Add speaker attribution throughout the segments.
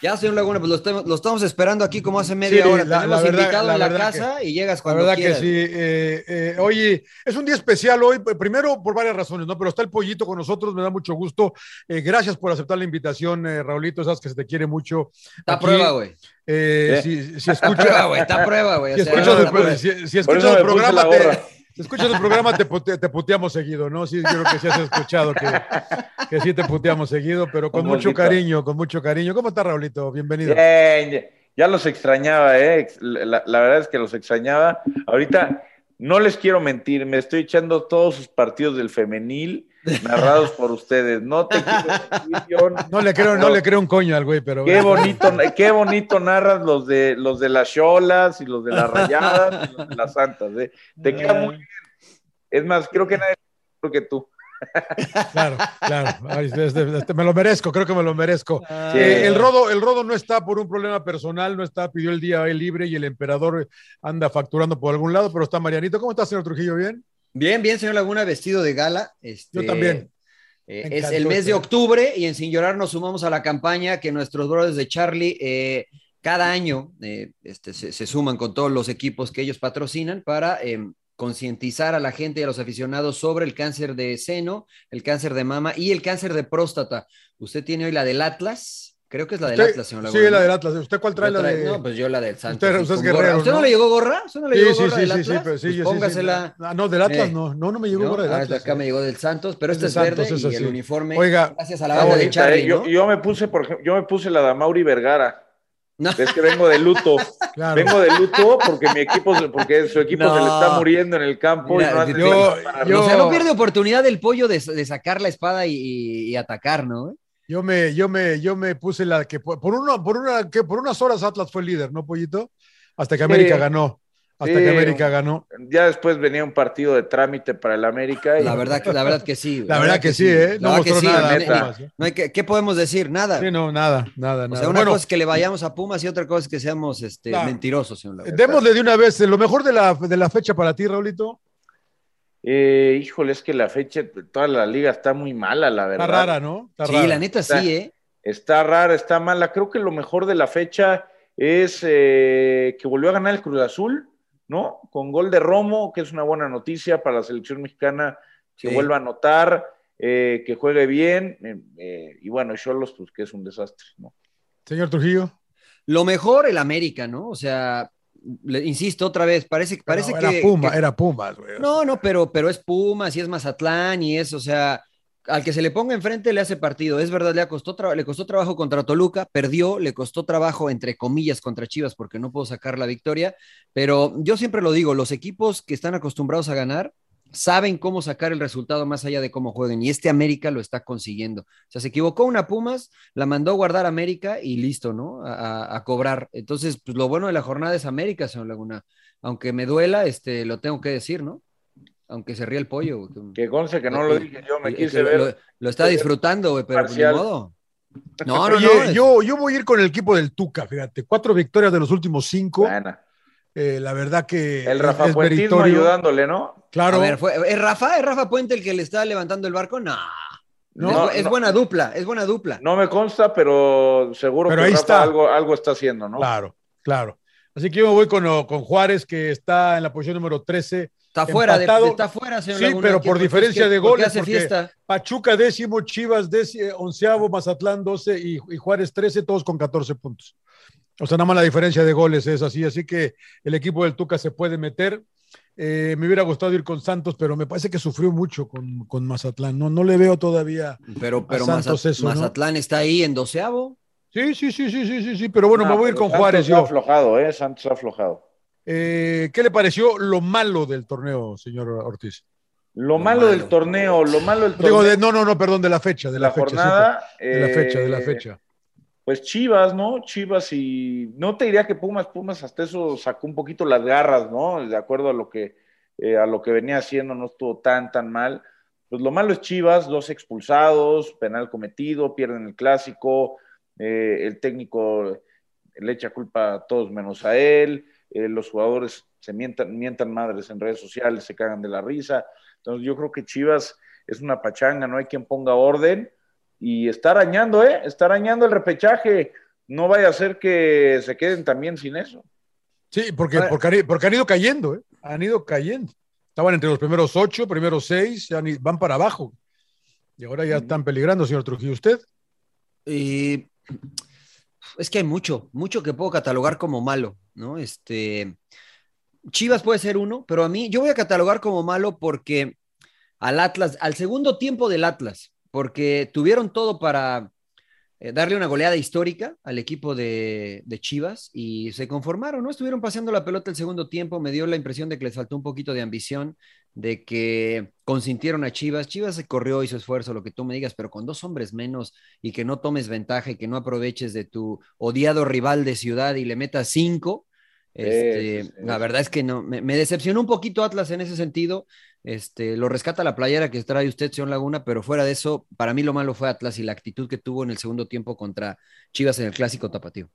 Speaker 1: Ya, señor Laguna, pues lo estamos, lo estamos esperando aquí como hace media
Speaker 2: Sí,
Speaker 1: hora.
Speaker 2: la-
Speaker 1: Tenemos
Speaker 2: la verdad-
Speaker 1: invitado
Speaker 2: la
Speaker 1: en la
Speaker 2: verdad
Speaker 1: casa y llegas
Speaker 2: La
Speaker 1: cuando
Speaker 2: verdad
Speaker 1: quieras.
Speaker 2: que sí. eh, eh, oye, es un día especial hoy, p- primero por varias razones, ¿no? Pero está el pollito con nosotros, me da mucho gusto. Eh, gracias por aceptar la invitación, eh, Raulito, sabes que se te quiere mucho.
Speaker 1: Está a
Speaker 2: Aquí,
Speaker 1: prueba, güey.
Speaker 2: eh, si, si
Speaker 1: Está a prueba,
Speaker 2: escucha,
Speaker 1: güey. Está a prueba, güey. O
Speaker 2: si
Speaker 1: sea,
Speaker 2: escuchas
Speaker 1: está
Speaker 2: el,
Speaker 1: a
Speaker 2: pro-
Speaker 1: prueba.
Speaker 2: si, si
Speaker 3: Por
Speaker 2: escuchas
Speaker 3: eso
Speaker 2: el
Speaker 3: me puse
Speaker 2: programa,
Speaker 3: la
Speaker 2: te,
Speaker 3: gorra.
Speaker 2: si escuchas el programa te, pute- te puteamos seguido, ¿no? Sí, yo creo que sí has escuchado que, que sí te puteamos seguido, pero con
Speaker 3: Un
Speaker 2: mucho
Speaker 3: bolsito.
Speaker 2: cariño, con mucho cariño. ¿Cómo estás, Raulito? Bienvenido.
Speaker 3: Bien, ya los extrañaba, ¿eh? Ex- La, la verdad es que los extrañaba. Ahorita no les quiero mentir, me estoy echando todos sus partidos del femenil narrados por ustedes. No te quiero mentir, John.
Speaker 2: No le creo, no le creo un coño al güey, pero...
Speaker 3: Qué bonito, qué bonito narras los de los de las cholas y los de las rayadas y los de las santas. ¿eh? Te queda muy bien. Es más, creo que nadie creo que tú.
Speaker 2: Claro, claro. Ay, este- este- este, me lo merezco, creo que me lo merezco.
Speaker 3: Sí.
Speaker 2: Eh, el, rodo, el Rodo no está por un problema personal, no está, pidió el día hoy libre y el emperador anda facturando por algún lado, pero está Marianito. ¿Cómo está, señor Trujillo? ¿Bien?
Speaker 1: Bien, bien, señor Laguna, vestido de gala. Este,
Speaker 2: Yo también.
Speaker 1: eh,
Speaker 2: Me
Speaker 1: es
Speaker 2: encantó
Speaker 1: el mes
Speaker 2: este.
Speaker 1: de octubre y en Sin Llorar nos sumamos a la campaña que nuestros brothers de Charlie eh, cada año eh, este, se, se suman con todos los equipos que ellos patrocinan para eh, concientizar a la gente y a los aficionados sobre el cáncer de seno, el cáncer de mama y el cáncer de próstata. Usted tiene hoy la del Atlas, creo que es la del
Speaker 2: Usted-
Speaker 1: Atlas, señor
Speaker 2: sí,
Speaker 1: Laguna.
Speaker 2: la del Atlas. ¿Usted cuál trae?
Speaker 1: Yo
Speaker 2: La
Speaker 1: trae-
Speaker 2: de...
Speaker 1: No, pues yo la del Santos.
Speaker 2: Usted-
Speaker 1: sí,
Speaker 2: usted es
Speaker 1: con gorra.
Speaker 2: guerrero,
Speaker 1: ¿Usted no,
Speaker 2: ¿no?
Speaker 1: le llegó gorra? ¿Usted no le
Speaker 2: Sí,
Speaker 1: llegó
Speaker 2: sí,
Speaker 1: gorra
Speaker 2: sí,
Speaker 1: del
Speaker 2: sí, sí,
Speaker 1: Atlas?
Speaker 2: pero sí,
Speaker 1: Pues
Speaker 2: yo sí, sí.
Speaker 1: póngasela.
Speaker 2: Ah, no, del Atlas
Speaker 1: Eh.
Speaker 2: no, no, no me llegó
Speaker 1: ¿no?
Speaker 2: gorra del
Speaker 1: Ah,
Speaker 2: Atlas.
Speaker 1: acá me llegó del Santos, pero
Speaker 2: Es
Speaker 1: este
Speaker 2: de
Speaker 1: es verde
Speaker 2: Santos, eso
Speaker 1: y el
Speaker 2: sí.
Speaker 1: uniforme.
Speaker 2: Oiga,
Speaker 1: gracias a la
Speaker 3: Está
Speaker 1: banda de
Speaker 3: bonita,
Speaker 1: Charlie,
Speaker 3: ¿eh? yo,
Speaker 1: ¿no?
Speaker 3: yo me puse, por ejemplo, yo me puse la de Mauri Vergara.
Speaker 1: No.
Speaker 3: Es que vengo de luto.
Speaker 2: claro.
Speaker 3: Vengo de luto porque mi equipo, se- porque su equipo
Speaker 1: No.
Speaker 3: se le está muriendo en el campo.
Speaker 1: Mira,
Speaker 3: y no han
Speaker 1: yo-
Speaker 3: tenido para
Speaker 2: yo-
Speaker 3: nada.
Speaker 1: O sea, no pierde oportunidad el pollo de, de sacar la espada y, y atacar, ¿no?
Speaker 2: Yo me, yo me, yo me puse la que por por una, por una, que por unas horas Atlas fue líder, ¿no, Pollito? Hasta que América
Speaker 3: Sí.
Speaker 2: ganó. Hasta
Speaker 3: Sí.
Speaker 2: que América ganó.
Speaker 3: Ya después venía un partido de trámite para el América. y-
Speaker 1: La verdad, que- la verdad que sí. güey.
Speaker 2: La verdad que sí, ¿eh?
Speaker 1: La
Speaker 2: No
Speaker 1: verdad que
Speaker 2: mostró
Speaker 1: sí.
Speaker 2: nada. ¿eh?
Speaker 1: Ne-
Speaker 3: neta.
Speaker 1: ne- no hay que- ¿Qué podemos decir? Nada.
Speaker 2: Sí, no, nada, nada,
Speaker 1: o
Speaker 2: nada.
Speaker 1: sea, una
Speaker 2: Bueno,
Speaker 1: cosa es que le vayamos a Pumas y otra cosa es que seamos este,
Speaker 2: Claro.
Speaker 1: mentirosos, señor Laguna.
Speaker 2: démosle de una vez eh, lo mejor de la, de la fecha para ti, Raulito.
Speaker 3: Eh, híjole, es que la fecha, toda la liga está muy mala, la verdad.
Speaker 2: Está rara, ¿no? Está
Speaker 1: Sí,
Speaker 2: rara.
Speaker 1: la neta sí, ¿eh?
Speaker 3: Está rara, está mala. Creo que lo mejor de la fecha es eh, que volvió a ganar el Cruz Azul, ¿no? Con gol de Romo, que es una buena noticia para la selección mexicana que
Speaker 1: Sí.
Speaker 3: vuelva a anotar, eh, que juegue bien. eh, eh, y bueno, Cholos, pues que es un desastre, ¿no?
Speaker 2: Señor Trujillo.
Speaker 1: Lo mejor el América, ¿no? O sea, le- insisto otra vez, parece, parece
Speaker 2: No,
Speaker 1: que...
Speaker 2: era Puma,
Speaker 1: que-
Speaker 2: era Pumas, güey.
Speaker 1: No, no, pero, pero es Pumas y es Mazatlán y es, o sea, al que se le ponga enfrente le hace partido. Es verdad, le costó, tra- le costó trabajo contra Toluca, perdió, le costó trabajo, entre comillas, contra Chivas porque no pudo sacar la victoria. Pero yo siempre lo digo, los equipos que están acostumbrados a ganar saben cómo sacar el resultado más allá de cómo jueguen y este América lo está consiguiendo. O sea, se equivocó una Pumas, la mandó a guardar América y listo, ¿no? A, a- a cobrar. Entonces, pues lo bueno de la jornada es América, señor Laguna. Aunque me duela, este, lo tengo que decir, ¿no? Aunque se ría el pollo. güey, que-
Speaker 3: Que conce que
Speaker 2: Eh,
Speaker 3: no lo dije yo, me
Speaker 1: que
Speaker 3: quise
Speaker 1: lo-
Speaker 3: ver.
Speaker 1: Lo, lo está disfrutando, güey, pero pues, ni
Speaker 3: Parcial.
Speaker 1: modo. No, no,
Speaker 2: Oye,
Speaker 1: no. es-
Speaker 2: yo, yo voy a ir con el equipo del Tuca, fíjate. Cuatro victorias de los últimos cinco.
Speaker 3: Bueno,
Speaker 2: Eh, la verdad que
Speaker 3: el Rafa
Speaker 2: es
Speaker 3: Puentismo
Speaker 2: meritorio.
Speaker 3: ayudándole, ¿no?
Speaker 2: Claro.
Speaker 1: A ver, fue- ¿es Rafa? ¿Es Rafa Puente el que le está levantando el barco? No.
Speaker 2: No,
Speaker 1: es, bu- es
Speaker 3: no.
Speaker 1: buena dupla, es buena dupla.
Speaker 3: No me consta, pero seguro
Speaker 2: Pero
Speaker 3: que
Speaker 2: ahí
Speaker 3: Rafa
Speaker 2: está.
Speaker 3: Algo, algo está haciendo, ¿no?
Speaker 2: Claro, claro. Así que yo me voy con, con Juárez, que está en la posición número 13
Speaker 1: Está fuera, de,
Speaker 2: empatado.
Speaker 1: está fuera, señor
Speaker 2: Sí,
Speaker 1: Laguna.
Speaker 2: pero
Speaker 1: ¿Qué-
Speaker 2: por
Speaker 1: qué-
Speaker 2: diferencia
Speaker 1: qué-
Speaker 2: de
Speaker 1: por qué
Speaker 2: goles,
Speaker 1: hace
Speaker 2: porque-
Speaker 1: fiesta.
Speaker 2: Pachuca décimo, Chivas décimo, onceavo, Mazatlán doce y, y Juárez trece, todos con catorce puntos. O sea, nada más la diferencia de goles es así, así que el equipo del Tuca se puede meter. Eh, me hubiera gustado ir con Santos, pero me parece que sufrió mucho con, con Mazatlán. No, no le veo todavía.
Speaker 1: Pero, pero
Speaker 2: Santos
Speaker 1: Mazat-
Speaker 2: eso, ¿no?
Speaker 1: Mazatlán está ahí en doceavo.
Speaker 2: Sí, sí, sí, sí, sí, sí, sí, pero bueno,
Speaker 3: No,
Speaker 2: me voy a ir
Speaker 3: pero
Speaker 2: con
Speaker 3: Santos
Speaker 2: Juárez
Speaker 3: Ha
Speaker 2: yo.
Speaker 3: aflojado, ¿eh? Santos ha aflojado.
Speaker 2: Eh, ¿Qué le pareció lo malo del torneo, señor Ortiz?
Speaker 3: Lo, malo, del torneo, lo malo del torneo
Speaker 2: Digo, de,
Speaker 3: de,
Speaker 2: no, no, no, perdón, de la fecha, de la,
Speaker 3: la,
Speaker 2: fecha. sí,
Speaker 3: jornada.
Speaker 2: de la fecha, de la
Speaker 3: eh,
Speaker 2: fecha.
Speaker 3: Pues Chivas, ¿no? Chivas y no te diría que Pumas, Pumas hasta eso sacó un poquito las garras, ¿no? De acuerdo a lo que eh, a lo que venía haciendo, no estuvo tan tan mal. Pues lo malo es Chivas, dos expulsados, penal cometido, pierden el clásico, eh, el técnico le echa culpa a todos menos a él, eh, los jugadores se mientan, mientan madres en redes sociales, se cagan de la risa. Entonces yo creo que Chivas es una pachanga, no hay quien ponga orden y está arañando, ¿eh? Está arañando el repechaje. No vaya a ser que se queden también sin eso.
Speaker 2: Sí, porque,
Speaker 1: Ahora-
Speaker 2: porque, han, i- porque han ido cayendo, ¿eh? Han ido cayendo. Estaban entre los primeros ocho, primeros seis, han i- van para abajo. Y ahora ya están peligrando, señor Trujillo. ¿Usted?
Speaker 1: Y eh, es que hay mucho, mucho que puedo catalogar como malo, ¿no? Este, Chivas puede ser uno, pero a mí yo voy a catalogar como malo porque al Atlas, al segundo tiempo del Atlas, porque tuvieron todo para eh, darle una goleada histórica al equipo de, de Chivas y se conformaron, ¿no? Estuvieron paseando la pelota el segundo tiempo, me dio la impresión de que les faltó un poquito de ambición, de que consintieron a Chivas. Chivas se corrió, hizo esfuerzo, lo que tú me digas, pero con dos hombres menos y que no tomes ventaja y que no aproveches de tu odiado rival de ciudad y le metas cinco. Este,
Speaker 3: sí, sí.
Speaker 1: la verdad es que no, me, me decepcionó un poquito Atlas en ese sentido. Este, lo rescata la playera que trae usted, señor Laguna, pero fuera de eso, para mí lo malo fue Atlas y la actitud que tuvo en el segundo tiempo contra Chivas en el clásico tapatío.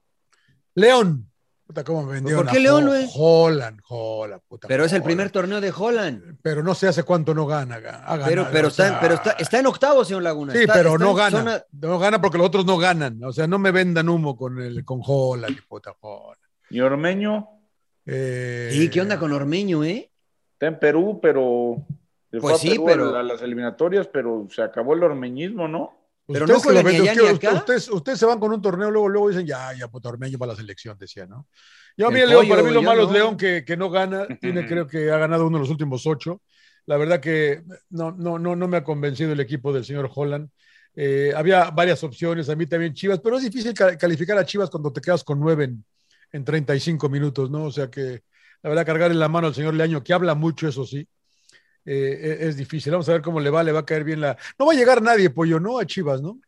Speaker 2: León. Puta, cómo me vendieron.
Speaker 1: ¿Por qué
Speaker 2: a
Speaker 1: León,
Speaker 2: Ho-
Speaker 1: güey?
Speaker 2: Holland, Holland, puta.
Speaker 1: Pero es el
Speaker 2: Holland.
Speaker 1: primer torneo de Holland.
Speaker 2: Pero no sé hace cuánto no gana. ha ganado,
Speaker 1: Pero, pero,
Speaker 2: o sea,
Speaker 1: está, pero está, está en octavo, señor Laguna.
Speaker 2: Sí,
Speaker 1: Está-
Speaker 2: pero
Speaker 1: está
Speaker 2: no
Speaker 1: en
Speaker 2: gana.
Speaker 1: zona-
Speaker 2: No gana porque los otros no ganan. O sea, no me vendan humo con, el, con Holland, puta, Holland.
Speaker 3: Y Ormeño
Speaker 2: Eh,
Speaker 1: ¿Y qué onda con Ormeño, eh?
Speaker 3: está en Perú, pero. se
Speaker 1: Pues
Speaker 3: fue a
Speaker 1: sí,
Speaker 3: Perú
Speaker 1: pero-
Speaker 3: A, a las eliminatorias, pero se acabó el ormeñismo, ¿no?
Speaker 1: Pero
Speaker 2: Ustedes
Speaker 1: no juegan
Speaker 2: Pues que lo
Speaker 1: ni
Speaker 2: ven-
Speaker 1: allá ni
Speaker 2: usted-
Speaker 1: acá.
Speaker 2: Ustedes, ustedes se van con un torneo, luego, luego dicen, ya, ya, puta, Ormeño para la selección, decía, ¿no? Yo a mí
Speaker 1: El
Speaker 2: el León,
Speaker 1: pollo,
Speaker 2: para mí lo
Speaker 1: yo
Speaker 2: malo es
Speaker 1: no.
Speaker 2: León que, que no gana, tiene, creo que ha ganado uno de los últimos ocho. La verdad que no, no, no, no me ha convencido el equipo del señor Holland. Eh, había varias opciones, a mí también Chivas, pero es difícil ca- calificar a Chivas cuando te quedas con nueve en, en 35 minutos, ¿no? O sea que la verdad cargar en la mano al señor Leaño, que habla mucho, eso sí. eh, es, es difícil. Vamos a ver cómo le va, le va a caer bien la. No va a llegar nadie, pollo, ¿no? A Chivas, ¿no?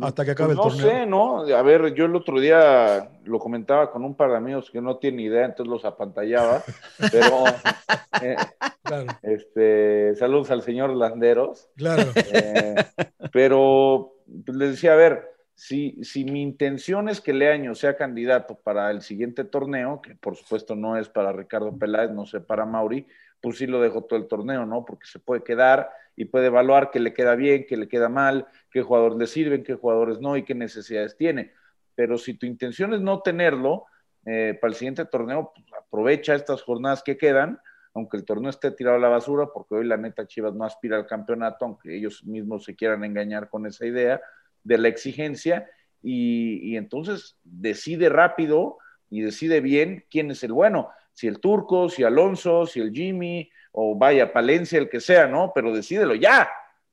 Speaker 2: Hasta que acabe
Speaker 3: Pues no
Speaker 2: el torneo.
Speaker 3: sé, ¿no? A ver, yo el otro día lo comentaba con un par de amigos que no tienen idea, entonces los apantallaba. pero. eh,
Speaker 2: Claro,
Speaker 3: este, saludos al señor Landeros.
Speaker 2: claro.
Speaker 3: Eh, pero pues, les decía, a ver, si, si mi intención es que Leaño sea candidato para el siguiente torneo, que por supuesto no es para Ricardo Peláez, no sé, para Mauri, pues sí lo dejo todo el torneo, ¿no? Porque se puede quedar y puede evaluar qué le queda bien, qué le queda mal, qué jugadores le sirven, qué jugadores no y qué necesidades tiene. Pero si tu intención es no tenerlo eh, para el siguiente torneo, pues, aprovecha estas jornadas que quedan aunque el torneo esté tirado a la basura, porque hoy la neta Chivas no aspira al campeonato, aunque ellos mismos se quieran engañar con esa idea de la exigencia, y, y entonces decide rápido y decide bien quién es el bueno, si el turco, si Alonso, si el Jimmy, o vaya, Palencia, el que sea, ¿no? Pero decídelo ya,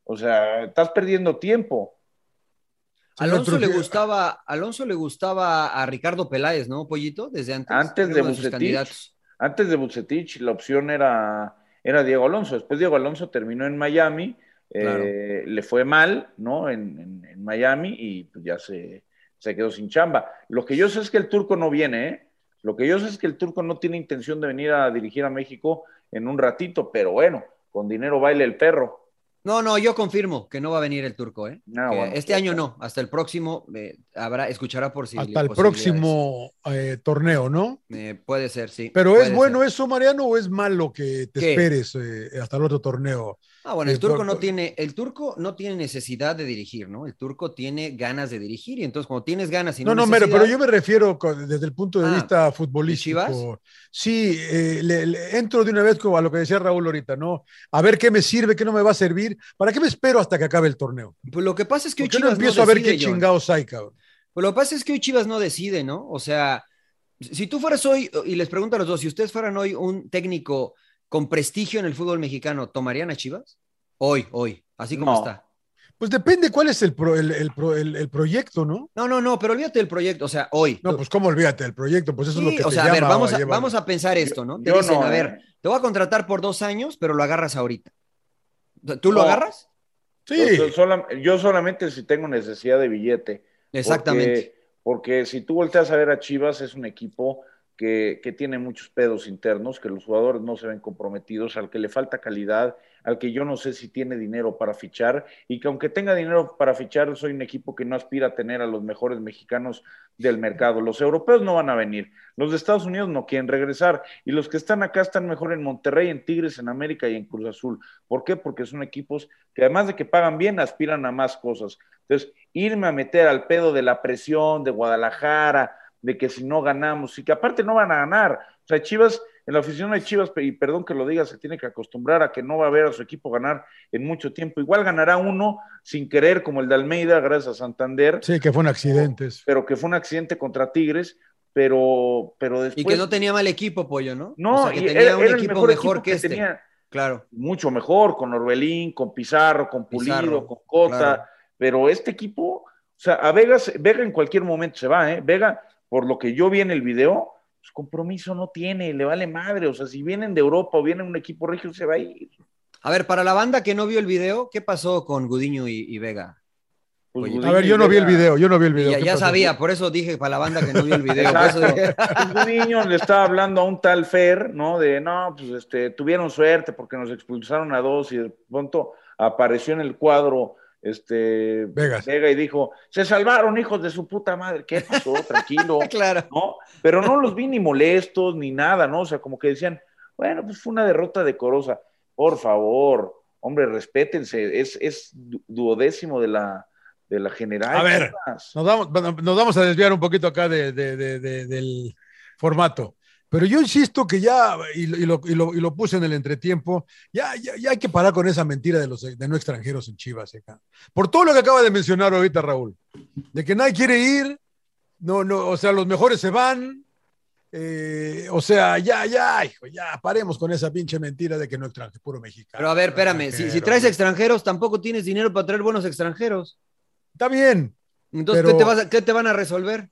Speaker 3: o sea, estás perdiendo tiempo.
Speaker 2: Señor
Speaker 1: Alonso le
Speaker 2: Trujillo.
Speaker 1: gustaba, Alonso le gustaba a Ricardo Peláez, ¿no, Pollito? Desde antes.
Speaker 3: Antes
Speaker 1: Era
Speaker 3: de
Speaker 1: uno sus
Speaker 3: Bucetich.
Speaker 1: candidatos.
Speaker 3: Antes de Bucetich, la opción era, era Diego Alonso. Después Diego Alonso terminó en Miami, eh,
Speaker 1: Claro.
Speaker 3: le fue mal, ¿no? En, en- en Miami y pues, ya se, se quedó sin chamba. Lo que yo sé es que el turco no viene, ¿eh? Lo que yo sé es que el turco no tiene intención de venir a dirigir a México en un ratito, pero bueno, con dinero baile el perro.
Speaker 1: No, no, yo confirmo que no va a venir el turco, ¿eh?
Speaker 3: No,
Speaker 1: Que
Speaker 3: bueno,
Speaker 1: este año no, hasta el próximo eh, habrá, escuchará por si.
Speaker 2: Hasta el próximo eh, torneo, ¿no?
Speaker 1: puede ser, sí.
Speaker 2: Pero
Speaker 1: puede
Speaker 2: es bueno eh.
Speaker 1: ser.
Speaker 2: eso, Mariano, o es malo que te
Speaker 1: ¿Qué?
Speaker 2: esperes eh, hasta el otro torneo.
Speaker 1: Ah, bueno, el
Speaker 2: Eh,
Speaker 1: turco
Speaker 2: por-
Speaker 1: no tiene, el turco no tiene necesidad de dirigir, ¿no? El turco tiene ganas de dirigir y entonces cuando tienes ganas y no
Speaker 2: no, no,
Speaker 1: necesidad,
Speaker 2: pero, pero yo me refiero con- desde el punto de
Speaker 1: Ah,
Speaker 2: vista
Speaker 1: ¿y
Speaker 2: futbolístico.
Speaker 1: Chivas?
Speaker 2: Sí, eh, le- le entro de una vez como a lo que decía Raúl ahorita, ¿no? A ver qué me sirve, qué no me va a servir. ¿Para qué me espero hasta que acabe el torneo?
Speaker 1: Pues lo que pasa es que hoy
Speaker 2: Porque no
Speaker 1: Chivas
Speaker 2: empiezo a ver
Speaker 1: decide,
Speaker 2: qué
Speaker 1: John.
Speaker 2: chingados hay, cabrón.
Speaker 1: Pues lo que pasa es que hoy Chivas no decide, ¿no? O sea, si tú fueras hoy, y les pregunto a los dos, si ustedes fueran hoy un técnico con prestigio en el fútbol mexicano, ¿tomarían a Chivas? Hoy, hoy, así como
Speaker 3: No.
Speaker 1: está.
Speaker 2: Pues depende cuál es el, pro- el, el pro- el- el proyecto, ¿no?
Speaker 1: No, no, no, pero olvídate del proyecto, o sea, hoy.
Speaker 2: No, pues cómo olvídate del proyecto, pues eso es lo
Speaker 1: Sí,
Speaker 2: que
Speaker 1: o
Speaker 2: te
Speaker 1: sea, a ver,
Speaker 2: llama,
Speaker 1: vamos a,
Speaker 2: lleva-
Speaker 1: vamos a pensar esto, ¿no? Te
Speaker 3: yo
Speaker 1: dicen,
Speaker 3: no,
Speaker 1: a
Speaker 3: ¿eh?
Speaker 1: ver, te voy a contratar por dos años, pero lo agarras ahorita. ¿Tú lo
Speaker 3: No.
Speaker 1: agarras?
Speaker 2: Sí,
Speaker 3: Yo, sola- yo solamente si tengo necesidad de billete.
Speaker 1: Exactamente.
Speaker 3: Porque, porque si tú volteas a ver a Chivas, es un equipo que, que tiene muchos pedos internos, que los jugadores no se ven comprometidos, al que le falta calidad, al que yo no sé si tiene dinero para fichar, y que aunque tenga dinero para fichar, soy un equipo que no aspira a tener a los mejores mexicanos del mercado. Los europeos no van a venir, los de Estados Unidos no quieren regresar, y los que están acá están mejor en Monterrey, en Tigres, en América y en Cruz Azul. ¿Por qué? Porque son equipos que además de que pagan bien, aspiran a más cosas. Entonces, irme a meter al pedo de la presión de Guadalajara, de que si no ganamos, y que aparte no van a ganar. O sea, Chivas, en la afición de Chivas, y perdón que lo diga, se tiene que acostumbrar a que no va a ver a su equipo ganar en mucho tiempo. Igual ganará uno sin querer, como el de Almeida, gracias a Santander,
Speaker 2: sí, que fueron accidentes.
Speaker 3: pero que fue un accidente contra Tigres, pero, pero
Speaker 1: Y
Speaker 3: después.
Speaker 1: que no tenía mal equipo, Pollo, ¿no?
Speaker 3: pues No,
Speaker 1: o sea, que
Speaker 3: y
Speaker 1: tenía
Speaker 3: era-
Speaker 1: un
Speaker 3: era el
Speaker 1: equipo
Speaker 3: mejor
Speaker 1: mejor
Speaker 3: equipo
Speaker 1: que, este.
Speaker 3: tenía
Speaker 1: Claro.
Speaker 3: mucho mejor, con Orbelín, con Pizarro, con Pulido,
Speaker 1: Pizarro,
Speaker 3: con Cota,
Speaker 1: claro.
Speaker 3: pero este equipo, o sea, a Vega, se- Vega en cualquier momento se va, ¿eh? Vega, por lo que yo vi en el video, pues compromiso no tiene, le vale madre, o sea, si vienen de Europa o viene un equipo regio, se va a ir.
Speaker 1: A ver, para la banda que no vio el video, ¿qué pasó con Gudiño y, y Vega?
Speaker 3: Pues,
Speaker 1: Oye,
Speaker 3: Gudiño
Speaker 2: A ver, yo
Speaker 3: y
Speaker 2: no vi el
Speaker 3: Vega-
Speaker 2: video, yo no vi el
Speaker 1: Y
Speaker 2: video.
Speaker 1: ya,
Speaker 2: ¿qué
Speaker 1: ya
Speaker 2: pasó?
Speaker 1: sabía, por eso dije para la banda que no vio el video. por eso
Speaker 3: Exacto.
Speaker 1: dije-
Speaker 3: Pues Gudiño le estaba hablando a un tal Fer, ¿no? De, no, pues este, tuvieron suerte porque nos expulsaron a dos y de pronto apareció en el cuadro, este,
Speaker 2: Vegas.
Speaker 3: Vega y dijo, se salvaron hijos de su puta madre, ¿qué pasó? Tranquilo,
Speaker 1: claro.
Speaker 3: ¿no? Pero no los vi ni molestos ni nada, ¿no? O sea, como que decían, bueno, pues fue una derrota decorosa. Por favor, hombre, respétense, es, es du- duodécimo de la, de la general.
Speaker 2: A ver.
Speaker 3: chicas.
Speaker 2: Nos vamos, bueno, nos vamos a desviar un poquito acá de- de- de- de- del formato. Pero yo insisto que ya, y, lo- y lo, y lo- y lo puse en el entretiempo, ya, ya, ya hay que parar con esa mentira de los de no extranjeros en Chivas. eh, cabrón. Por todo lo que acaba de mencionar ahorita, Raúl, de que nadie quiere ir, no, no, o sea, los mejores se van. eh, o sea, ya, ya, hijo, ya, paremos con esa pinche mentira de que no extranjero, puro mexicano.
Speaker 1: Pero a ver, espérame, si, si
Speaker 2: extranjero.
Speaker 1: traes extranjeros, tampoco tienes dinero para traer buenos extranjeros.
Speaker 2: Está bien,
Speaker 1: Entonces,
Speaker 2: Pero-
Speaker 1: ¿qué, te vas a- qué te van a resolver?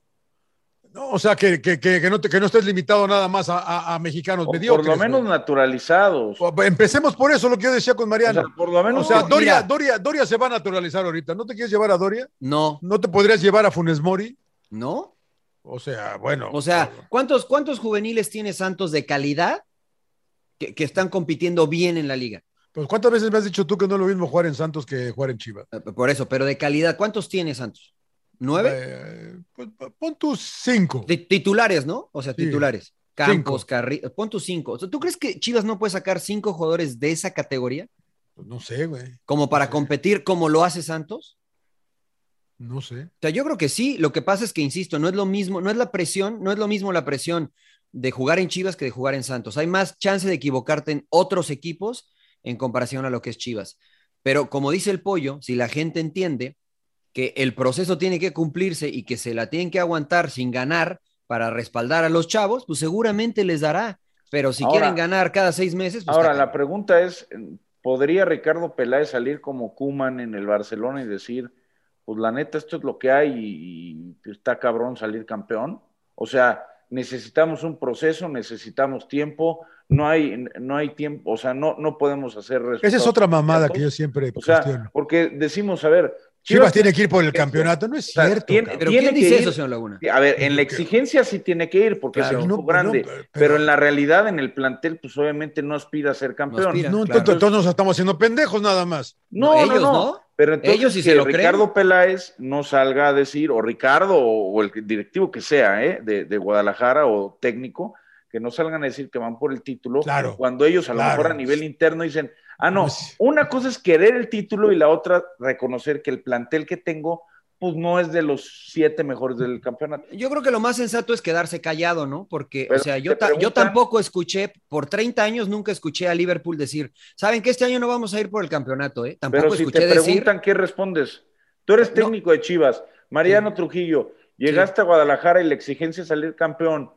Speaker 2: No, o sea, que, que, que, que no, te- que no estés limitado nada más a, a- a mexicanos
Speaker 3: O por
Speaker 2: mediocres.
Speaker 3: lo menos
Speaker 2: güey.
Speaker 3: naturalizados.
Speaker 2: O- pues, Empecemos por eso, lo que yo decía con
Speaker 3: O
Speaker 2: Mariano.
Speaker 3: sea, por lo menos.
Speaker 2: O sea,
Speaker 1: no,
Speaker 2: Doria,
Speaker 1: mira.
Speaker 2: Doria, Doria se va a naturalizar ahorita. ¿No te quieres llevar a Doria?
Speaker 1: No,
Speaker 2: ¿No te podrías llevar a Funes Mori?
Speaker 1: no.
Speaker 2: O sea, bueno.
Speaker 1: O sea, ¿cuántos, cuántos juveniles tiene Santos de calidad que, que están compitiendo bien en la liga?
Speaker 2: Pues ¿cuántas veces me has dicho tú que no es lo mismo jugar en Santos que jugar en Chivas?
Speaker 1: Eh, Por eso, pero de calidad, ¿cuántos tiene Santos? ¿Nueve?
Speaker 2: Eh, pues, pon tus cinco.
Speaker 1: Ti- titulares, ¿no? O sea,
Speaker 2: Sí.
Speaker 1: titulares. Campos, Carrillo, pon tus cinco. O sea, ¿Tú crees que Chivas no puede sacar cinco jugadores de esa categoría
Speaker 2: Pues no sé, güey.
Speaker 1: como para
Speaker 2: Sí.
Speaker 1: competir como lo hace Santos?
Speaker 2: No sé.
Speaker 1: O sea, yo creo que sí. Lo que pasa es que, insisto, no es lo mismo, no es la presión, no es lo mismo la presión de jugar en Chivas que de jugar en Santos. Hay más chance de equivocarte en otros equipos en comparación a lo que es Chivas. Pero como dice el pollo, si la gente entiende que el proceso tiene que cumplirse y que se la tienen que aguantar sin ganar para respaldar a los chavos, pues seguramente les dará. Pero si
Speaker 3: Ahora-
Speaker 1: quieren ganar cada seis meses, pues
Speaker 3: Ahora,
Speaker 1: está
Speaker 3: la pregunta es: ¿podría Ricardo Peláez salir como Kuman en el Barcelona y decir, pues la neta, esto es lo que hay y, y está cabrón salir campeón? O sea, necesitamos un proceso, necesitamos tiempo, no hay, no hay tiempo, o sea, no, no podemos hacer
Speaker 2: Esa es
Speaker 3: resultados
Speaker 2: otra mamada
Speaker 3: inmediatos.
Speaker 2: que yo siempre
Speaker 3: O sea,
Speaker 2: cuestiono.
Speaker 3: porque decimos, a ver,
Speaker 2: Chivas tiene que ir por el campeonato, no es
Speaker 3: sea,
Speaker 2: cierto.
Speaker 3: tiene-
Speaker 2: cabrón.
Speaker 1: ¿Pero
Speaker 3: Tiene
Speaker 1: quién
Speaker 3: que
Speaker 1: dice
Speaker 3: ir.
Speaker 1: eso, señor Laguna?
Speaker 3: A ver, en la exigencia sí tiene que ir porque
Speaker 2: Claro,
Speaker 3: es un
Speaker 2: no,
Speaker 3: equipo grande,
Speaker 2: no, pero-
Speaker 3: pero, en la realidad, en el plantel, pues obviamente no aspira a ser campeón.
Speaker 1: aspira.
Speaker 2: No,
Speaker 1: Claro.
Speaker 2: entonces, entonces nos estamos haciendo pendejos nada más.
Speaker 3: No,
Speaker 1: Ellos,
Speaker 3: no, no.
Speaker 1: ¿no?
Speaker 3: Pero entonces
Speaker 1: Ellos sí
Speaker 3: que
Speaker 1: se lo creen.
Speaker 3: Ricardo Peláez no salga a decir, o Ricardo, o, o el directivo que sea, ¿eh? de, de Guadalajara o técnico, que no salgan a decir que van por el título,
Speaker 2: Claro,
Speaker 3: cuando ellos a
Speaker 2: claro.
Speaker 3: lo mejor a nivel interno dicen, ah, no,
Speaker 2: Pues-
Speaker 3: una cosa es querer el título y la otra reconocer que el plantel que tengo, pues no es de los siete mejores del campeonato.
Speaker 1: Yo creo que lo más sensato es quedarse callado, ¿no? Porque,
Speaker 3: Pero
Speaker 1: o sea,
Speaker 3: si
Speaker 1: yo,
Speaker 3: te
Speaker 1: ta- yo
Speaker 3: preguntan-
Speaker 1: tampoco escuché, por 30 años nunca escuché a Liverpool decir, ¿saben que este año no vamos a ir por el campeonato, eh? Tampoco
Speaker 3: Pero si
Speaker 1: escuché
Speaker 3: te
Speaker 1: decir.
Speaker 3: preguntan, ¿qué respondes? Tú eres
Speaker 1: No.
Speaker 3: técnico de Chivas, Mariano Trujillo, llegaste a Guadalajara y la exigencia es salir campeón.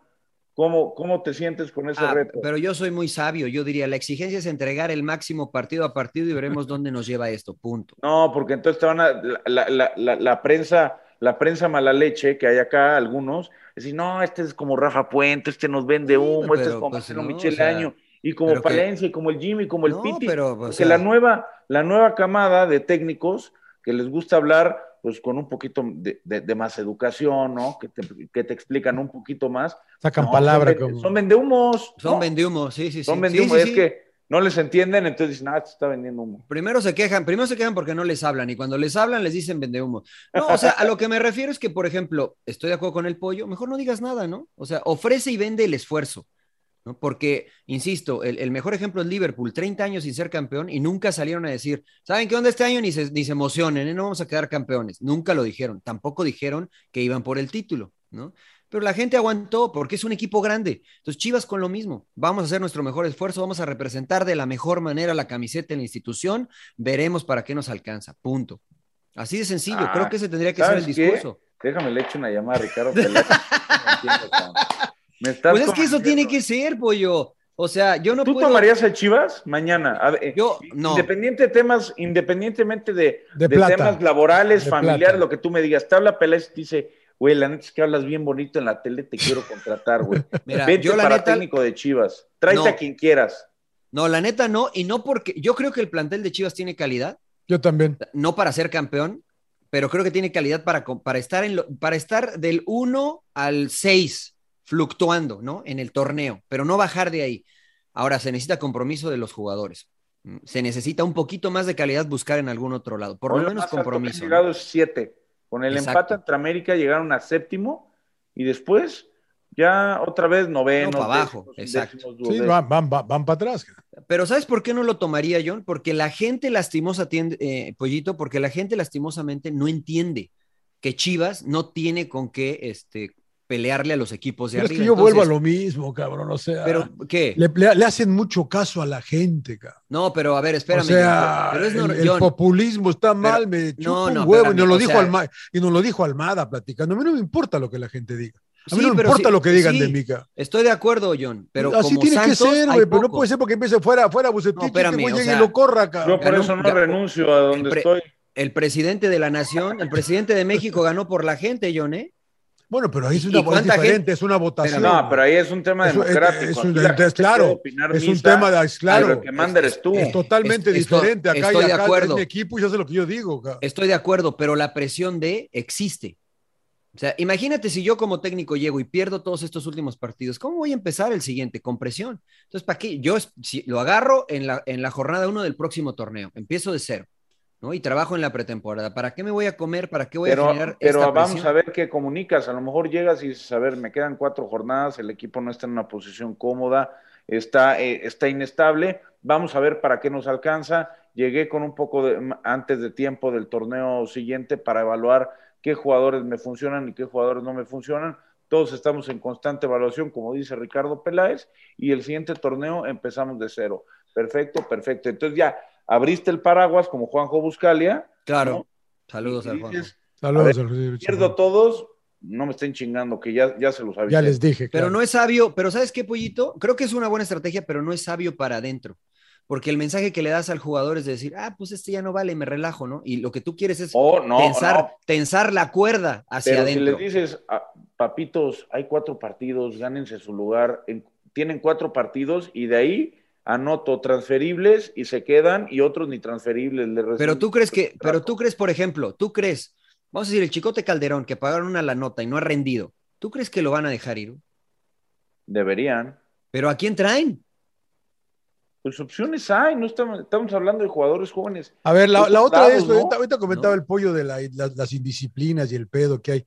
Speaker 3: ¿Cómo, cómo te sientes con ese
Speaker 1: "Ah,
Speaker 3: reto?
Speaker 1: pero yo soy muy sabio, yo diría, la exigencia es entregar el máximo partido a partido y veremos dónde nos lleva esto, punto.
Speaker 3: No, porque entonces te van a. La, la- la- la- la prensa, la prensa mala leche que hay acá, algunos, decir, no, este es como Rafa Puente, este nos vende
Speaker 1: Sí,
Speaker 3: humo, este es
Speaker 1: pero,
Speaker 3: como
Speaker 1: pues,
Speaker 3: Marcelo
Speaker 1: no,
Speaker 3: Michel
Speaker 1: o sea,
Speaker 3: Año, y como
Speaker 1: pero que-
Speaker 3: Palencia, y como el Jimmy, como el
Speaker 1: No,
Speaker 3: Piti.
Speaker 1: pero, o
Speaker 3: porque
Speaker 1: sea-
Speaker 3: la, nueva, la nueva camada de técnicos que les gusta hablar, pues con un poquito de, de- de más educación, ¿no? Que te, que te explican un poquito más.
Speaker 2: Sacan
Speaker 3: No,
Speaker 2: palabra
Speaker 3: Son, vende-
Speaker 2: como.
Speaker 3: son vendehumos.
Speaker 1: Son
Speaker 3: ¿no?
Speaker 1: vendehumos, sí, sí, sí.
Speaker 3: Son
Speaker 1: Sí,
Speaker 3: vendehumos.
Speaker 1: sí,
Speaker 3: es
Speaker 1: sí.
Speaker 3: que no les entienden, entonces dicen, ah, esto está vendiendo humo.
Speaker 1: Primero se quejan, primero se quejan porque no les hablan y cuando les hablan les dicen vendehumo. No, o sea, a lo que me refiero es que, por ejemplo, estoy de acuerdo con el pollo, mejor no digas nada, ¿no? O sea, ofrece y vende el esfuerzo, ¿no? Porque, insisto, el, el mejor ejemplo es Liverpool, 30 años sin ser campeón y nunca salieron a decir, ¿saben qué onda este año? Ni se, ni se emocionen, ¿eh? no vamos a quedar campeones. Nunca lo dijeron, tampoco dijeron que iban por el título, ¿no? Pero la gente aguantó porque es un equipo grande. Entonces, Chivas con lo mismo. Vamos a hacer nuestro mejor esfuerzo, vamos a representar de la mejor manera la camiseta en la institución, veremos para qué nos alcanza. Punto. Así de sencillo,
Speaker 3: Ah,
Speaker 1: creo que ese tendría que ser el
Speaker 3: ¿sabes qué?
Speaker 1: discurso.
Speaker 3: Déjame le echo una llamada a Ricardo Peláez. No entiendo, cabrón. Me estás
Speaker 1: Pues es que eso
Speaker 3: convenciendo.
Speaker 1: tiene que ser, pollo. O sea, yo no
Speaker 3: ¿Tú
Speaker 1: puedo.
Speaker 3: tomarías a Chivas mañana? A ver, eh,
Speaker 1: Yo no.
Speaker 3: Independiente de temas, independientemente de,
Speaker 2: De
Speaker 3: de
Speaker 2: plata.
Speaker 3: temas laborales,
Speaker 2: De
Speaker 3: familiares,
Speaker 2: plata.
Speaker 3: lo que tú me digas. Te habla Peláez y te dice, güey, la neta es que hablas bien bonito en la tele, te quiero contratar, güey.
Speaker 1: Mira,
Speaker 3: Vente
Speaker 1: yo la
Speaker 3: para
Speaker 1: neta-
Speaker 3: técnico de Chivas. Tráete
Speaker 1: No.
Speaker 3: a quien quieras.
Speaker 1: No, la neta no, y no porque. Yo creo que el plantel de Chivas tiene calidad,
Speaker 2: Yo también.
Speaker 1: no para ser campeón, pero creo que tiene calidad para, co- para, estar, en lo- para estar del 1 al 6, fluctuando, ¿no? En el torneo, pero no bajar de ahí. Ahora, se necesita compromiso de los jugadores. Mm, Se necesita un poquito más de calidad buscar en algún otro lado, por
Speaker 3: Hoy
Speaker 1: lo menos
Speaker 3: más alto que
Speaker 1: compromiso.
Speaker 3: han
Speaker 1: ¿no?
Speaker 3: llegado es siete. Con el
Speaker 1: Exacto.
Speaker 3: empate entre América llegaron a séptimo y después ya otra vez noveno.
Speaker 1: No, para abajo, exacto.
Speaker 2: Sí, van, van, van, van para atrás.
Speaker 1: Pero ¿sabes por qué no lo tomaría, John? Porque la gente lastimosa, tiende- eh, Pollito, porque la gente lastimosamente no entiende que Chivas no tiene con qué este, pelearle a los equipos de
Speaker 2: Pero es
Speaker 1: arriba.
Speaker 2: que yo vuelvo a
Speaker 1: Entonces,
Speaker 2: lo mismo, cabrón. O sea,
Speaker 1: ¿Pero qué?
Speaker 2: le, le- le hacen mucho caso a la gente, cabrón.
Speaker 1: No, pero a ver, espérame.
Speaker 2: o sea,
Speaker 1: John, pero es
Speaker 2: el,
Speaker 1: nor-
Speaker 2: el
Speaker 1: John,
Speaker 2: populismo está mal, me chupa
Speaker 1: no, no,
Speaker 2: un huevo. Y
Speaker 1: espérame,
Speaker 2: nos,
Speaker 1: o
Speaker 2: lo dijo
Speaker 1: sea-
Speaker 2: Alma- y nos lo dijo Almada platicando. A mí no me importa lo que la gente diga. A mí
Speaker 1: Sí,
Speaker 2: no me
Speaker 1: pero
Speaker 2: importa
Speaker 1: sí-
Speaker 2: lo que digan
Speaker 1: sí,
Speaker 2: de mí, cabrón.
Speaker 1: Estoy de acuerdo, John, pero
Speaker 2: Así
Speaker 1: como
Speaker 2: tiene
Speaker 1: Santos,
Speaker 2: que ser,
Speaker 1: hay
Speaker 2: güey, pero no
Speaker 1: poco.
Speaker 2: puede ser porque empiece fuera, fuera, Bucetich,
Speaker 1: No,
Speaker 2: este
Speaker 1: espérame,
Speaker 2: güey
Speaker 1: o
Speaker 2: llegue
Speaker 1: sea,
Speaker 2: y lo corra,
Speaker 3: Yo
Speaker 2: cabrón.
Speaker 3: por
Speaker 1: Ganó-
Speaker 3: eso no
Speaker 1: ganó-
Speaker 3: renuncio a donde
Speaker 1: el pre-
Speaker 3: estoy.
Speaker 1: El presidente de la nación, el presidente de México ganó por la gente, John, ¿eh?
Speaker 2: Bueno, pero ahí es
Speaker 1: ¿Y
Speaker 2: una voz
Speaker 1: cuánta
Speaker 2: diferente,
Speaker 1: gente?
Speaker 2: es una votación.
Speaker 3: No, pero ahí es un tema
Speaker 2: Es un-
Speaker 3: democrático.
Speaker 2: es
Speaker 3: Aquí
Speaker 2: un-
Speaker 3: la gente
Speaker 2: es claro,
Speaker 3: puede opinar
Speaker 2: es un
Speaker 3: misa,
Speaker 2: tema de- es claro.
Speaker 3: pero el que manda eres tú.
Speaker 2: es totalmente
Speaker 1: es- esto-
Speaker 2: diferente. Acá
Speaker 1: estoy
Speaker 2: y
Speaker 1: de
Speaker 2: acá
Speaker 1: acuerdo.
Speaker 2: es mi equipo y yo sé lo que yo digo, cabrón.
Speaker 1: Estoy de acuerdo, pero la presión de existe. O sea, imagínate si yo como técnico llego y pierdo todos estos últimos partidos, ¿cómo voy a empezar el siguiente? Con presión. Entonces, ¿para qué? Yo es- si lo agarro en la, en la jornada uno del próximo torneo, empiezo de cero, ¿no? Y trabajo en la pretemporada. ¿Para qué me voy a comer? ¿Para qué voy a
Speaker 3: Pero,
Speaker 1: generar
Speaker 3: pero
Speaker 1: esta
Speaker 3: vamos
Speaker 1: presión?
Speaker 3: a ver qué comunicas. A lo mejor llegas y dices, a ver, me quedan cuatro jornadas, el equipo no está en una posición cómoda, está, eh, está inestable, vamos a ver para qué nos alcanza. Llegué con un poco de- antes de tiempo del torneo siguiente para evaluar qué jugadores me funcionan y qué jugadores no me funcionan. Todos estamos en constante evaluación, como dice Ricardo Peláez, y el siguiente torneo empezamos de cero. Perfecto, perfecto. Entonces ya abriste el paraguas como Juanjo Buscalia.
Speaker 1: Claro.
Speaker 3: ¿no?
Speaker 1: Saludos
Speaker 3: y
Speaker 1: al Juanjo.
Speaker 3: dices,
Speaker 2: Saludos,
Speaker 3: A ver,
Speaker 2: Sergio Richard.
Speaker 3: pierdo todos, no me estén chingando, que ya, ya se los avisé.
Speaker 2: Ya les dije.
Speaker 1: Pero
Speaker 2: claro.
Speaker 1: no es sabio, pero ¿sabes qué, Pollito? Creo que es una buena estrategia, pero no es sabio para adentro. Porque el mensaje que le das al jugador es decir, ah, pues este ya no vale, me relajo, ¿no? Y lo que tú quieres es
Speaker 3: Oh, no,
Speaker 1: tensar,
Speaker 3: no,
Speaker 1: tensar la cuerda hacia
Speaker 3: Pero si
Speaker 1: adentro.
Speaker 3: les dices, "Ah, papitos, hay cuatro partidos, gánense su lugar, en- tienen cuatro partidos y de ahí anoto transferibles y se quedan y otros ni transferibles. le
Speaker 1: Pero
Speaker 3: resulta-
Speaker 1: tú crees que, pero tú crees, por ejemplo, tú crees, vamos a decir, el Chicote Calderón que pagaron una la nota y no ha rendido, ¿tú crees que lo van a dejar ir?
Speaker 3: Deberían.
Speaker 1: ¿Pero a quién traen?
Speaker 3: Pues opciones hay, no estamos, estamos hablando de jugadores jóvenes.
Speaker 2: A ver, la, la otra vez,
Speaker 3: Ocupados,
Speaker 2: ahorita,
Speaker 3: ¿no?
Speaker 2: ahorita comentaba el pollo de la- la- las indisciplinas y el pedo que hay.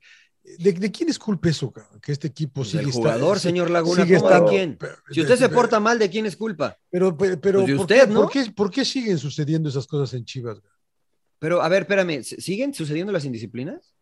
Speaker 2: ¿De, de quién es culpa eso, cabrón? Que este equipo
Speaker 1: Del
Speaker 2: sigue está-
Speaker 1: jugador, señor Laguna,
Speaker 2: sigue
Speaker 1: ¿cómo de
Speaker 2: estando-
Speaker 1: quién?
Speaker 2: pero-
Speaker 1: Si usted se
Speaker 2: pero-
Speaker 1: porta mal, ¿de quién es culpa?
Speaker 2: Pero, pe- pero
Speaker 1: Pues de
Speaker 2: ¿por,
Speaker 1: usted,
Speaker 2: qué,
Speaker 1: ¿no?
Speaker 2: por qué- por qué siguen sucediendo esas cosas en Chivas? güey?
Speaker 1: Pero, a ver, espérame, ¿s- ¿siguen sucediendo las indisciplinas?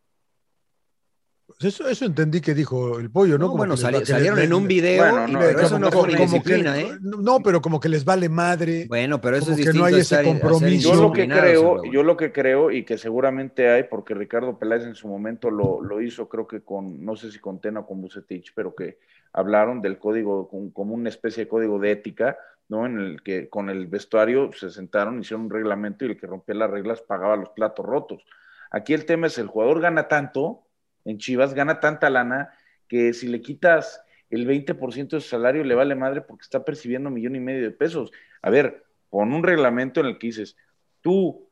Speaker 2: Pues Eso, eso entendí que dijo el pollo, ¿no?
Speaker 1: No,
Speaker 2: Como
Speaker 1: bueno,
Speaker 2: que les
Speaker 1: sali-
Speaker 2: va- que les-
Speaker 1: salieron en
Speaker 2: les-
Speaker 1: un video,
Speaker 3: Bueno,
Speaker 1: y-
Speaker 3: no,
Speaker 1: pero
Speaker 3: como-
Speaker 1: eso no
Speaker 3: como-
Speaker 1: fue una
Speaker 3: como
Speaker 2: que-
Speaker 1: indisciplina, ¿eh?
Speaker 2: No, pero como que les vale madre.
Speaker 1: Bueno, pero eso
Speaker 2: como
Speaker 1: es
Speaker 2: que
Speaker 1: distinto
Speaker 2: no hay
Speaker 1: a
Speaker 2: ese
Speaker 1: estar- a ser
Speaker 2: compromiso.
Speaker 3: Yo lo que
Speaker 1: indisciplinados, señor
Speaker 3: creo,
Speaker 1: Laguna.
Speaker 3: yo lo que creo y que seguramente hay, porque Ricardo Peláez en su momento lo, lo hizo, creo que con, no sé si con Tena o con Bucetich, pero que hablaron del código, con- como una especie de código de ética, ¿no? En el que con el vestuario se sentaron, hicieron un reglamento y el que rompía las reglas pagaba los platos rotos. Aquí el tema es el jugador gana tanto, en Chivas gana tanta lana, que si le quitas el 20% de su salario le vale madre porque está percibiendo un millón y medio de pesos. A ver, con un reglamento en el que dices, tú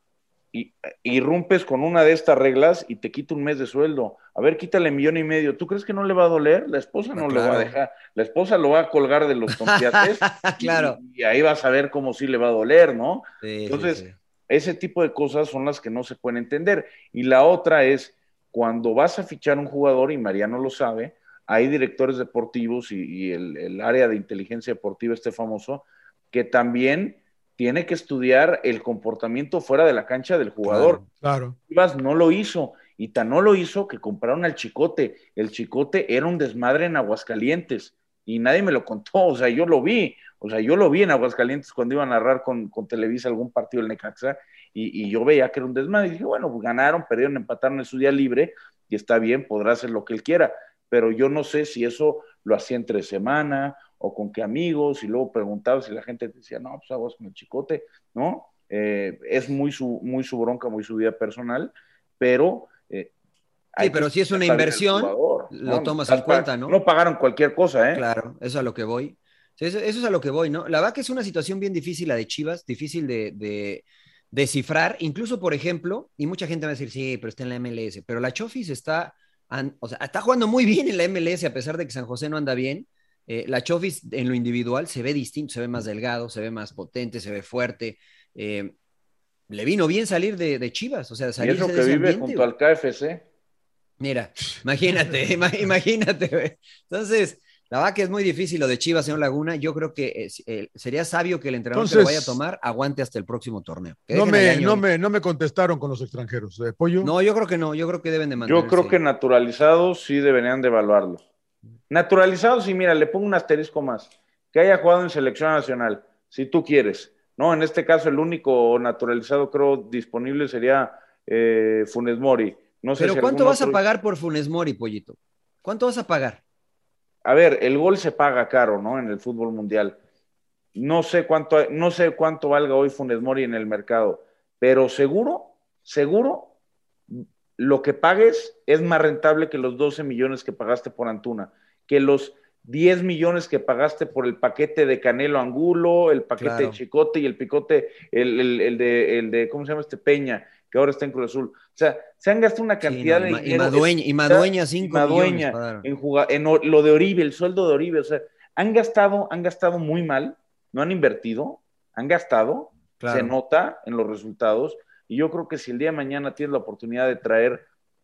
Speaker 3: i- irrumpes con una de estas reglas y te quita un mes de sueldo. A ver, quítale millón y medio. ¿Tú crees que no le va a doler? La esposa no
Speaker 1: Ah,
Speaker 3: le va a
Speaker 1: claro.
Speaker 3: dejar. La esposa lo va a colgar de los tompiates.
Speaker 1: Claro.
Speaker 3: Y, y ahí vas a ver cómo sí le va a doler, ¿no?
Speaker 1: Sí, sí,
Speaker 3: Entonces,
Speaker 1: sí.
Speaker 3: Ese tipo de cosas son las que no se pueden entender. Y la otra es, cuando vas a fichar un jugador, y Mariano lo sabe, hay directores deportivos y, y el, el área de inteligencia deportiva, este famoso, que también tiene que estudiar el comportamiento fuera de la cancha del jugador.
Speaker 2: Claro.
Speaker 3: Chivas no lo hizo. Y tan no lo hizo que compraron al Chicote. El Chicote era un desmadre en Aguascalientes. Y nadie me lo contó. O sea, yo lo vi. O sea, yo lo vi en Aguascalientes cuando iba a narrar con, con Televisa algún partido del Necaxa. Y, y yo veía que era un desmadre. Y dije, bueno, pues ganaron, perdieron, empataron en su día libre. Y está bien, podrá hacer lo que él quiera. Pero yo no sé si eso lo hacía entre semana o con qué amigos. Y luego preguntaba si la gente decía, no, pues aguas con el Chicote, ¿no? Eh, es muy su, muy su bronca, muy su vida personal pero. eh, hay que
Speaker 1: pero si es una
Speaker 3: pensar en el
Speaker 1: inversión,
Speaker 3: jugador,
Speaker 1: lo tomas
Speaker 3: Estás
Speaker 1: en cuenta,
Speaker 3: pag-
Speaker 1: ¿no?
Speaker 3: No pagaron cualquier cosa, ¿eh?
Speaker 1: Claro, eso a lo que voy. Sí, Eso, eso es a lo que voy, ¿no? La verdad que es una situación bien difícil la de Chivas, difícil de, de descifrar. Incluso, por ejemplo, y mucha gente va a decir, sí, pero está en la MLS, pero la Chofis está, an- o sea, está jugando muy bien en la MLS a pesar de que San José no anda bien. Eh, la Chofis en lo individual se ve distinto, se ve más delgado, se ve más potente, se ve fuerte. Eh, le vino bien salir de, de Chivas, o sea,
Speaker 3: Y
Speaker 1: salirse
Speaker 3: eso
Speaker 1: de
Speaker 3: que
Speaker 1: ese
Speaker 3: vive
Speaker 1: ambiente,
Speaker 3: junto
Speaker 1: güey.
Speaker 3: al KFC.
Speaker 1: Mira, imagínate, ima- imagínate. güey. Entonces, la verdad que es muy difícil lo de Chivas, señor Laguna. Yo creo que eh, si- eh, sería sabio que el entrenador que lo vaya a
Speaker 2: Entonces-
Speaker 1: tomar aguante hasta el próximo torneo. Que
Speaker 2: No
Speaker 1: dejen al
Speaker 2: me,
Speaker 1: año
Speaker 2: no,
Speaker 1: ir.
Speaker 2: me, no me contestaron con los extranjeros. Eh, pollo.
Speaker 1: No, yo creo que no. Yo creo que deben de mantenerse.
Speaker 3: Yo creo que naturalizados sí deberían de evaluarlo. Naturalizados, y mira, le pongo un asterisco más. Que haya jugado en selección nacional, si tú quieres. No, en este caso el único naturalizado creo disponible sería eh, Funes Mori. No sé
Speaker 1: Pero
Speaker 3: si
Speaker 1: ¿cuánto
Speaker 3: algún
Speaker 1: vas a
Speaker 3: otro-
Speaker 1: pagar por Funes Mori, pollito? ¿Cuánto vas a pagar?
Speaker 3: A ver, el gol se paga caro, ¿no? En el fútbol mundial. No sé cuánto, no sé cuánto valga hoy Funes Mori en el mercado, pero seguro, seguro, lo que pagues es más rentable que los 12 millones que pagaste por Antuna, que los 10 millones que pagaste por el paquete de Canelo Angulo, el paquete
Speaker 1: Claro.
Speaker 3: de Chicote y el picote, el, el- el de, el de, ¿cómo se llama este? Peña, que ahora está en Cruz Azul. O sea, se han gastado una
Speaker 1: Sí, no,
Speaker 3: cantidad
Speaker 1: y,
Speaker 3: de
Speaker 1: ma- y
Speaker 3: dinero
Speaker 1: Madueña, y Madueña cinco
Speaker 3: Madueña,
Speaker 1: millones pagaron.
Speaker 3: en, juga- en o- lo de Oribe, el sueldo de Oribe, o sea, han gastado, han gastado muy mal, no han invertido, han gastado,
Speaker 1: Claro.
Speaker 3: se nota en los resultados, y yo creo que si el día de mañana tienes la oportunidad de traer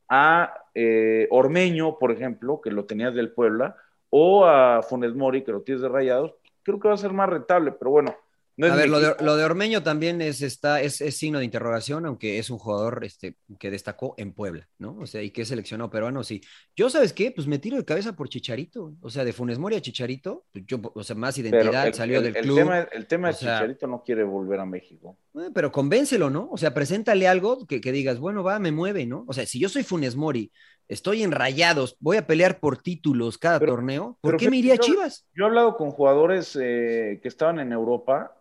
Speaker 3: a eh, Ormeño, por ejemplo, que lo tenías del Puebla, o a Funes Mori, que lo tienes de Rayados, creo que va a ser más rentable, pero bueno. No es
Speaker 1: A ver,
Speaker 3: mi
Speaker 1: lo de,
Speaker 3: equipo.
Speaker 1: lo de Ormeño también es, está, es, es signo de interrogación, aunque es un jugador este, que destacó en Puebla, ¿no? O sea, y que es seleccionado peruano, sí. Yo, ¿sabes qué? Pues me tiro de cabeza por Chicharito. O sea, de Funes Mori a Chicharito, pues yo, o sea, más
Speaker 3: Pero
Speaker 1: identidad,
Speaker 3: el-
Speaker 1: salió
Speaker 3: el-
Speaker 1: del
Speaker 3: el
Speaker 1: club.
Speaker 3: Tema, el tema
Speaker 1: o
Speaker 3: es que
Speaker 1: sea-
Speaker 3: Chicharito no quiere volver a México.
Speaker 1: Eh, Pero convéncelo, ¿no? O sea, preséntale algo que, que digas, bueno, va, me mueve, ¿no? O sea, si yo soy Funes Mori, estoy en rayados, voy a pelear por títulos cada
Speaker 3: Pero-
Speaker 1: torneo, ¿por
Speaker 3: pero
Speaker 1: qué me
Speaker 3: fíjate,
Speaker 1: iría a
Speaker 3: yo-
Speaker 1: Chivas?
Speaker 3: Yo he hablado con jugadores eh, que estaban en Europa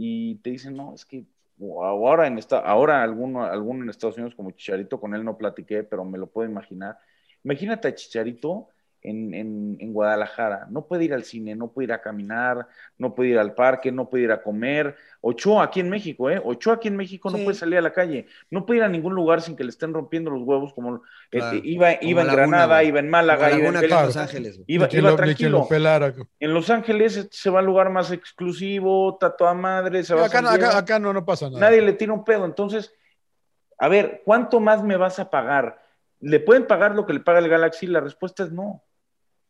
Speaker 3: y te dicen, no, es que o ahora en esta, ahora alguno, alguno en Estados Unidos como Chicharito, con él no platiqué, pero me lo puedo imaginar. Imagínate a Chicharito en, en- en Guadalajara. No puede ir al cine, no puede ir a caminar, no puede ir al parque, no puede ir a comer. Ochoa aquí en México, ¿eh? Ochoa aquí en México
Speaker 1: Sí.
Speaker 3: no puede salir a la calle, no puede ir a ningún lugar sin que le estén rompiendo los huevos como
Speaker 1: Claro.
Speaker 3: este, iba,
Speaker 1: Como
Speaker 3: iba en
Speaker 1: Laguna,
Speaker 3: Granada,
Speaker 1: güey.
Speaker 3: iba en
Speaker 1: Como
Speaker 3: Málaga, iba en
Speaker 1: Laguna
Speaker 3: Pel-
Speaker 1: acá en Los
Speaker 2: Claro.
Speaker 1: Ángeles. güey.
Speaker 3: iba,
Speaker 2: Ni que
Speaker 3: iba
Speaker 2: lo- ni que
Speaker 3: tranquilo.
Speaker 2: lo pelara.
Speaker 3: En Los Ángeles este, se va al lugar más exclusivo, tatuada madre, se va a
Speaker 2: Acá,
Speaker 3: San
Speaker 2: no- acá-
Speaker 3: Diego.
Speaker 2: acá no, no pasa nada.
Speaker 3: Nadie le tira un pedo. Entonces, a ver, ¿cuánto más me vas a pagar? ¿Le pueden pagar lo que le paga el Galaxy? La respuesta es no.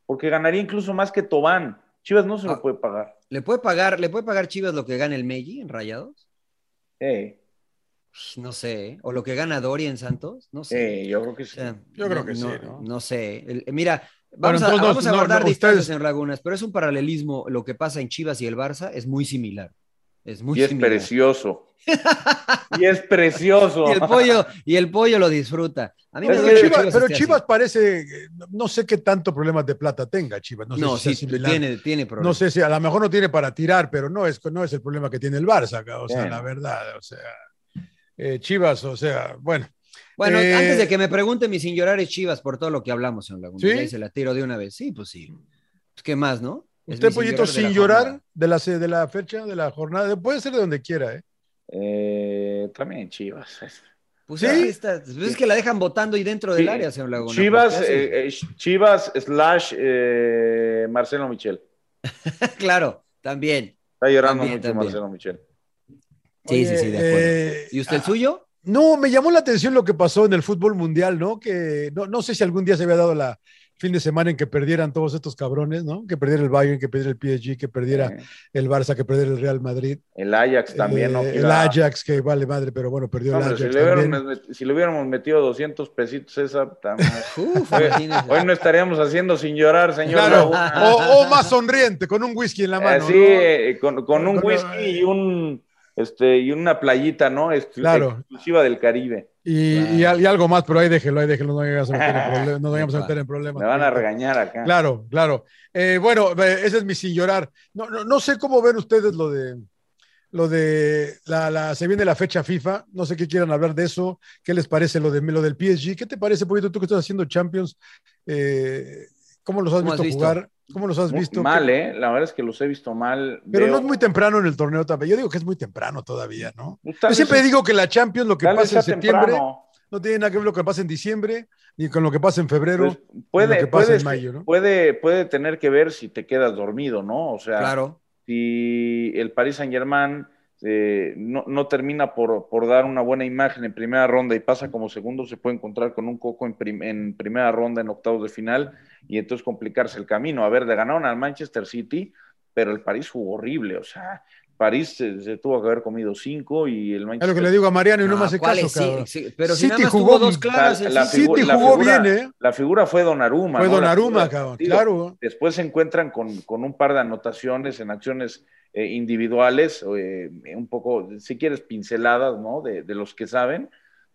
Speaker 3: Porque ganaría incluso más que Tobán. Chivas no se lo
Speaker 1: Ah.
Speaker 3: puede pagar.
Speaker 1: ¿Le puede pagar, le puede pagar Chivas lo que gana el Meiji en Rayados?
Speaker 3: Eh,
Speaker 1: No sé, ¿eh? o lo que gana Dori en Santos, no sé.
Speaker 3: eh, yo creo que
Speaker 1: O
Speaker 3: sí.
Speaker 1: sea,
Speaker 2: Yo creo que sí,
Speaker 1: No,
Speaker 2: ¿no?
Speaker 1: sé. El- eh, mira, vamos, a,
Speaker 2: entonces no,
Speaker 1: vamos a
Speaker 2: no,
Speaker 1: abordar
Speaker 2: no,
Speaker 1: distancias
Speaker 2: ustedes-
Speaker 1: en Lagunas, pero es un paralelismo. Lo que pasa en Chivas y el Barça es muy similar. Es muy
Speaker 3: Y es
Speaker 1: similar.
Speaker 3: precioso. y es precioso.
Speaker 1: Y el pollo, y el pollo lo disfruta. A mí me
Speaker 3: Es
Speaker 1: duele
Speaker 2: Pero
Speaker 1: que
Speaker 2: Chivas, pero
Speaker 1: esté
Speaker 2: Chivas
Speaker 1: así.
Speaker 2: parece, no sé qué tanto problemas de plata tenga Chivas, no,
Speaker 1: No,
Speaker 2: sé si sea
Speaker 1: sí,
Speaker 2: similar.
Speaker 1: tiene, tiene problemas.
Speaker 2: No sé si a lo mejor no tiene para tirar, pero no es, no es el problema que tiene el Barça, acá, o sea,
Speaker 3: Bueno.
Speaker 2: la verdad, o sea, eh, Chivas, o sea, bueno,
Speaker 1: Bueno,
Speaker 2: Eh,
Speaker 1: antes de que me pregunte mi sin llorar es Chivas por todo lo que hablamos, señor Laguna.
Speaker 2: ¿Sí?
Speaker 1: Ya ahí se la tiro de una vez. Sí, pues sí. Pues, ¿Qué más, no? Es mi
Speaker 2: usted pollito
Speaker 1: de la
Speaker 2: sin llorar
Speaker 1: jornada.
Speaker 2: de la, se- de la fecha, de la jornada, puede ser de donde quiera, ¿eh?
Speaker 3: Eh, también Chivas.
Speaker 1: Pues
Speaker 2: ¿Sí?
Speaker 1: ahí está. Pues es que la dejan votando y dentro del
Speaker 3: Sí.
Speaker 1: área, señor Laguna.
Speaker 3: Chivas,
Speaker 1: Pues, ¿qué hace?
Speaker 3: eh, eh, Chivas slash eh, Marcelo Michel.
Speaker 2: eh,
Speaker 1: claro, también.
Speaker 3: Está llorando
Speaker 1: También,
Speaker 3: mucho
Speaker 1: también.
Speaker 3: Marcelo Michel.
Speaker 1: Sí, sí, sí, de
Speaker 2: Oye,
Speaker 1: acuerdo.
Speaker 2: eh,
Speaker 1: ¿Y usted el suyo?
Speaker 2: No, me llamó la atención lo que pasó en el fútbol mundial, ¿no? Que no, no sé si algún día se había dado la fin de semana en que perdieran todos estos cabrones, ¿no? Que perdiera el Bayern, que perdiera el PSG, que perdiera
Speaker 3: Eh,
Speaker 2: el Barça, que perdiera el Real Madrid,
Speaker 3: El Ajax Pues también.
Speaker 2: eh,
Speaker 3: ¿no?
Speaker 2: el
Speaker 3: Iba-
Speaker 2: Ajax, que vale madre, pero bueno, perdió
Speaker 3: No,
Speaker 2: el
Speaker 3: pero si
Speaker 2: Ajax.
Speaker 3: le,
Speaker 2: también.
Speaker 3: hubiéramos metido, si le hubiéramos metido 200 pesitos esa, tam-
Speaker 2: eh,
Speaker 1: Uf,
Speaker 3: Oye,
Speaker 1: imagínese.
Speaker 3: hoy no estaríamos haciendo sin llorar, señor. Eh,
Speaker 2: Claro,
Speaker 3: Laguna.
Speaker 2: o, o más sonriente, con un whisky en la mano.
Speaker 3: Así,
Speaker 2: ¿no?
Speaker 3: eh, con, con un
Speaker 2: Con-
Speaker 3: whisky y un este y una playita, ¿no? Exclu-
Speaker 2: Claro.
Speaker 3: Exclusiva del Caribe.
Speaker 2: Y, y al- y algo más, pero ahí déjelo, ahí déjelo, no vayamos a meter en problemas. No vayamos a meter en problemas.
Speaker 3: Me van a regañar acá.
Speaker 2: Claro, claro. Eh, bueno, eh, ese es mi sin llorar. No, no, no sé cómo ven ustedes lo de lo de la, la- se viene la fecha FIFA, no sé qué quieran hablar de eso, qué les parece lo de lo del PSG, ¿qué te parece, Poquito, tú que estás haciendo Champions? Eh, ¿Cómo los has,
Speaker 1: ¿Cómo has
Speaker 2: visto,
Speaker 1: visto?
Speaker 2: jugar? ¿Cómo los has
Speaker 3: Muy-
Speaker 2: visto?
Speaker 3: Mal, ¿eh? La verdad es que los he visto mal.
Speaker 2: Pero
Speaker 3: Veo-
Speaker 2: no es muy temprano en el torneo también. Yo digo que es muy temprano todavía, ¿no?
Speaker 3: Tal
Speaker 2: Yo
Speaker 3: vez
Speaker 2: siempre
Speaker 3: es-
Speaker 2: digo que la Champions, lo que
Speaker 3: tal vez
Speaker 2: pasa en
Speaker 3: sea
Speaker 2: septiembre,
Speaker 3: temprano.
Speaker 2: no tiene nada que ver lo que pasa en diciembre, ni con lo que pasa en febrero.
Speaker 3: Pues, puede,
Speaker 2: que pasa
Speaker 3: puede-
Speaker 2: en mayo, ¿no?
Speaker 3: puede, puede tener que ver si te quedas dormido, ¿no? O sea,
Speaker 1: Claro.
Speaker 3: si el Paris Saint Germain no, no termina por, por dar una buena imagen en primera ronda y pasa como segundo, se puede encontrar con un coco en, prim- en primera ronda, en octavos de final, y entonces complicarse el camino. A ver, le ganaron al Manchester City, pero el París jugó horrible, o sea, París se, se tuvo que haber comido cinco y el
Speaker 2: es
Speaker 3: Manchester
Speaker 2: lo que le digo a Mariano y no, me hace
Speaker 1: Ah, ¿cuál
Speaker 2: caso,
Speaker 1: es? Sí,
Speaker 2: cabrón.
Speaker 1: sí, pero si
Speaker 2: City
Speaker 1: nada más
Speaker 2: jugó
Speaker 1: tuvo dos
Speaker 2: un-
Speaker 1: claras.
Speaker 3: la-
Speaker 1: el
Speaker 3: la
Speaker 1: City.
Speaker 2: City
Speaker 3: la
Speaker 2: jugó
Speaker 3: figura-
Speaker 2: bien, ¿eh?
Speaker 3: La figura fue Donnarumma.
Speaker 2: Fue
Speaker 3: ¿no? La figura
Speaker 2: Donnarumma,
Speaker 3: del
Speaker 2: cabrón.
Speaker 3: partido.
Speaker 2: Claro.
Speaker 3: Después se encuentran con, con un par de anotaciones en acciones eh, individuales, eh, un poco, si quieres, pinceladas, ¿no? De, de los que saben,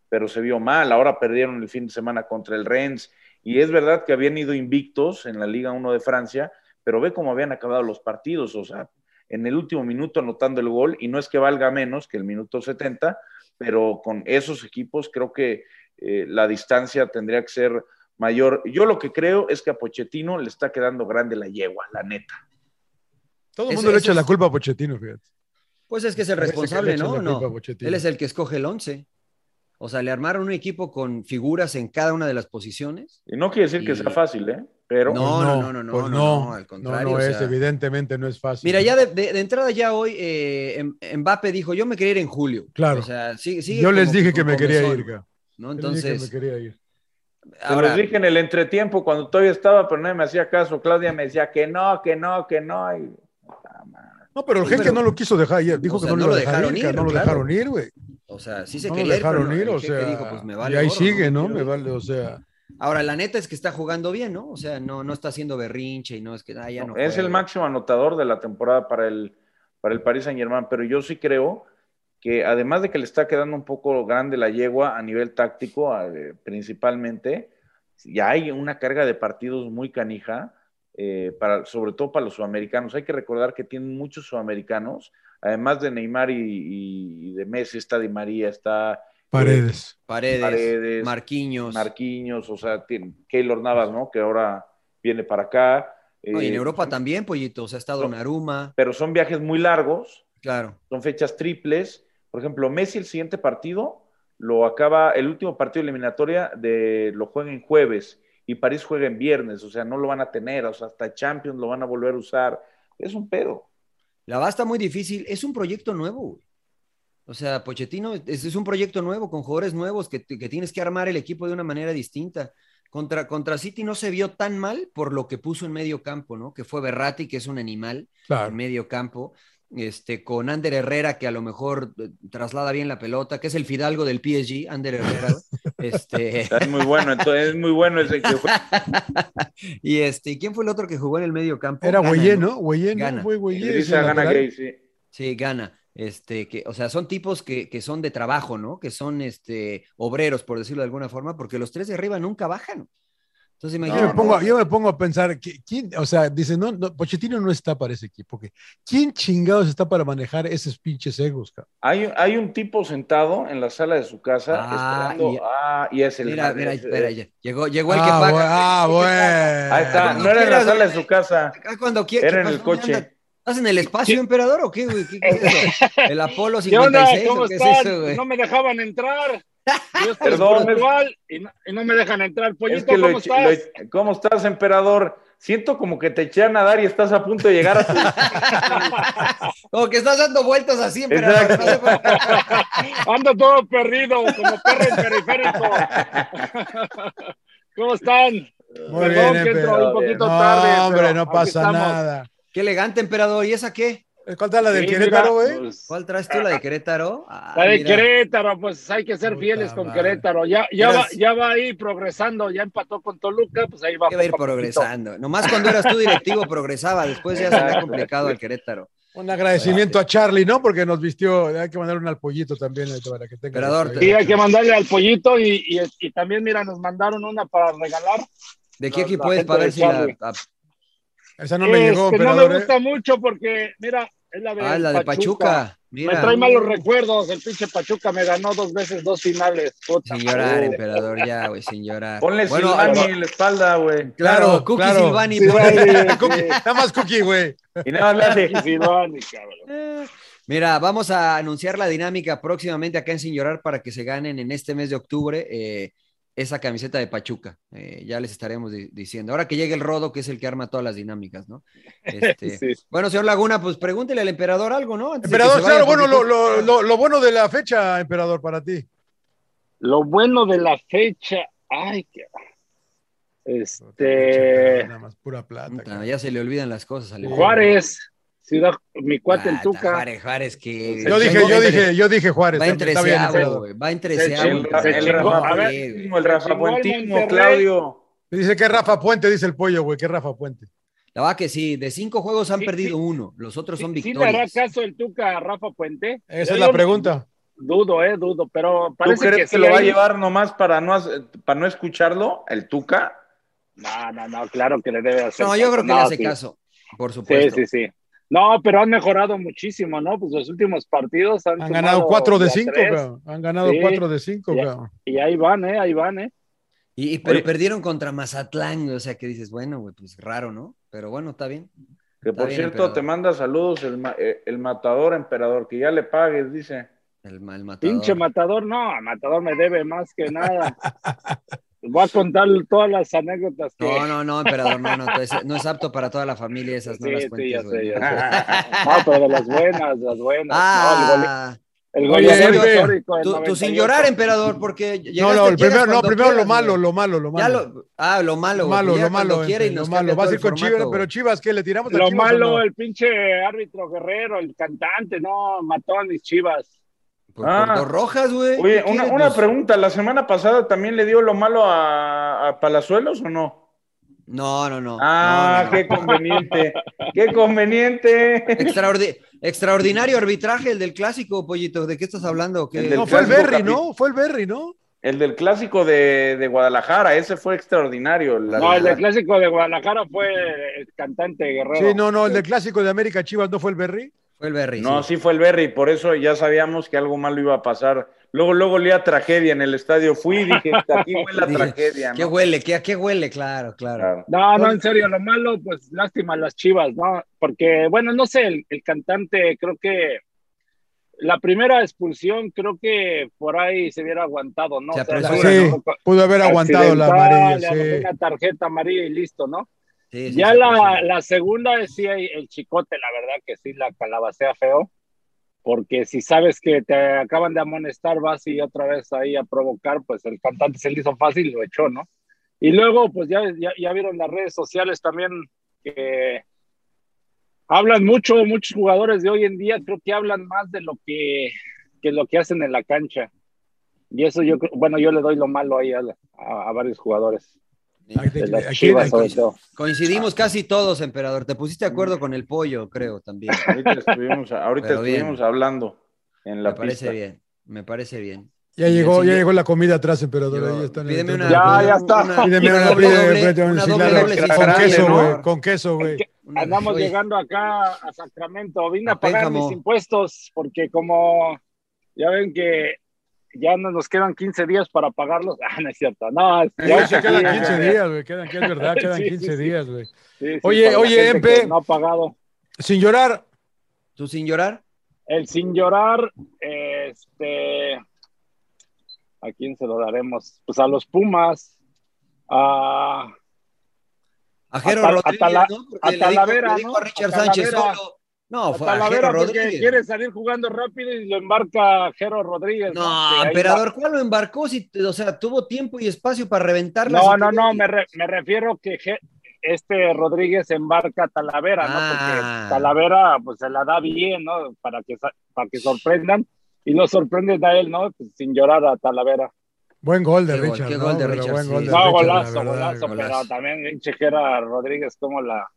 Speaker 3: pero se vio mal. Ahora perdieron el fin de semana contra el Rennes. Y es verdad que habían ido invictos en la Liga 1 de Francia, pero ve cómo habían acabado los partidos, o sea, en el último minuto anotando el gol, y no es que valga menos que el minuto 70, pero con esos equipos creo que eh, la distancia tendría que ser mayor. Yo lo que creo es que a Pochettino le está quedando grande la yegua, la neta.
Speaker 2: Todo el
Speaker 1: Eso-
Speaker 2: mundo le
Speaker 1: eso
Speaker 2: echa la
Speaker 1: es-
Speaker 2: culpa a Pochettino, fíjate.
Speaker 1: Pues es que es el
Speaker 2: Parece que le
Speaker 1: responsable,
Speaker 2: echan
Speaker 1: ¿no?
Speaker 2: la
Speaker 1: No.
Speaker 2: culpa a Pochettino.
Speaker 1: Él es el que escoge el once. O sea, le armaron un equipo con figuras en cada una de las posiciones.
Speaker 3: Y no quiere decir que
Speaker 1: Y-
Speaker 3: sea fácil, ¿eh? Pero
Speaker 1: No. no, no,
Speaker 2: pues
Speaker 1: no, no, al contrario,
Speaker 2: No, no
Speaker 1: o
Speaker 2: es,
Speaker 1: sea.
Speaker 2: evidentemente no es fácil.
Speaker 1: Mira, ya de, de- de entrada ya hoy eh, Em- Mbappe dijo, yo me quería ir en julio.
Speaker 2: Claro.
Speaker 1: O sea, sí, sí.
Speaker 2: Yo les dije que me quería ir, cabrón.
Speaker 1: ¿no?
Speaker 2: Yo les dije que me
Speaker 1: Entonces,
Speaker 2: quería ir.
Speaker 3: se
Speaker 1: ahora,
Speaker 3: los dije en el entretiempo cuando todavía estaba, pero nadie me hacía caso. Claudia me decía que no, que no, que no. y- puta madre.
Speaker 2: No, pero el jeque
Speaker 1: pero-
Speaker 2: no lo quiso dejar ayer. Dijo
Speaker 1: o sea,
Speaker 2: que no, lo dejaron ir. No lo
Speaker 1: claro.
Speaker 2: dejaron ir, güey.
Speaker 1: o sea, sí se
Speaker 2: No lo
Speaker 1: quería ir, pero
Speaker 2: dejaron
Speaker 1: no,
Speaker 2: ir,
Speaker 1: el
Speaker 2: o
Speaker 1: jefe
Speaker 2: sea.
Speaker 1: dijo, pues me vale
Speaker 2: y ahí
Speaker 1: gorro,
Speaker 2: sigue, ¿no?
Speaker 1: Quiero
Speaker 2: Me
Speaker 1: ir.
Speaker 2: vale, o sea.
Speaker 1: Ahora, la neta es que está jugando bien, ¿no? O sea, no, no está haciendo berrinche y no es que, ah, ya no.
Speaker 3: es
Speaker 1: juego.
Speaker 3: el máximo anotador de la temporada para el, para el Paris Saint Germain, pero yo sí creo que además de que le está quedando un poco grande la yegua a nivel táctico, a- eh, principalmente, ya hay una carga de partidos muy canija, eh, para, sobre todo para los sudamericanos. Hay que recordar que tienen muchos sudamericanos, además de Neymar y, y- y de Messi, está Di María, está
Speaker 2: Paredes.
Speaker 1: Paredes,
Speaker 3: Paredes,
Speaker 1: Marquinhos.
Speaker 3: Marquinhos, o sea, tiene- Keylor Navas, ¿no? Que ahora viene para acá.
Speaker 1: No, y en
Speaker 3: eh,
Speaker 1: Europa también, pollito. O sea, está Donnarumma.
Speaker 3: Pero son viajes muy largos,
Speaker 1: Claro.
Speaker 3: son fechas triples. Por ejemplo, Messi el siguiente partido lo acaba, el último partido eliminatoria de, lo juegan en jueves y París juega en viernes, o sea, no lo van a tener, o sea, hasta Champions lo van a volver a usar. Es un pedo.
Speaker 1: La va está muy difícil. Es un proyecto nuevo. güey. O sea, Pochettino es, es un proyecto nuevo con jugadores nuevos que, que tienes que armar el equipo de una manera distinta. Contra, contra City no se vio tan mal por lo que puso en medio campo, ¿no? Que fue Berratti, que es un animal en
Speaker 2: Claro.
Speaker 1: medio campo. Este, con Ander Herrera, que a lo mejor eh, traslada bien la pelota, que es el fidalgo del PSG, Ander Herrera. güey. Este,
Speaker 3: Es muy bueno, entonces es muy bueno ese que juega.
Speaker 1: y este, ¿y ¿quién fue el otro que jugó en el medio campo?
Speaker 2: Era
Speaker 1: Gana,
Speaker 2: Güeyé, ¿no? Güeyé,
Speaker 1: Gana.
Speaker 2: ¿no? Fue Güeyé,
Speaker 3: Idrissa
Speaker 2: ese
Speaker 3: Gana
Speaker 2: lateral.
Speaker 3: Gay, sí.
Speaker 1: Sí, gana. Este, que, o sea, son tipos que, que son de trabajo, ¿no? Que son este, obreros, por decirlo de alguna forma, porque los tres de arriba nunca bajan. Entonces,
Speaker 2: Yo,
Speaker 1: imagínate.
Speaker 2: me pongo, yo me pongo a pensar, que- ¿quién? O sea, dice, no, no, Pochettino no está para ese equipo. que- ¿Quién chingados está para manejar esos pinches egos, cabrón?
Speaker 3: Hay, hay un tipo sentado en la sala de su casa
Speaker 1: Ah,
Speaker 3: esperando.
Speaker 1: y-
Speaker 3: ah, y es el. eh.
Speaker 1: Mira, mira,
Speaker 3: es-
Speaker 1: espera,
Speaker 3: es-
Speaker 1: ya. Llegó, llegó el que
Speaker 2: Ah,
Speaker 1: paga.
Speaker 2: bueno, ah, bueno.
Speaker 3: Ahí está,
Speaker 1: Cuando
Speaker 3: no era en la
Speaker 1: quieras,
Speaker 3: sala de
Speaker 1: güey.
Speaker 3: su casa,
Speaker 1: Acá Ah, Cuando quiera.
Speaker 3: era en el coche.
Speaker 1: ¿Estás en el espacio, emperador, o qué, güey? ¿Qué, qué es eso? ¿El Apolo
Speaker 4: ¿Qué onda?
Speaker 1: 56
Speaker 4: ¿Cómo
Speaker 1: o qué es
Speaker 4: están?
Speaker 1: eso, güey?
Speaker 4: no me dejaban entrar. Yo estoy
Speaker 3: Perdón,
Speaker 4: en Portugal y no, y no me dejan entrar. Pollito,
Speaker 3: Es que lo
Speaker 4: ¿cómo
Speaker 3: eché-
Speaker 4: estás?
Speaker 3: lo eché- ¿Cómo estás, emperador? Siento como que te eché a nadar y estás a punto de llegar a tu.
Speaker 1: Como que estás dando vueltas así, emperador.
Speaker 3: Exacto.
Speaker 1: no sé por qué.
Speaker 4: Ando todo perdido, como perro en periférico. ¿Cómo están?
Speaker 2: Muy
Speaker 4: Perdón
Speaker 2: bien,
Speaker 4: que entro un
Speaker 2: emperador.
Speaker 4: poquito
Speaker 2: No,
Speaker 4: tarde.
Speaker 2: hombre,
Speaker 4: pero
Speaker 2: no
Speaker 4: aquí
Speaker 2: pasa
Speaker 4: estamos.
Speaker 2: nada.
Speaker 1: Qué elegante, emperador. ¿Y esa qué?
Speaker 2: ¿Cuál está la del
Speaker 4: Sí,
Speaker 2: Querétaro, ¿eh?
Speaker 4: mira,
Speaker 2: güey?
Speaker 4: pues,
Speaker 1: ¿Cuál traes tú, la de Querétaro? Ah,
Speaker 4: La de
Speaker 1: mira.
Speaker 4: Querétaro, pues hay que ser
Speaker 2: Puta
Speaker 4: fieles con
Speaker 2: madre.
Speaker 4: Querétaro. Ya, ya, va,
Speaker 2: Eras-
Speaker 4: ya va ahí progresando, ya empató con Toluca, pues ahí va.
Speaker 1: que va a ir
Speaker 4: poco a poquito.
Speaker 1: progresando. Nomás cuando eras tú directivo progresaba, después ya se le ha complicado al Querétaro.
Speaker 2: Un agradecimiento a Charlie, ¿no? Porque nos vistió. Hay que mandar un al pollito también eh, para que tenga.
Speaker 1: Emperador,
Speaker 4: Sí, hay que mandarle al pollito y, y, y también, mira, nos mandaron una para regalar.
Speaker 1: ¿De qué
Speaker 4: La-
Speaker 1: equipo
Speaker 4: la
Speaker 1: es
Speaker 4: gente
Speaker 1: para
Speaker 4: de
Speaker 1: ver si la,
Speaker 4: Charlie.
Speaker 1: ah,
Speaker 2: Esa no me llegó,
Speaker 4: Este, no me
Speaker 2: emperador. ¿eh?
Speaker 4: gusta mucho porque, mira, es la de,
Speaker 1: ah, la de Pachuca? Mira,
Speaker 4: Me trae malos recuerdos, el pinche Pachuca me ganó dos veces dos finales. Puta.
Speaker 1: sin llorar,
Speaker 3: Oh.
Speaker 1: emperador, ya, güey, sin llorar.
Speaker 3: Ponle
Speaker 1: Bueno,
Speaker 3: Silvani
Speaker 1: ahora-
Speaker 3: en la espalda, güey.
Speaker 1: claro,
Speaker 2: Claro,
Speaker 1: Cookie
Speaker 2: claro.
Speaker 1: Silvani.
Speaker 4: Sí,
Speaker 1: por-
Speaker 4: vale,
Speaker 2: Cookie,
Speaker 4: sí.
Speaker 2: nada más Cookie, güey.
Speaker 3: Y nada más le hace.
Speaker 4: Y Silvani, cabrón.
Speaker 1: Mira, vamos a anunciar la dinámica próximamente acá en Sin Llorar para que se ganen en este mes de octubre eh, esa camiseta de Pachuca. Eh, ya les estaremos di- diciendo. Ahora que llegue el Rodo, que es el que arma todas las dinámicas, ¿no? Este,
Speaker 4: Sí.
Speaker 1: Bueno, señor Laguna, pues pregúntele al emperador algo, ¿no? Antes de que
Speaker 2: Emperador,
Speaker 1: se
Speaker 2: claro,
Speaker 1: vaya,
Speaker 2: bueno,
Speaker 1: porque-
Speaker 2: lo, lo- lo- lo bueno de la fecha, emperador, para ti.
Speaker 4: Lo bueno de la fecha, ay, que... Este,
Speaker 2: Nada más, pura plata.
Speaker 1: Puta,
Speaker 2: cabrón.
Speaker 1: ya se le olvidan las cosas al emperador.
Speaker 4: Juárez, ciudad, mi cuate el
Speaker 1: Ah,
Speaker 4: Tuca.
Speaker 1: Juárez, Juárez, que.
Speaker 2: Yo dije,
Speaker 1: Tengo-
Speaker 2: yo dije, yo dije Juárez.
Speaker 1: Va en
Speaker 2: Está bien,
Speaker 1: treceavo,
Speaker 2: emperador.
Speaker 1: güey. Va en
Speaker 4: Se
Speaker 1: treceavo.
Speaker 3: El,
Speaker 4: chingó,
Speaker 1: güey.
Speaker 3: el
Speaker 4: se chingó.
Speaker 3: Rafa
Speaker 4: A ver,
Speaker 1: güey.
Speaker 3: Puentismo, el Rafa
Speaker 4: chingó el
Speaker 3: Puentismo,
Speaker 4: Monterrey.
Speaker 3: Claudio.
Speaker 2: Dice que es Rafa Puente, dice el pollo, güey, que es Rafa Puente.
Speaker 1: La verdad que sí, de cinco juegos han
Speaker 4: Sí,
Speaker 1: perdido
Speaker 4: sí.
Speaker 1: uno. Los otros son
Speaker 4: ¿Sí, sí le hará
Speaker 1: victorias.
Speaker 4: caso el Tuca a Rafa Puente?
Speaker 2: Esa
Speaker 4: Yo
Speaker 2: es la
Speaker 4: digo,
Speaker 2: pregunta.
Speaker 4: Dudo, eh, dudo, pero
Speaker 3: ¿Tú
Speaker 4: parece
Speaker 3: crees
Speaker 4: sí
Speaker 3: que, lo va a
Speaker 4: hay-
Speaker 3: llevar nomás para no, hacer- para no escucharlo, el Tuca?
Speaker 4: No, no, no, claro que le debe hacer
Speaker 1: No, yo creo que le
Speaker 4: No,
Speaker 1: hace
Speaker 4: sí.
Speaker 1: caso. Por
Speaker 4: Sí,
Speaker 1: supuesto.
Speaker 4: sí, sí. No, pero han mejorado muchísimo, ¿no? Pues los últimos partidos han,
Speaker 2: Han
Speaker 4: sumado
Speaker 2: ganado 4 de
Speaker 4: a
Speaker 2: 5,
Speaker 4: tres,
Speaker 2: cabrón. Han ganado
Speaker 4: Sí.
Speaker 2: 4 de 5,
Speaker 4: Ya.
Speaker 2: cabrón.
Speaker 4: Y ahí van, ¿eh? Ahí van, ¿eh?
Speaker 1: Y, y- pero
Speaker 3: Oye.
Speaker 1: perdieron contra Mazatlán, güey, o sea que dices, bueno, güey, pues raro, ¿no? Pero bueno, está bien.
Speaker 3: Que
Speaker 1: Está
Speaker 3: por
Speaker 1: bien,
Speaker 3: cierto,
Speaker 1: emperador.
Speaker 3: te manda saludos el, ma- eh, el matador, emperador, que ya le pagues, dice.
Speaker 1: El, mal matador.
Speaker 4: Pinche matador, no, matador me debe más que nada. Voy a contar todas las anécdotas que.
Speaker 1: No, no, no, emperador, no, no, es, no es apto para toda la familia esas, no
Speaker 4: Sí,
Speaker 1: las
Speaker 4: sí,
Speaker 1: cuentes,
Speaker 4: ya sé,
Speaker 1: güey.
Speaker 4: ya sé. No, pero de las buenas, las buenas.
Speaker 1: Ah,
Speaker 4: No, el
Speaker 2: Oye,
Speaker 4: gole- el goleador
Speaker 2: Pepe,
Speaker 4: histórico del
Speaker 1: tú, tú sin
Speaker 4: 98.
Speaker 1: llorar, emperador, porque
Speaker 2: No,
Speaker 1: llegaste-
Speaker 2: no, el
Speaker 1: llegas
Speaker 2: primero, no,
Speaker 1: cuando
Speaker 2: primero lo
Speaker 1: puedas,
Speaker 2: malo,
Speaker 1: güey.
Speaker 2: lo malo, lo
Speaker 1: Ya
Speaker 2: malo.
Speaker 1: lo, ah, lo malo,
Speaker 2: Lo
Speaker 1: güey,
Speaker 2: malo,
Speaker 1: ya
Speaker 2: lo
Speaker 1: cuando
Speaker 2: malo,
Speaker 1: quiere y
Speaker 2: eh,
Speaker 1: nos
Speaker 2: lo
Speaker 1: cambia
Speaker 2: malo. Vas a
Speaker 1: todo
Speaker 2: ir con
Speaker 1: el
Speaker 2: Chivas,
Speaker 1: formato,
Speaker 2: pero
Speaker 1: güey.
Speaker 2: Chivas, ¿qué? ¿Le tiramos a
Speaker 4: Lo
Speaker 2: Chivas o
Speaker 4: malo,
Speaker 2: no?
Speaker 4: el pinche árbitro guerrero, el cantante, no, mató a mis chivas.
Speaker 1: Por,
Speaker 3: Ah.
Speaker 1: por dos rojas, güey.
Speaker 3: Oye, una,
Speaker 1: ¿qué quieres?
Speaker 3: una
Speaker 1: Pues,
Speaker 3: pregunta, ¿la semana pasada también le dio lo malo a, a Palazuelos o no?
Speaker 1: No, no, no.
Speaker 3: Ah,
Speaker 1: no, no, no.
Speaker 3: qué conveniente, qué conveniente.
Speaker 1: Extraordi- extraordinario arbitraje el del clásico, pollito. ¿De qué estás hablando? ¿Qué-
Speaker 3: El del
Speaker 2: No, fue el
Speaker 3: clásico
Speaker 2: Berry,
Speaker 3: capi-
Speaker 2: ¿no? Fue el Berry, ¿no?
Speaker 3: El del clásico de, de Guadalajara, ese fue extraordinario. la
Speaker 4: No, el
Speaker 3: verdad.
Speaker 4: del clásico de Guadalajara fue el cantante guerrero.
Speaker 2: Sí, no, no, el del clásico de América Chivas no fue el Berry.
Speaker 1: Fue el Berry.
Speaker 3: No,
Speaker 1: sí.
Speaker 3: sí fue el Berry, por eso ya sabíamos que algo malo iba a pasar. Luego, luego olía tragedia en el estadio. Fui y dije, aquí huele a
Speaker 1: Dije,
Speaker 3: tragedia. ¿no?
Speaker 1: ¿Qué huele? ¿Qué, a qué huele? Claro, claro.
Speaker 4: No, no, en serio, lo malo, pues lástima a las chivas, ¿no? Porque, bueno, no sé, el, el cantante creo que la primera expulsión creo que por ahí se hubiera aguantado, ¿no?
Speaker 1: Se
Speaker 4: O sea, la
Speaker 1: apresura,
Speaker 4: hubiera
Speaker 2: Sí,
Speaker 4: tampoco-
Speaker 2: pudo haber aguantado la amarilla,
Speaker 4: accidental, le
Speaker 2: sí.
Speaker 4: arrojó una tarjeta amarilla y listo, ¿no?
Speaker 1: Sí, sí,
Speaker 4: ya
Speaker 1: sí,
Speaker 4: la,
Speaker 1: sí.
Speaker 4: la segunda es sí, el el chicote, la verdad que sí la calabacea feo, porque si sabes que te acaban de amonestar, vas y otra vez ahí a provocar, pues el cantante se le hizo fácil y lo echó, ¿no? Y luego, pues ya, ya, ya vieron las redes sociales también que hablan mucho, muchos jugadores de hoy en día creo que hablan más de lo que, que lo que hacen en la cancha. Y eso yo creo, bueno, yo le doy lo malo ahí a, a- a varios jugadores. De las
Speaker 2: Aquí-
Speaker 4: Chivas, sobre
Speaker 2: aquí-
Speaker 4: todo.
Speaker 1: Coincidimos casi todos, emperador. Te pusiste de acuerdo con el pollo, creo, también.
Speaker 3: Ahorita estuvimos, ahorita
Speaker 1: Pero bien.
Speaker 3: estuvimos hablando en la
Speaker 1: Me parece
Speaker 3: pista.
Speaker 1: bien, me parece bien.
Speaker 2: Ya
Speaker 1: Y
Speaker 2: llegó,
Speaker 1: el
Speaker 2: ya
Speaker 1: siguiente-
Speaker 2: llegó la comida atrás, emperador.
Speaker 1: Yo-
Speaker 2: Ahí están
Speaker 1: pídeme
Speaker 2: el-
Speaker 1: una-
Speaker 4: Ya, ya está.
Speaker 2: Pídeme
Speaker 1: una
Speaker 2: una
Speaker 1: doble,
Speaker 2: pide-
Speaker 1: doble,
Speaker 2: pide-
Speaker 1: una
Speaker 2: sí,
Speaker 1: doble,
Speaker 2: claro,
Speaker 1: doble, sí,
Speaker 2: Con
Speaker 3: grande,
Speaker 2: queso,
Speaker 3: ¿no?
Speaker 2: güey. Con queso, güey.
Speaker 1: Una-
Speaker 4: Andamos
Speaker 1: Oye,
Speaker 4: llegando acá a Sacramento. Vine
Speaker 1: A
Speaker 4: a pagar
Speaker 1: Pénjamo.
Speaker 4: mis impuestos porque como ya ven que ya no nos quedan 15 días para pagarlos. Ah, no es cierto. No, ya
Speaker 2: Ya se
Speaker 4: sí,
Speaker 2: quedan
Speaker 4: ya,
Speaker 2: 15
Speaker 4: ya.
Speaker 2: días, güey. Quedan, que es verdad, quedan
Speaker 4: Sí, sí,
Speaker 2: 15
Speaker 4: sí.
Speaker 2: días, güey.
Speaker 4: Sí, sí,
Speaker 2: Oye,
Speaker 4: para la
Speaker 2: oye,
Speaker 4: gente que
Speaker 2: Empe.
Speaker 4: No ha pagado.
Speaker 2: Sin llorar,
Speaker 1: ¿Tú sin llorar?
Speaker 4: El sin llorar, este, ¿a quién se lo daremos? Pues a los Pumas, a,
Speaker 1: A Jero
Speaker 4: A Tal- a
Speaker 1: Rodríguez,
Speaker 4: Tala-
Speaker 1: ¿no? Porque
Speaker 4: a
Speaker 1: le dijo-
Speaker 4: Talavera,
Speaker 1: le dijo
Speaker 4: ¿no?
Speaker 1: a Richard
Speaker 4: A
Speaker 1: Sánchez
Speaker 4: Talavera.
Speaker 1: solo. No,
Speaker 4: a
Speaker 1: fue a Jero
Speaker 4: Talavera porque
Speaker 1: Rodríguez.
Speaker 4: quiere salir jugando rápido y lo embarca Jero Rodríguez. Que
Speaker 1: No,
Speaker 4: ahí va-
Speaker 1: emperador, ¿cuál lo embarcó? Si, o sea, tuvo tiempo y espacio para reventarla.
Speaker 4: No,
Speaker 1: si
Speaker 4: no,
Speaker 1: tuvo-
Speaker 4: no, me, re- me refiero que je- este Rodríguez embarca a Talavera,
Speaker 1: Ah.
Speaker 4: ¿no? Porque Talavera pues se la da bien, ¿no? Para que, sa- para que sorprendan. Y lo sorprendes a él, ¿no? Pues, sin llorar a Talavera.
Speaker 2: buen gol de
Speaker 1: Qué gol,
Speaker 2: Richard.
Speaker 1: qué
Speaker 2: ¿no?
Speaker 1: gol Pues, de
Speaker 2: Pero
Speaker 1: Richard,
Speaker 2: Buen gol
Speaker 1: sí.
Speaker 2: de
Speaker 4: No,
Speaker 2: Richard,
Speaker 4: golazo,
Speaker 2: la verdad,
Speaker 4: golazo,
Speaker 2: güey.
Speaker 1: golazo.
Speaker 4: pero también pinche Jera Rodríguez, ¿cómo la,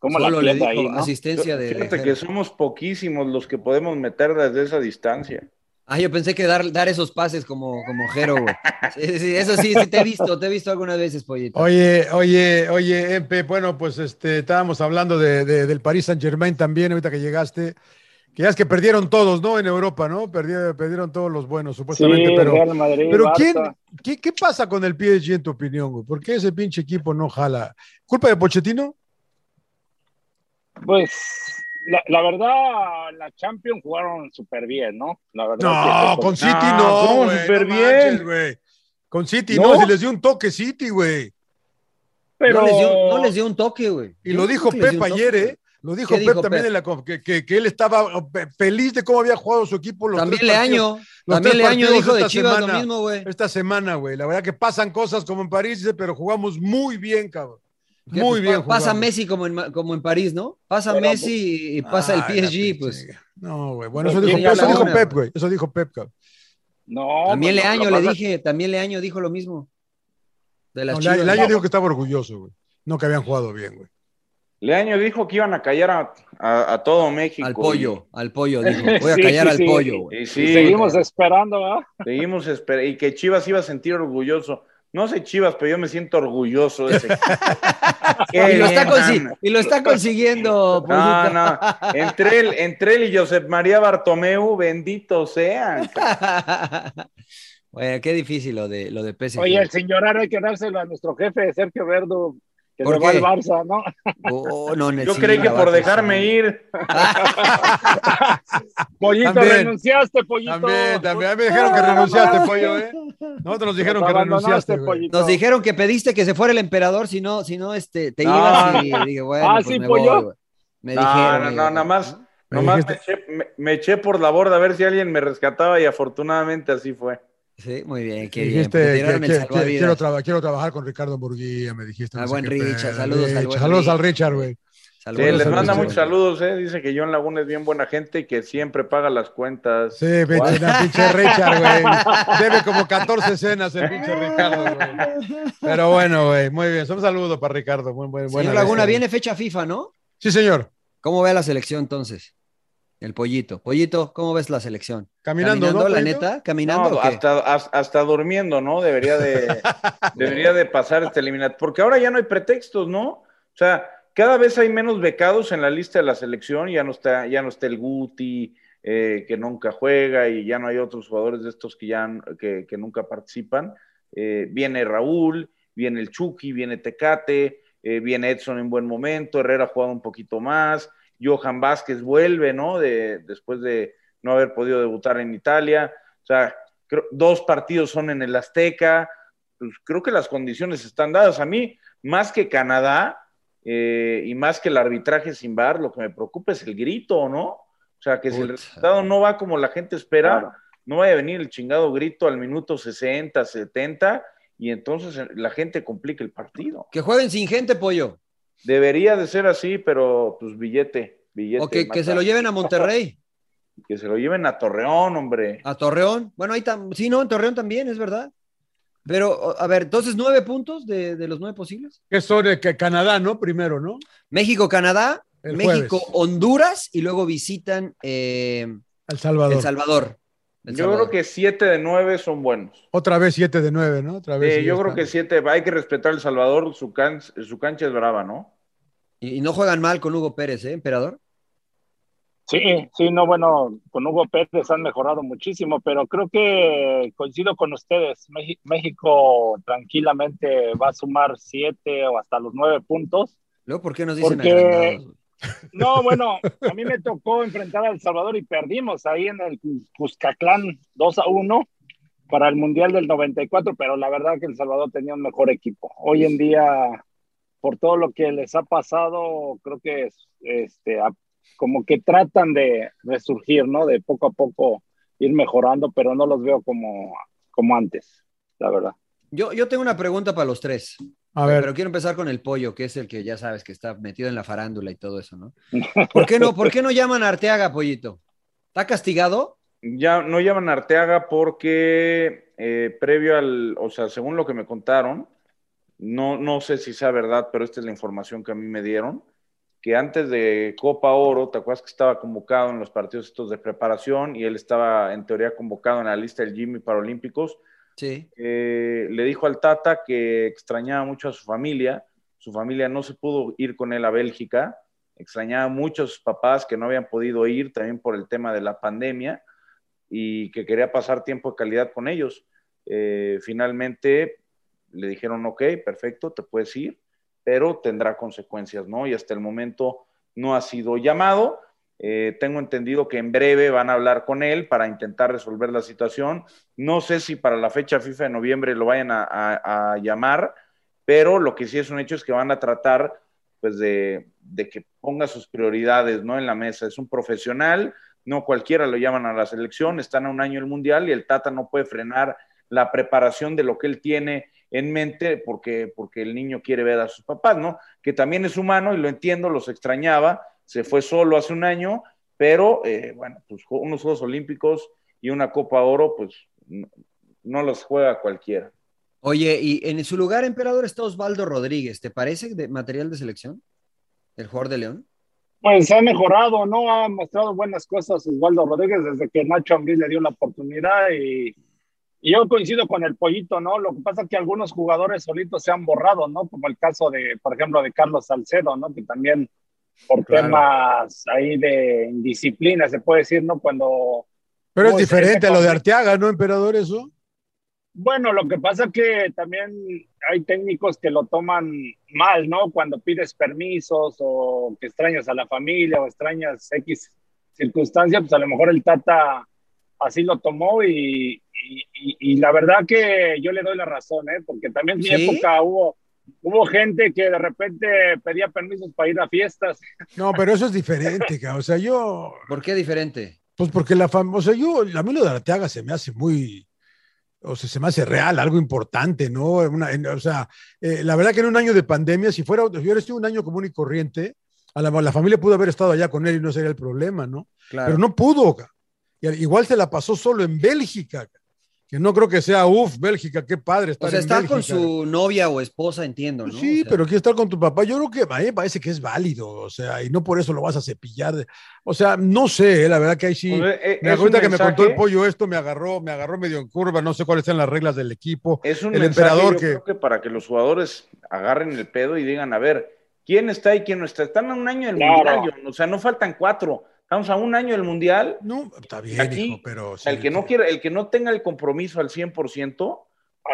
Speaker 4: cómo la
Speaker 1: Solo le
Speaker 4: pierde
Speaker 1: dijo
Speaker 4: ahí, no?
Speaker 1: asistencia de.
Speaker 3: Fíjate
Speaker 1: Jero.
Speaker 3: que somos poquísimos los que podemos meter desde esa distancia.
Speaker 1: Ah, yo pensé que dar, dar esos pases como, como Jero, güey. Sí, sí, eso sí, sí, te he visto, te he visto algunas veces, pollito.
Speaker 2: Oye, oye, oye, Empe, bueno, pues este, estábamos hablando de, de- del Paris Saint Germain también, ahorita que llegaste, que ya es que perdieron todos, ¿no? En Europa, ¿no? Perdieron, perdieron todos los buenos,
Speaker 4: Sí,
Speaker 2: supuestamente, pero,
Speaker 4: Real Madrid,
Speaker 2: pero
Speaker 4: Barça.
Speaker 2: ¿quién, qué, qué pasa con el PSG en tu opinión, güey? ¿Por qué ese pinche equipo no jala? ¿Culpa de Pochettino?
Speaker 4: Pues la, la verdad, la Champions jugaron súper bien, ¿no? La verdad
Speaker 2: No,
Speaker 4: que-
Speaker 2: con City
Speaker 3: No,
Speaker 2: no,
Speaker 3: ¿cómo
Speaker 2: güey,
Speaker 3: súper
Speaker 2: no manches,
Speaker 3: bien?
Speaker 2: güey. Con City
Speaker 3: ¿No?
Speaker 2: no, si les dio un toque City, güey.
Speaker 4: pero
Speaker 1: No, les dio, no les dio un toque, güey.
Speaker 2: Y
Speaker 1: Yo
Speaker 2: lo
Speaker 1: no
Speaker 2: dijo
Speaker 1: creo que les
Speaker 2: Pep
Speaker 1: dio un
Speaker 2: ayer,
Speaker 1: toque.
Speaker 2: ¿eh? Lo dijo
Speaker 1: ¿Qué
Speaker 2: Pep
Speaker 1: dijo
Speaker 2: también
Speaker 1: Pep?
Speaker 2: en la conf- que, que- que él estaba oh, pe- feliz de cómo había jugado su equipo los
Speaker 1: También
Speaker 2: tres partidos,
Speaker 1: Leaño,
Speaker 2: los
Speaker 1: también
Speaker 2: tres
Speaker 1: Leaño
Speaker 2: partidos
Speaker 1: dijo de
Speaker 2: esta
Speaker 1: Chivas lo
Speaker 2: semana.
Speaker 1: mismo, güey.
Speaker 2: esta semana, güey. La verdad que pasan cosas como en París, dice, pero jugamos muy bien, cabrón.
Speaker 1: Que,
Speaker 2: Muy
Speaker 1: pues,
Speaker 2: bien
Speaker 1: pa- Pasa
Speaker 2: jugamos.
Speaker 1: Messi como en, Ma- como en París, ¿no? Pasa
Speaker 4: Pero, ah,
Speaker 1: Messi y pasa
Speaker 2: Ay,
Speaker 1: el
Speaker 2: la
Speaker 1: PSG,
Speaker 2: pinche
Speaker 1: pues.
Speaker 2: liga. No, güey. Bueno, eso
Speaker 4: Pues
Speaker 2: dijo,
Speaker 4: tiene
Speaker 2: Pep, eso
Speaker 1: la
Speaker 2: dijo
Speaker 1: una,
Speaker 2: Pep,
Speaker 1: güey.
Speaker 2: güey. Eso dijo Pep, cabrón.
Speaker 4: No, pues,
Speaker 1: También
Speaker 4: no,
Speaker 1: Leaño
Speaker 4: lo
Speaker 1: le
Speaker 4: pasa-
Speaker 1: dije, también Leaño dijo lo mismo. De las
Speaker 2: No,
Speaker 1: Chivas.
Speaker 2: el año
Speaker 4: no.
Speaker 2: dijo que estaba orgulloso, güey. No que habían jugado bien, güey.
Speaker 3: Leaño dijo que iban a callar a, a- a todo México.
Speaker 1: Al pollo, al pollo, dijo. Voy a
Speaker 4: Sí,
Speaker 1: callar
Speaker 4: sí,
Speaker 1: al
Speaker 4: sí.
Speaker 1: pollo, güey.
Speaker 3: Y
Speaker 4: Y
Speaker 3: sí,
Speaker 4: seguimos esperando, ¿ah? ¿verdad?
Speaker 3: seguimos esper- Y que Chivas iba a sentir orgulloso. No sé Chivas, pero yo me siento orgulloso de ese equipo. Qué
Speaker 1: Y lo, está
Speaker 3: bien,
Speaker 1: consi-
Speaker 3: man.
Speaker 1: y lo está consiguiendo.
Speaker 3: No,
Speaker 1: Pollito.
Speaker 3: no. Entre él, entre él y Josep María Bartomeu, bendito sean.
Speaker 1: Bueno, pues, qué difícil lo de, lo de PSG.
Speaker 4: Oye, el sin llorar hay que dárselo a nuestro jefe, Sergio Verdu, que
Speaker 1: ¿Por
Speaker 4: se va
Speaker 1: qué?
Speaker 4: al Barça, ¿no?
Speaker 1: Oh, no,
Speaker 3: Yo
Speaker 1: sí,
Speaker 3: creí que
Speaker 1: la
Speaker 3: por
Speaker 1: vaca,
Speaker 3: dejarme
Speaker 1: sí.
Speaker 3: ir.
Speaker 4: Pollito,
Speaker 2: También.
Speaker 4: renunciaste, pollito.
Speaker 2: También, también. A mí me dijeron que renunciaste, pollo, ¿eh? Nosotros nos dijeron
Speaker 4: Nos
Speaker 2: que
Speaker 4: abandonaste,
Speaker 2: renunciaste, güey.
Speaker 4: pollito.
Speaker 1: Nos dijeron que pediste que se fuera el emperador, si no, si no, este, te
Speaker 3: No.
Speaker 1: ibas y dije, bueno,
Speaker 4: Ah,
Speaker 1: pues
Speaker 4: sí,
Speaker 1: me
Speaker 4: pollo.
Speaker 1: voy, güey. Me
Speaker 3: No, no,
Speaker 1: dijeron. eh, me
Speaker 3: no,
Speaker 1: dijeron.
Speaker 3: nada más.
Speaker 2: Me
Speaker 3: Nomás me
Speaker 2: dijiste-
Speaker 3: eché, me- me eché por la borda a ver si alguien me rescataba y afortunadamente así fue.
Speaker 1: Sí, muy bien, qué bien.
Speaker 2: Dijiste
Speaker 1: pues, te
Speaker 2: que-
Speaker 1: tiraron el
Speaker 2: que- que-
Speaker 1: salvavidas.
Speaker 2: quiero, traba- quiero trabajar con Ricardo Murguía, me dijiste.
Speaker 1: Al
Speaker 2: no sé
Speaker 1: buen
Speaker 2: qué
Speaker 1: Richard,
Speaker 2: pedo,
Speaker 1: saludos al
Speaker 2: Richard.
Speaker 1: buen
Speaker 2: Saludos al
Speaker 1: Richich.
Speaker 2: Richard, güey.
Speaker 3: Sí,
Speaker 1: Salvavidas.
Speaker 2: Saludos
Speaker 3: les
Speaker 2: a
Speaker 3: manda
Speaker 2: Luis.
Speaker 3: muchos saludos, ¿eh? Dice que John Laguna es bien buena gente y que siempre paga las cuentas.
Speaker 2: Sí, pinche, no, pinche Richard, güey. Debe como 14 escenas el pinche Ricardo, güey. Pero bueno, güey, muy bien. Un saludo para Ricardo. Muy, muy, buena
Speaker 1: Señor Laguna,
Speaker 2: vez,
Speaker 1: viene fecha FIFA, ¿no?
Speaker 2: güey. Sí, señor.
Speaker 1: ¿Cómo ve a la selección entonces? El pollito. Pollito, ¿cómo ves la selección?
Speaker 2: Caminando, ¿no,
Speaker 1: la
Speaker 2: pollito?
Speaker 1: neta?
Speaker 3: No,
Speaker 1: ¿Caminando o qué?
Speaker 3: hasta, has- hasta durmiendo, ¿no? Debería de, debería de pasar este eliminatorio. Porque ahora ya no hay pretextos, ¿no? O sea, cada vez hay menos becados en la lista de la selección. Ya no está, ya no está el Guti, eh, que nunca juega y ya no hay otros jugadores de estos que ya que, que nunca participan. Eh, viene Raúl, viene el Chucky, viene Tecate, eh, viene Edson en buen momento, Herrera ha jugado un poquito más, Johan Vázquez vuelve, ¿no? De, después de no haber podido debutar en Italia. O sea, creo, dos partidos son en el Azteca. Pues creo que las condiciones están dadas. A mí, más que Canadá eh, y más que el arbitraje sin bar, lo que me preocupa es el grito, ¿no? O sea, que si el resultado no va como la gente espera, claro. no vaya a venir el chingado grito al minuto 60, 70 y entonces eh, la gente complica el partido.
Speaker 1: Que jueguen sin gente, pollo.
Speaker 3: Debería de ser así, pero pues billete, billete.
Speaker 1: O que, que se lo lleven a Monterrey.
Speaker 3: que se lo lleven a Torreón, hombre.
Speaker 1: A Torreón. Bueno, ahí tam sí, no, en Torreón también, es verdad. Pero, a ver, entonces, nueve puntos de, de los nueve posibles.
Speaker 2: Que son eh, que Canadá, ¿no? Primero, ¿no?
Speaker 1: México, Canadá, El México, jueves. Honduras y luego visitan eh,
Speaker 2: El Salvador.
Speaker 1: El Salvador. El
Speaker 3: yo creo que 7 de 9 son buenos.
Speaker 2: Otra vez 7 de 9, ¿no? Otra vez.
Speaker 3: Eh, yo creo que 7, hay que respetar El Salvador, su, can, su cancha es brava, ¿no?
Speaker 1: Y, y, no juegan mal con Hugo Pérez, ¿eh, emperador?
Speaker 4: Sí, sí, no, bueno, con Hugo Pérez han mejorado muchísimo, pero creo que coincido con ustedes. México tranquilamente va a sumar 7 o hasta los 9 puntos.
Speaker 1: ¿Luego por qué nos dicen porque...
Speaker 4: No, bueno, a mí me tocó enfrentar a El Salvador y perdimos ahí en el Cuscatlán 2 a 1 para el Mundial del 94, pero la verdad que El Salvador tenía un mejor equipo. Hoy en día, por todo lo que les ha pasado, creo que este, como que tratan de resurgir, ¿no? De poco a poco ir mejorando, pero no los veo como, como antes, la verdad.
Speaker 1: Yo, yo tengo una pregunta para los tres. A ver. Pero quiero empezar con el pollo, que es el que ya sabes que está metido en la farándula y todo eso, ¿no? ¿Por qué no, por qué no llaman a Arteaga, pollito? ¿Está castigado?
Speaker 3: Ya no llaman a Arteaga porque eh, previo al, o sea, según lo que me contaron, no, no sé si sea verdad, pero esta es la información que a mí me dieron, que antes de Copa Oro, ¿te acuerdas que estaba convocado en los partidos estos de preparación y él estaba en teoría convocado en la lista del Jimmy para Olímpicos?
Speaker 1: Sí.
Speaker 3: Eh, le dijo al Tata que extrañaba mucho a su familia, su familia no se pudo ir con él a Bélgica, extrañaba mucho a sus papás que no habían podido ir también por el tema de la pandemia y que quería pasar tiempo de calidad con ellos. Eh, finalmente le dijeron, ok, perfecto, te puedes ir, pero tendrá consecuencias, ¿no? Y hasta el momento no ha sido llamado. Eh, tengo entendido que en breve van a hablar con él para intentar resolver la situación. No sé si para la fecha FIFA de noviembre lo vayan a, a, a llamar, pero lo que sí es un hecho es que van a tratar pues de, de, que ponga sus prioridades ¿no? en la mesa. Es un profesional, no cualquiera lo llaman a la selección, están a un año el Mundial y el Tata no puede frenar la preparación de lo que él tiene en mente porque, porque el niño quiere ver a sus papás, ¿no? Que también es humano y lo entiendo, los extrañaba, se fue solo hace un año, pero eh, bueno, pues unos Juegos Olímpicos y una Copa Oro, pues no, no, los juega cualquiera.
Speaker 1: Oye, y en su lugar, emperador, está Osvaldo Rodríguez. ¿Te parece de material de selección? ¿El jugador de León?
Speaker 4: Pues ha mejorado, ¿no? Ha mostrado buenas cosas Osvaldo Rodríguez desde que Nacho Ambriz le dio la oportunidad y, y, yo coincido con el pollito, ¿no? Lo que pasa es que algunos jugadores solitos se han borrado, ¿no? Como el caso de, por ejemplo, de Carlos Salcedo, ¿no? Que también por claro. temas ahí de indisciplina, se puede decir, ¿no? Cuando...
Speaker 2: Pero es diferente a lo de Arteaga, ¿no, emperador, eso?
Speaker 4: Bueno, lo que pasa que también hay técnicos que lo toman mal, ¿no? Cuando pides permisos o que extrañas a la familia o extrañas X circunstancia, pues a lo mejor el Tata así lo tomó y, y, y, y la verdad que yo le doy la razón, ¿eh? Porque también en mi ¿Sí? época hubo hubo gente que de repente pedía permisos para ir a fiestas.
Speaker 2: No, pero eso es diferente, cara. o sea, yo...
Speaker 1: ¿Por qué diferente?
Speaker 2: Pues porque la fam... o sea, yo, a mí lo de Arteaga se me hace muy, o sea, se me hace real, algo importante, ¿no? Una, en, o sea, eh, la verdad que en un año de pandemia, si fuera, si hubiera sido un año común y corriente, a la, la, familia pudo haber estado allá con él y no sería el problema, ¿no? Claro. Pero no pudo, cara. igual se la pasó solo en Bélgica, cara que no creo que sea, uff, Bélgica, qué padre.
Speaker 1: Estar o sea, estar con su novia o esposa, entiendo, ¿no?
Speaker 2: Pues Sí,
Speaker 1: o sea,
Speaker 2: pero quiere estar con tu papá. Yo creo que a mí me parece que es válido, o sea, y no por eso lo vas a cepillar. O sea, no sé, eh, la verdad que ahí sí. O
Speaker 3: Pues, eh,
Speaker 2: sea, me da cuenta que mensaje, me contó el pollo esto, me agarró, me agarró medio en curva, no sé cuáles sean las reglas del equipo.
Speaker 3: Es un
Speaker 2: el
Speaker 3: mensaje, emperador yo que... Creo que para que los jugadores agarren el pedo y digan, a ver, ¿quién está y quién no está? Están a un año del claro. mundial, o sea, no faltan cuatro. Estamos a un año del Mundial.
Speaker 2: No, está bien, hijo, pero... sí,
Speaker 3: el que no quiera, el que no tenga el compromiso al 100%,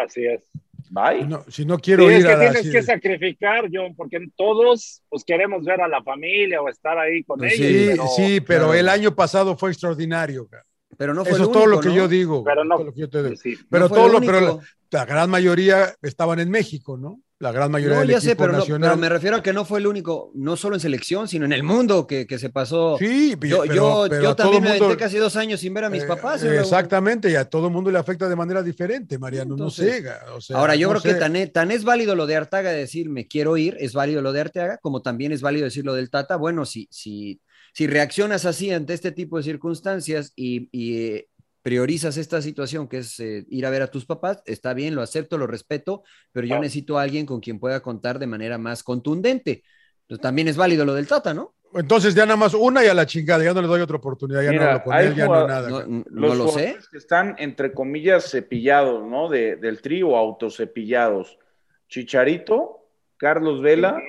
Speaker 4: así es.
Speaker 3: Bye.
Speaker 2: no, si no quiero
Speaker 4: Sí,
Speaker 2: ir
Speaker 4: es que
Speaker 2: a la...
Speaker 4: tienes
Speaker 2: sí,
Speaker 4: que sacrificar, John, porque todos pues, queremos ver a la familia o estar ahí con
Speaker 2: sí,
Speaker 4: ellos.
Speaker 2: Pues sí,
Speaker 4: pero,
Speaker 2: pero, el año pasado fue extraordinario. cara.
Speaker 1: Pero no fue
Speaker 2: Eso
Speaker 1: el
Speaker 2: es todo lo
Speaker 1: único,
Speaker 2: que
Speaker 1: ¿no?
Speaker 2: yo digo.
Speaker 4: pero no,
Speaker 2: yo te digo.
Speaker 4: sí.
Speaker 2: Pero
Speaker 1: No fue
Speaker 2: todo
Speaker 1: el
Speaker 2: lo, pero la,
Speaker 1: único.
Speaker 2: la gran mayoría estaban en México, ¿no? La gran mayoría
Speaker 1: No,
Speaker 2: del
Speaker 1: ya
Speaker 2: equipo
Speaker 1: sé, pero, no-
Speaker 2: nacional.
Speaker 1: pero me refiero a que no fue el único, no solo en selección, sino en el mundo que, que se pasó.
Speaker 2: Sí,
Speaker 1: yo,
Speaker 2: pero-
Speaker 1: yo,
Speaker 2: pero
Speaker 1: yo
Speaker 2: a todo
Speaker 1: también me
Speaker 2: mundo-
Speaker 1: aventé casi dos años sin ver a mis
Speaker 2: Eh,
Speaker 1: papás.
Speaker 2: eh,
Speaker 1: era un-
Speaker 2: exactamente, y a todo el mundo le afecta de manera diferente, Mariano. no
Speaker 1: Entonces,
Speaker 2: sé. ga- o sea,
Speaker 1: Ahora, yo
Speaker 2: no
Speaker 1: creo que
Speaker 2: sé.
Speaker 1: tan e- tan es válido lo de Artaga de decir me quiero ir, es válido lo de Arteaga, como también es válido decir lo del Tata. Bueno, si, si, si reaccionas así ante este tipo de circunstancias y, y, eh, priorizas esta situación que es eh, ir a ver a tus papás, está bien, lo acepto, lo respeto, pero yo
Speaker 4: Ah.
Speaker 1: necesito a alguien con quien pueda contar de manera más contundente. Entonces, también es válido lo del Tata, ¿no?
Speaker 2: Entonces, ya nada más una y a la chingada, ya no le doy otra oportunidad, ya
Speaker 3: Mira,
Speaker 2: no hablo con
Speaker 3: hay
Speaker 2: él, ya no
Speaker 3: jugador-
Speaker 2: nada.
Speaker 1: No,
Speaker 2: ga-
Speaker 1: n- no
Speaker 3: los
Speaker 1: lo sé.
Speaker 3: jugadores que están entre comillas cepillados, ¿no? De- del trío autocepillados. Chicharito, Carlos Vela,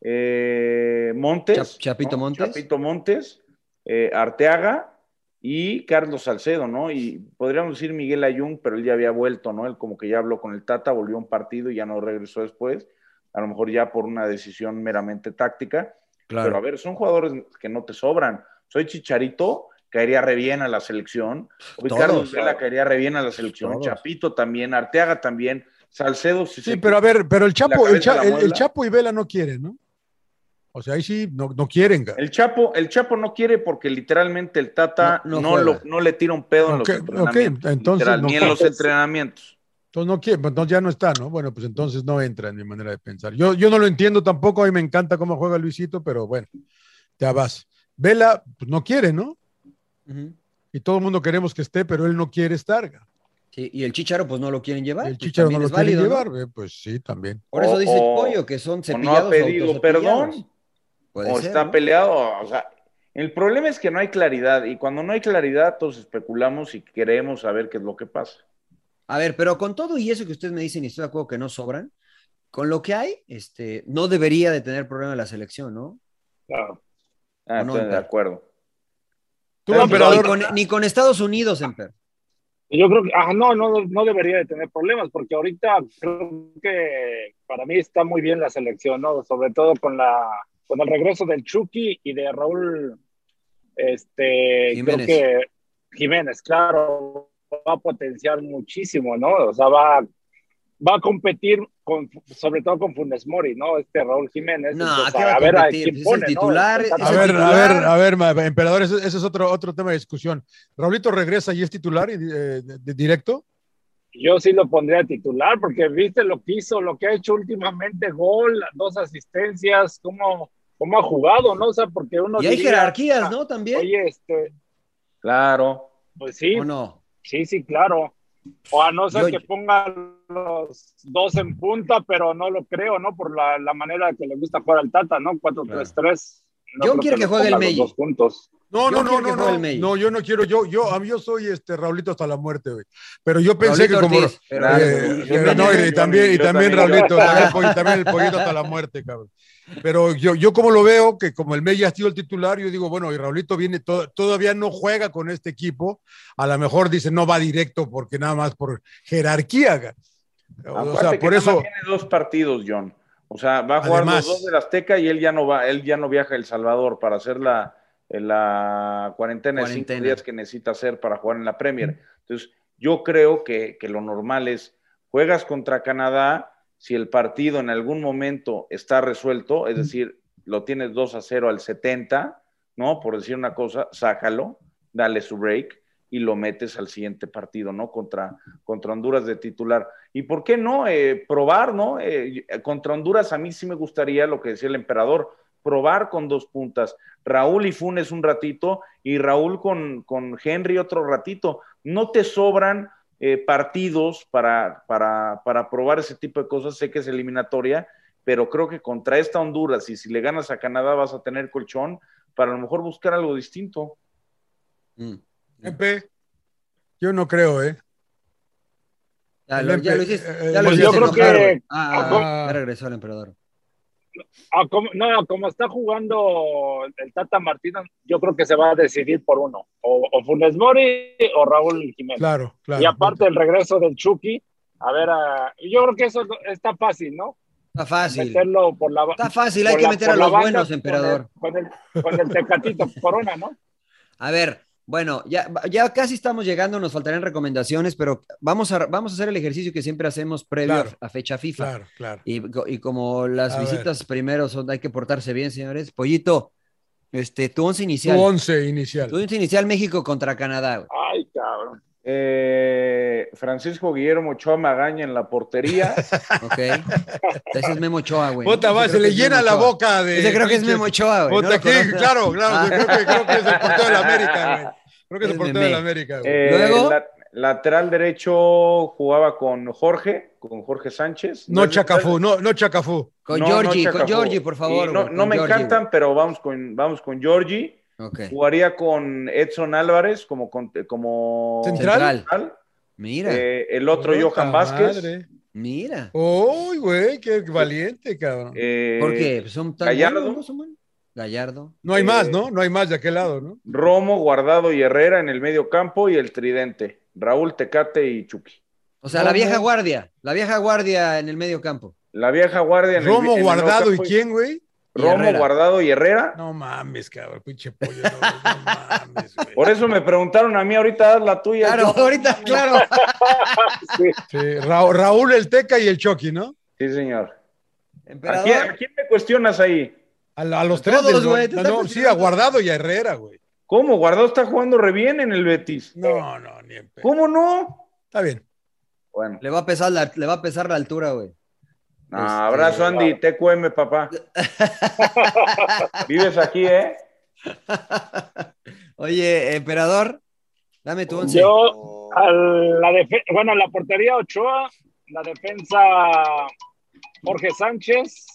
Speaker 3: eh, Montes,
Speaker 1: Chap- Chapito Montes.
Speaker 3: Chapito Montes, eh, Arteaga y Carlos Salcedo, ¿no? Y podríamos decir Miguel Ayun, pero él ya había vuelto, ¿no? Él como que ya habló con el Tata, volvió a un partido y ya no regresó después, a lo mejor ya por una decisión meramente táctica. Pero a ver, son jugadores que no te sobran. Soy Chicharito, caería re bien a la selección. Hoy
Speaker 1: Todos.
Speaker 3: Carlos Vela caería re bien a la selección.
Speaker 1: Todos.
Speaker 3: Chapito también, Arteaga también, Salcedo. si
Speaker 2: Sí,
Speaker 3: se-
Speaker 2: pero a ver, pero el Chapo, el,
Speaker 3: cabeza
Speaker 2: Cha-
Speaker 3: la
Speaker 2: el- el
Speaker 3: muela.
Speaker 2: Chapo y Vela no quieren, ¿no? O sea, ahí sí no, no quieren. ga-
Speaker 3: El Chapo, el Chapo no quiere porque literalmente el Tata
Speaker 1: No,
Speaker 3: no,
Speaker 1: no juega.
Speaker 3: lo- no le tira un pedo en los
Speaker 2: Ok, ok,
Speaker 3: entrenamientos.
Speaker 2: entonces
Speaker 3: literal,
Speaker 2: no
Speaker 3: ni en
Speaker 2: juega.
Speaker 3: los entrenamientos.
Speaker 2: Entonces no quieren, entonces ya no está, ¿no? Bueno, pues entonces no entra en mi manera de pensar. Yo, yo no lo entiendo tampoco, a mí me encanta cómo juega Luisito, pero bueno, ya vas. Vela, pues no quiere, ¿no?
Speaker 1: Ujú.
Speaker 2: Y todo el mundo queremos que esté, pero él no quiere estar. ga.
Speaker 1: Sí, y el Chicharo, pues no lo quieren llevar.
Speaker 2: El
Speaker 1: pues,
Speaker 2: Chicharo no
Speaker 1: también
Speaker 2: lo
Speaker 1: es
Speaker 2: quiere
Speaker 1: válido, ¿no?
Speaker 2: llevar, eh, pues sí, también.
Speaker 1: Por eso
Speaker 3: O-
Speaker 1: dice el
Speaker 3: o-
Speaker 1: pollo que son
Speaker 3: o
Speaker 1: cepillados.
Speaker 3: no ha pedido perdón,
Speaker 1: Puede
Speaker 3: o
Speaker 1: ser,
Speaker 3: está
Speaker 1: ¿no?
Speaker 3: peleado. O sea, el problema es que no hay claridad y cuando no hay claridad todos especulamos y queremos saber qué es lo que pasa.
Speaker 1: A ver, pero con todo y eso que ustedes me dicen, y estoy de acuerdo que no sobran, con lo que hay, este, no debería de tener problema la selección, ¿no?
Speaker 4: claro.
Speaker 3: Ah,
Speaker 1: No,
Speaker 3: estoy de
Speaker 1: Emper.
Speaker 3: acuerdo.
Speaker 2: Tú,
Speaker 3: Pero-
Speaker 2: emperador,
Speaker 1: ni, con, ni con Estados Unidos, Emper.
Speaker 4: Yo creo que, ah, no, no, no debería de tener problemas, porque ahorita creo que para mí está muy bien la selección, ¿no? Sobre todo con la con el regreso del Chucky y de Raúl este
Speaker 1: Jiménez.
Speaker 4: creo que Jiménez, claro, va a potenciar muchísimo, ¿no? O sea, va, va a competir con, sobre todo con Funes Mori, ¿no? Este Raúl Jiménez.
Speaker 1: No,
Speaker 4: Entonces,
Speaker 1: ¿qué va a competir?
Speaker 4: quién
Speaker 1: Pues es el titular,
Speaker 4: Está
Speaker 2: A
Speaker 1: ¿Es el
Speaker 2: ver, a
Speaker 1: titular?
Speaker 2: ver, a ver, ma- emperador, ese, ese es otro, otro tema de discusión. Raulito regresa y es titular y, eh, de- de directo.
Speaker 4: Yo sí lo pondría a titular porque viste lo que hizo, lo que ha hecho últimamente, gol, dos asistencias, cómo, cómo ha jugado, ¿no? O sea, porque uno...
Speaker 1: Y hay
Speaker 4: diría,
Speaker 1: jerarquías,
Speaker 4: ah,
Speaker 1: ¿no? También.
Speaker 4: Oye, este,
Speaker 3: Claro.
Speaker 4: pues sí,
Speaker 1: ¿O no?
Speaker 4: sí, sí, claro. O a no ser
Speaker 1: Yo-
Speaker 4: que ponga los dos en punta, pero no lo creo, ¿no? Por la, la manera que le gusta jugar al Tata, ¿no? 4-3-3. No
Speaker 1: Yo
Speaker 4: creo
Speaker 1: quiero que
Speaker 4: los
Speaker 1: juegue
Speaker 4: ponga
Speaker 1: el
Speaker 4: los
Speaker 1: Meji.
Speaker 4: dos juntos.
Speaker 2: No,
Speaker 1: Yo
Speaker 2: no, no,
Speaker 1: quiero que
Speaker 2: no,
Speaker 1: juegue el
Speaker 2: no,
Speaker 1: Meji.
Speaker 2: no, yo no quiero, yo, yo, a mí yo soy este Raulito hasta la muerte, güey. Pero yo pensé
Speaker 1: Raulito
Speaker 2: que como
Speaker 1: Ortiz, pero-
Speaker 2: eh,
Speaker 3: Yo
Speaker 2: pero no, y, también, y
Speaker 3: también, yo también,
Speaker 2: también
Speaker 3: yo
Speaker 2: Raulito, también, el pollo- también el pollito hasta la muerte, cabrón. Pero yo, yo como lo veo, que como el Mella ha sido el titular, yo digo, bueno, y Raulito viene, to- todavía no juega con este equipo, a lo mejor dice, no va directo porque nada más por jerarquía. ga. O
Speaker 3: Aparte
Speaker 2: sea,
Speaker 3: que
Speaker 2: por
Speaker 3: nada
Speaker 2: eso...
Speaker 3: más Tiene dos partidos, John. O sea, va a jugar
Speaker 2: Además.
Speaker 3: los dos del Azteca y él ya no va, él ya no viaja a El Salvador para hacer la, la cuarentena de cinco
Speaker 1: Cuarentena.
Speaker 3: días que necesita hacer para jugar en la Premier. Entonces, yo creo que, que lo normal es juegas contra Canadá, si el partido en algún momento está resuelto, es decir, lo tienes 2 a 0 al 70, ¿no? Por decir una cosa, sácalo, dale su break y lo metes al siguiente partido, ¿no? Contra, contra Honduras de titular. ¿Y por qué no eh, probar, ¿no? Eh, contra Honduras a mí sí me gustaría lo que decía el emperador, probar con dos puntas. Raúl y Funes un ratito y Raúl con, con Henry otro ratito. No te sobran eh, partidos para, para, para probar ese tipo de cosas. Sé que es eliminatoria, pero creo que contra esta Honduras y si le ganas a Canadá vas a tener colchón para a lo mejor buscar algo distinto.
Speaker 1: Mm.
Speaker 2: Pepe, yo no creo, ¿eh?
Speaker 1: Ya, lo, ya lo
Speaker 2: Empe-
Speaker 1: hiciste.
Speaker 2: eh,
Speaker 1: Ya lo
Speaker 2: pues
Speaker 1: hiciste
Speaker 4: yo creo
Speaker 1: enojar,
Speaker 4: que-
Speaker 1: güey. Ah,
Speaker 2: Ajá.
Speaker 1: ya regresó el emperador.
Speaker 4: ah, como- no, como está jugando el Tata Martino, yo creo que se va a decidir por uno. O, o Funes Mori o Raúl Jiménez.
Speaker 2: Claro, claro.
Speaker 4: Y aparte el regreso del Chucky, a ver, a- yo creo que eso está fácil, ¿no?
Speaker 1: Está fácil.
Speaker 4: Meterlo por la ba-
Speaker 1: Está fácil, hay
Speaker 4: por
Speaker 1: que
Speaker 4: la-
Speaker 1: meter
Speaker 4: por
Speaker 1: a
Speaker 4: la
Speaker 1: los
Speaker 4: banda
Speaker 1: buenos,
Speaker 4: con el-
Speaker 1: emperador.
Speaker 4: Con el, con el tecatito corona, ¿no?
Speaker 1: A ver, bueno, ya, ya casi estamos llegando, nos faltarán recomendaciones, pero vamos a, vamos a hacer el ejercicio que siempre hacemos previo
Speaker 2: Claro.
Speaker 1: a, a fecha FIFA.
Speaker 2: Claro, claro.
Speaker 1: Y, co- y como las
Speaker 2: A ver.
Speaker 1: visitas primero son, hay que portarse bien, señores. Pollito, este, tu once
Speaker 2: Tu
Speaker 1: inicial.
Speaker 2: once inicial.
Speaker 1: Tu once inicial México contra Canadá, güey.
Speaker 4: Ay, cabrón.
Speaker 3: Eh, Francisco Guillermo Ochoa Magaña en la portería.
Speaker 1: Ok. Ese es Memo Ochoa, güey.
Speaker 2: Puta,
Speaker 1: Ese
Speaker 2: va,
Speaker 1: creo
Speaker 2: se
Speaker 1: que
Speaker 2: le
Speaker 1: es
Speaker 2: llena
Speaker 1: Memo
Speaker 2: la
Speaker 1: Ochoa.
Speaker 2: boca de.
Speaker 1: Ese creo que es
Speaker 2: pinche-
Speaker 1: Memo Ochoa, güey.
Speaker 2: Puta,
Speaker 1: ¿no lo
Speaker 2: ¿qué?
Speaker 1: conoces?
Speaker 2: claro, claro.
Speaker 1: Ah.
Speaker 2: Creo, que, creo que es el portero de la América, güey. Creo que es el
Speaker 1: Es
Speaker 2: portero
Speaker 1: meme.
Speaker 2: de la América, güey.
Speaker 3: Eh,
Speaker 1: Luego.
Speaker 3: la- lateral derecho jugaba con Jorge, con Jorge Sánchez.
Speaker 2: no Chacafú, no, no Chacafú.
Speaker 1: Con
Speaker 3: No, no,
Speaker 1: Georgie, con
Speaker 3: Chacafú.
Speaker 1: Georgie, por favor.
Speaker 3: Y no
Speaker 1: güey,
Speaker 3: no
Speaker 1: con
Speaker 3: me
Speaker 1: Georgie,
Speaker 3: encantan, pero vamos con, vamos con Georgie.
Speaker 1: güey. Ok.
Speaker 3: Jugaría con Edson Álvarez como, con- como
Speaker 2: Central.
Speaker 3: central.
Speaker 1: Mira,
Speaker 3: Eh, el otro
Speaker 2: Puta
Speaker 3: Johan Vázquez.
Speaker 2: madre.
Speaker 1: mira.
Speaker 2: Uy, güey, qué valiente, cabrón.
Speaker 3: Eh,
Speaker 1: ¿Por qué? Son tan
Speaker 3: Gallardo.
Speaker 1: buenos, ¿no? Son buenos. Gallardo.
Speaker 2: No hay
Speaker 3: eh,
Speaker 2: más, ¿no? No hay más de aquel lado, ¿no?
Speaker 3: Romo, Guardado y Herrera en el medio campo y el tridente. Raúl, Tecate y Chucky.
Speaker 1: O sea,
Speaker 2: Romo.
Speaker 1: la vieja guardia. La vieja guardia en el medio campo.
Speaker 3: La vieja guardia en el- en
Speaker 2: Romo
Speaker 3: el medio
Speaker 2: guardado y
Speaker 3: campo
Speaker 2: quién, güey.
Speaker 1: y
Speaker 3: Romo,
Speaker 1: Herrera.
Speaker 3: Guardado y Herrera.
Speaker 2: No mames, cabrón, pinche pollo. No, no mames, güey.
Speaker 3: Por eso me preguntaron a mí ahorita, haz la tuya.
Speaker 1: Claro,
Speaker 3: yo-
Speaker 1: ahorita, claro.
Speaker 4: Sí,
Speaker 2: Sí, Ra- Raúl el Teca y el Chucky, ¿no?
Speaker 3: Sí, señor. ¿A quién, a
Speaker 1: Emperador.
Speaker 3: quién me cuestionas ahí?
Speaker 2: A, la- a los
Speaker 1: A
Speaker 2: tres.
Speaker 1: todos,
Speaker 2: del-
Speaker 1: güey, te
Speaker 2: no,
Speaker 1: están
Speaker 2: no, sí,
Speaker 1: cuestionando.
Speaker 2: a Guardado y a Herrera, güey.
Speaker 3: ¿Cómo? Guardado está jugando re bien en el Betis.
Speaker 1: Eh,
Speaker 2: No, no, ni en pedo.
Speaker 3: ¿Cómo no?
Speaker 2: Está bien.
Speaker 3: Bueno,
Speaker 1: Le va a pesar la, le va a pesar la altura, güey.
Speaker 3: no, abrazo Andy, TQM, papá. Vives aquí, ¿eh?
Speaker 1: Oye, emperador, dame tu once.
Speaker 4: Yo, a la defe- bueno, la portería Ochoa, la defensa Jorge Sánchez,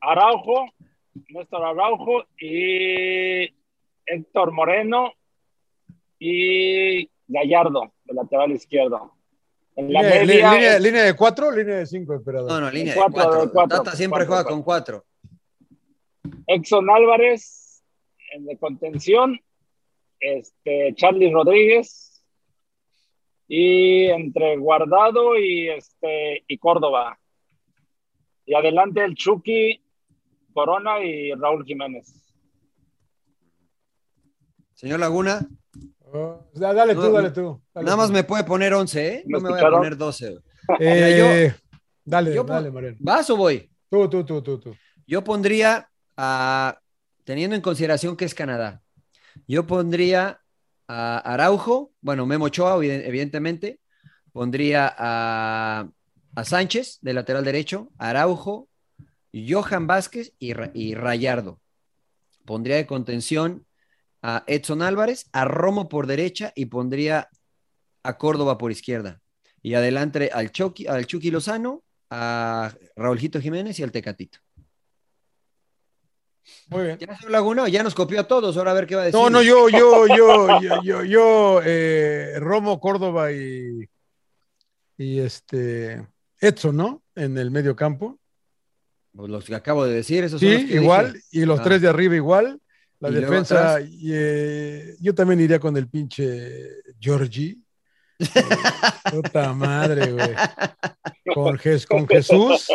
Speaker 4: Araujo, Néstor Araujo y Héctor Moreno y Gallardo, el lateral izquierdo. En la
Speaker 2: Línea,
Speaker 4: media,
Speaker 2: li- línea- línea de cuatro o línea de cinco, emperador.
Speaker 1: No, no, línea de
Speaker 4: Cuatro,
Speaker 1: cuatro.
Speaker 4: cuatro,
Speaker 1: Tata
Speaker 4: cuatro,
Speaker 1: siempre juega
Speaker 4: cuatro.
Speaker 1: con cuatro.
Speaker 4: Exxon Álvarez en de contención, este, Charlie Rodríguez y entre Guardado y, este, y Córdoba. Y adelante el Chucky, Corona y Raúl Jiménez.
Speaker 1: Señor Laguna,
Speaker 2: Oh, da- dale
Speaker 1: No,
Speaker 2: tú, dale tú. dale
Speaker 1: nada
Speaker 2: tú.
Speaker 1: más me puede poner once, ¿eh? No
Speaker 4: ¿Me
Speaker 1: me voy a
Speaker 4: escucharon?
Speaker 1: poner doce. güey.
Speaker 2: Eh, dale,
Speaker 1: yo-
Speaker 2: dale, Mariano.
Speaker 1: ¿Vas o voy?
Speaker 2: Tú, tú, tú, tú, tú.
Speaker 1: Yo pondría a, teniendo en consideración que es Canadá, yo pondría a Araujo, bueno, Memo Ochoa, eviden- evidentemente, pondría a, a Sánchez de lateral derecho, Araujo, Johan Vázquez y, Ra- y Rayardo. Pondría de contención a Edson Álvarez, a Romo por derecha y pondría a Córdoba por izquierda. Y adelante al Chucky, al Chucky Lozano, a Raúlito Jiménez y al Tecatito.
Speaker 2: Muy bien.
Speaker 1: Ya señor Laguna ya nos copió a todos, ahora a ver qué va a decir.
Speaker 2: No, no, yo, yo, yo, yo, yo, yo, eh, Romo, Córdoba y, y este Edson, ¿no? En el medio campo.
Speaker 1: Pues los que acabo de decir, esos Pues son los
Speaker 2: Sí,
Speaker 1: que
Speaker 2: igual.
Speaker 1: dije.
Speaker 2: Y los
Speaker 1: Ah.
Speaker 2: tres de arriba igual. La
Speaker 1: Y luego
Speaker 2: defensa,
Speaker 1: atrás.
Speaker 2: y, eh, yo también iría con el pinche Georgie. Eh, puta madre, güey. Con, Jes- con Jesús.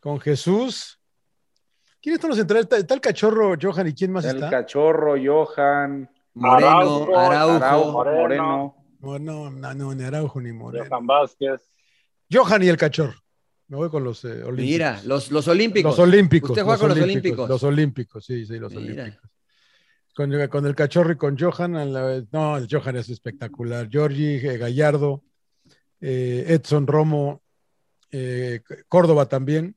Speaker 2: Con Jesús. ¿Quiénes están los centrales? Está, está el cachorro Johan y quién más
Speaker 3: El
Speaker 2: está?
Speaker 3: cachorro, Johan,
Speaker 1: Moreno,
Speaker 4: Araujo,
Speaker 1: Araujo,
Speaker 3: Araujo,
Speaker 4: Moreno.
Speaker 3: Moreno.
Speaker 2: No, no, no, no, ni Araujo ni Moreno.
Speaker 4: Johan Vázquez.
Speaker 2: Johan y el cachorro. Me voy con los eh, olímpicos.
Speaker 1: Mira, los, los olímpicos.
Speaker 2: Los olímpicos.
Speaker 1: Usted juega con los olímpicos.
Speaker 2: Los olímpicos, sí, sí, los
Speaker 1: Mira.
Speaker 2: olímpicos. Con, con el cachorro y con Johan. a la vez- no, el Johan es espectacular. Georgie, eh, Gallardo, eh, Edson Romo, eh, Córdoba también.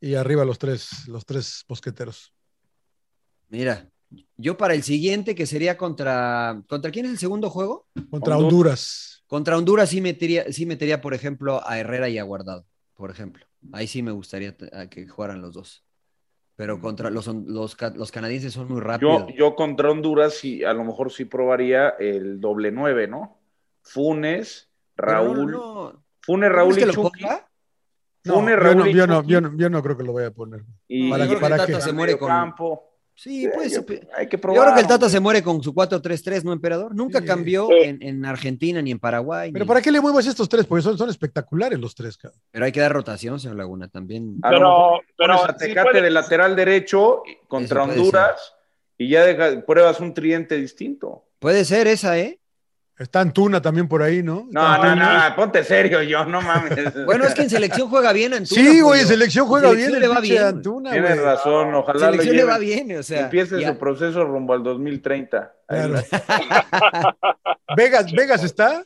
Speaker 2: Y arriba los tres, los tres bosqueteros.
Speaker 1: Mira, yo para el siguiente que sería contra... ¿Contra quién es el segundo juego?
Speaker 2: Contra
Speaker 3: Honduras.
Speaker 2: Honduras.
Speaker 1: Contra Honduras sí metería, sí metería por ejemplo, a Herrera y a Guardado, por ejemplo. Ahí sí me gustaría t- a que jugaran los dos. Pero contra los, hon- los, ca- los canadienses son muy
Speaker 3: Yo,
Speaker 1: rápidos.
Speaker 3: yo contra Honduras sí, a lo mejor sí probaría el doble nueve, ¿no? Funes,
Speaker 1: Pero no,
Speaker 3: Raúl.
Speaker 1: no,
Speaker 3: Funes,
Speaker 1: ¿no
Speaker 3: Raúl
Speaker 1: crees que
Speaker 3: y
Speaker 1: lo
Speaker 3: Chucky.
Speaker 1: ponga?
Speaker 2: No,
Speaker 3: Funes,
Speaker 2: yo, no,
Speaker 3: Raúl y
Speaker 2: yo, no,
Speaker 3: Chucky.
Speaker 2: yo, no, yo no creo que lo vaya a poner.
Speaker 3: Y-
Speaker 2: ¿Para,
Speaker 3: Yo creo que
Speaker 2: para
Speaker 3: el
Speaker 2: qué?
Speaker 3: Tata
Speaker 1: se muere con-
Speaker 3: Campo. Eh,
Speaker 1: Sí, pues.
Speaker 3: yo- hay que
Speaker 1: Yo creo que
Speaker 3: probar.
Speaker 1: el Tata se muere con su 4-3-3, ¿no, emperador? Nunca
Speaker 2: Sí.
Speaker 1: cambió
Speaker 4: Sí.
Speaker 1: en, en Argentina ni en Paraguay.
Speaker 2: Pero
Speaker 1: ni-
Speaker 2: ¿para qué le muevas estos tres? Porque son, son espectaculares los tres, cabrón.
Speaker 1: Pero hay que dar rotación, señor Laguna, también.
Speaker 3: A lo mejor
Speaker 4: Pero, pero
Speaker 3: pones a
Speaker 4: sí
Speaker 3: Tecate
Speaker 4: puede-
Speaker 3: de lateral derecho contra
Speaker 1: Eso puede
Speaker 3: Honduras y ya deja- pruebas un tridente distinto.
Speaker 1: Puede ser esa, ¿eh?
Speaker 2: Está Antuna también por ahí, ¿no?
Speaker 3: No, no, no, ponte serio, yo no mames.
Speaker 1: Bueno, es que en selección juega bien Antuna.
Speaker 2: Sí, güey,
Speaker 1: Julio.
Speaker 2: en selección juega
Speaker 1: En selección
Speaker 2: bien.
Speaker 1: le
Speaker 2: El
Speaker 1: va
Speaker 2: pinche
Speaker 1: bien, güey.
Speaker 2: Antuna,
Speaker 3: Tienes
Speaker 2: güey.
Speaker 3: razón,
Speaker 1: En
Speaker 3: ojalá lo
Speaker 1: selección le va
Speaker 3: lleven.
Speaker 1: bien, o sea.
Speaker 3: Empiece
Speaker 1: ya-
Speaker 3: su proceso rumbo al 2030. Ahí
Speaker 2: Claro.
Speaker 3: la-
Speaker 2: Vegas, Vegas está.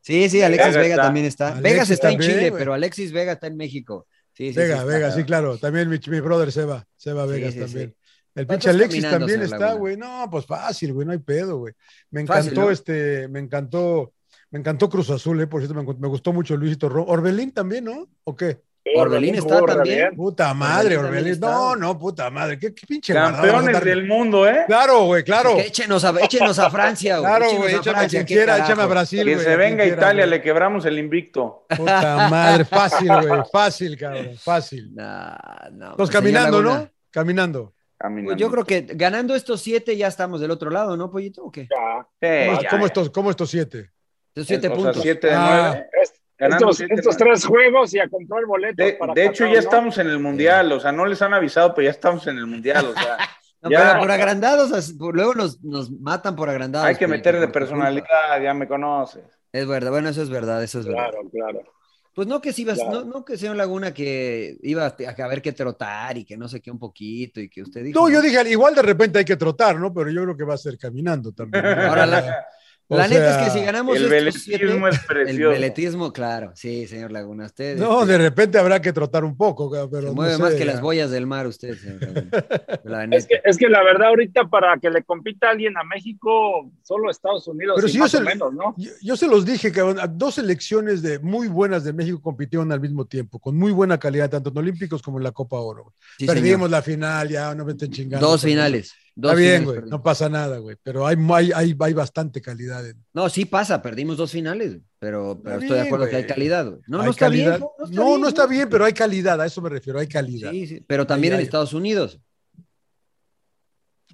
Speaker 1: Sí, sí, Alexis
Speaker 3: Vega
Speaker 1: Vega
Speaker 3: está.
Speaker 1: también está.
Speaker 2: Alexis
Speaker 1: Vegas está en
Speaker 2: también,
Speaker 1: Chile,
Speaker 2: güey.
Speaker 1: pero Alexis Vega está en México. Sí, sí,
Speaker 2: Vega,
Speaker 1: sí, está.
Speaker 2: Vega, sí, claro. También mi, mi brother Seba, Seba
Speaker 1: Sí,
Speaker 2: Vegas
Speaker 1: sí,
Speaker 2: también.
Speaker 1: sí.
Speaker 2: El
Speaker 1: ¿Cuántos
Speaker 2: pinche Alexis
Speaker 1: caminando,
Speaker 2: también
Speaker 1: señor
Speaker 2: está,
Speaker 1: Laguna?
Speaker 2: güey. No, pues fácil, güey, no hay pedo, güey. Me encantó
Speaker 1: Fácil, ¿no?
Speaker 2: este, me encantó, me encantó Cruz Azul, eh, por cierto, me, encu- me gustó mucho Luisito Ro- Orbelín también, ¿no? ¿O qué?
Speaker 4: Sí,
Speaker 1: Orbelín está
Speaker 4: jugó re
Speaker 1: también.
Speaker 4: bien.
Speaker 2: Puta madre,
Speaker 1: Orbelín también
Speaker 2: Orbelín.
Speaker 1: está,
Speaker 2: No,
Speaker 1: güey.
Speaker 2: no, puta madre. Qué, qué pinche guardado vas a
Speaker 3: Campeones
Speaker 2: estar-
Speaker 3: del mundo, ¿eh?
Speaker 2: Claro, güey, claro.
Speaker 1: Que échenos a, échenos a Francia, güey.
Speaker 2: Claro,
Speaker 1: échenos
Speaker 2: güey,
Speaker 1: a
Speaker 2: échame a
Speaker 1: Francia,
Speaker 2: quien
Speaker 1: qué
Speaker 2: quiera,
Speaker 1: carajo.
Speaker 2: échame a Brasil, güey.
Speaker 3: Que se
Speaker 2: a quien
Speaker 3: venga
Speaker 2: quiera,
Speaker 3: Italia,
Speaker 2: güey.
Speaker 3: le quebramos el invicto.
Speaker 2: Puta madre, fácil, güey, fácil, cabrón, fácil.
Speaker 1: Nah, no, pues,
Speaker 2: Los
Speaker 1: señor
Speaker 2: caminando,
Speaker 1: Laguna.
Speaker 2: ¿no? Caminando.
Speaker 3: Caminando.
Speaker 1: Pues yo creo que ganando estos siete ya estamos del otro lado, ¿no, Pollito? ¿O qué?
Speaker 4: Ya.
Speaker 3: Sí,
Speaker 2: ¿Cómo,
Speaker 3: Eh, ya,
Speaker 2: cómo
Speaker 3: ya.
Speaker 2: estos, cómo estos siete?
Speaker 1: Estos siete
Speaker 3: O sea,
Speaker 1: puntos.
Speaker 3: siete de
Speaker 2: Ah.
Speaker 3: nueve.
Speaker 4: Es-
Speaker 3: Ganando
Speaker 4: estos,
Speaker 3: siete,
Speaker 4: estos
Speaker 3: nueve.
Speaker 4: tres juegos y a comprar boletos.
Speaker 3: De,
Speaker 4: para
Speaker 3: de hecho,
Speaker 4: Qatar,
Speaker 3: ya
Speaker 4: ¿no?
Speaker 3: estamos en el mundial, o sea, no les han avisado, pero ya estamos en el mundial, o sea,
Speaker 1: No,
Speaker 3: Ya.
Speaker 1: pero por agrandados, as- por- luego nos, nos matan por agrandados.
Speaker 3: hay que
Speaker 1: Pollito,
Speaker 3: meterle
Speaker 1: por tu culpa.
Speaker 3: personalidad, ya me conoces.
Speaker 1: Es verdad, bueno, eso es verdad, eso es verdad.
Speaker 4: Claro, claro.
Speaker 1: Pues no que si ibas,
Speaker 4: Claro.
Speaker 1: no, no que señor Laguna que iba a, a ver que trotar y que no sé qué un poquito y que usted dijo.
Speaker 2: No, yo dije, igual de repente hay que trotar, ¿no? Pero yo creo que va a ser caminando también. ¿no?
Speaker 1: Ahora, la,
Speaker 2: O
Speaker 1: la neta
Speaker 2: sea,
Speaker 1: es que si ganamos
Speaker 3: El
Speaker 1: estos siete,
Speaker 3: veletismo es
Speaker 1: el
Speaker 3: precioso.
Speaker 1: veletismo, claro, sí, señor Laguna, usted
Speaker 2: No,
Speaker 1: este,
Speaker 2: de repente habrá que trotar un poco, ca-
Speaker 1: se
Speaker 2: pero no
Speaker 1: mueve
Speaker 2: sé,
Speaker 1: más que
Speaker 2: ya.
Speaker 1: las boyas del mar usted, señor Laguna. La neta.
Speaker 4: Es que, es que la verdad, ahorita para que le compita alguien a México, solo Estados Unidos
Speaker 2: Pero
Speaker 4: y
Speaker 2: si yo
Speaker 4: más
Speaker 2: se-
Speaker 4: o menos, ¿no?
Speaker 2: Yo, yo se los dije, cabrón, a dos selecciones de muy buenas de México compitieron al mismo tiempo, con muy buena calidad, tanto en Olímpicos como en la Copa Oro. güey.
Speaker 1: Sí, señor.
Speaker 2: Perdimos la final, ya no me estén chingando.
Speaker 1: dos
Speaker 2: cabrón.
Speaker 1: finales. Dos
Speaker 2: Está bien,
Speaker 1: finales
Speaker 2: güey,
Speaker 1: perdimos.
Speaker 2: no pasa nada, güey, pero hay, hay, hay, hay bastante calidad. en-
Speaker 1: no... sí pasa, perdimos dos finales, pero, pero
Speaker 2: Está
Speaker 1: estoy de
Speaker 2: bien,
Speaker 1: acuerdo que
Speaker 2: güey.
Speaker 1: hay calidad. güey. No,
Speaker 2: hay
Speaker 1: no está
Speaker 2: calidad.
Speaker 1: bien. No,
Speaker 2: No, no está bien, pero hay calidad, a eso me refiero, hay calidad.
Speaker 1: Sí, sí, pero también
Speaker 2: Ahí
Speaker 1: en
Speaker 2: hay-
Speaker 1: Estados Unidos.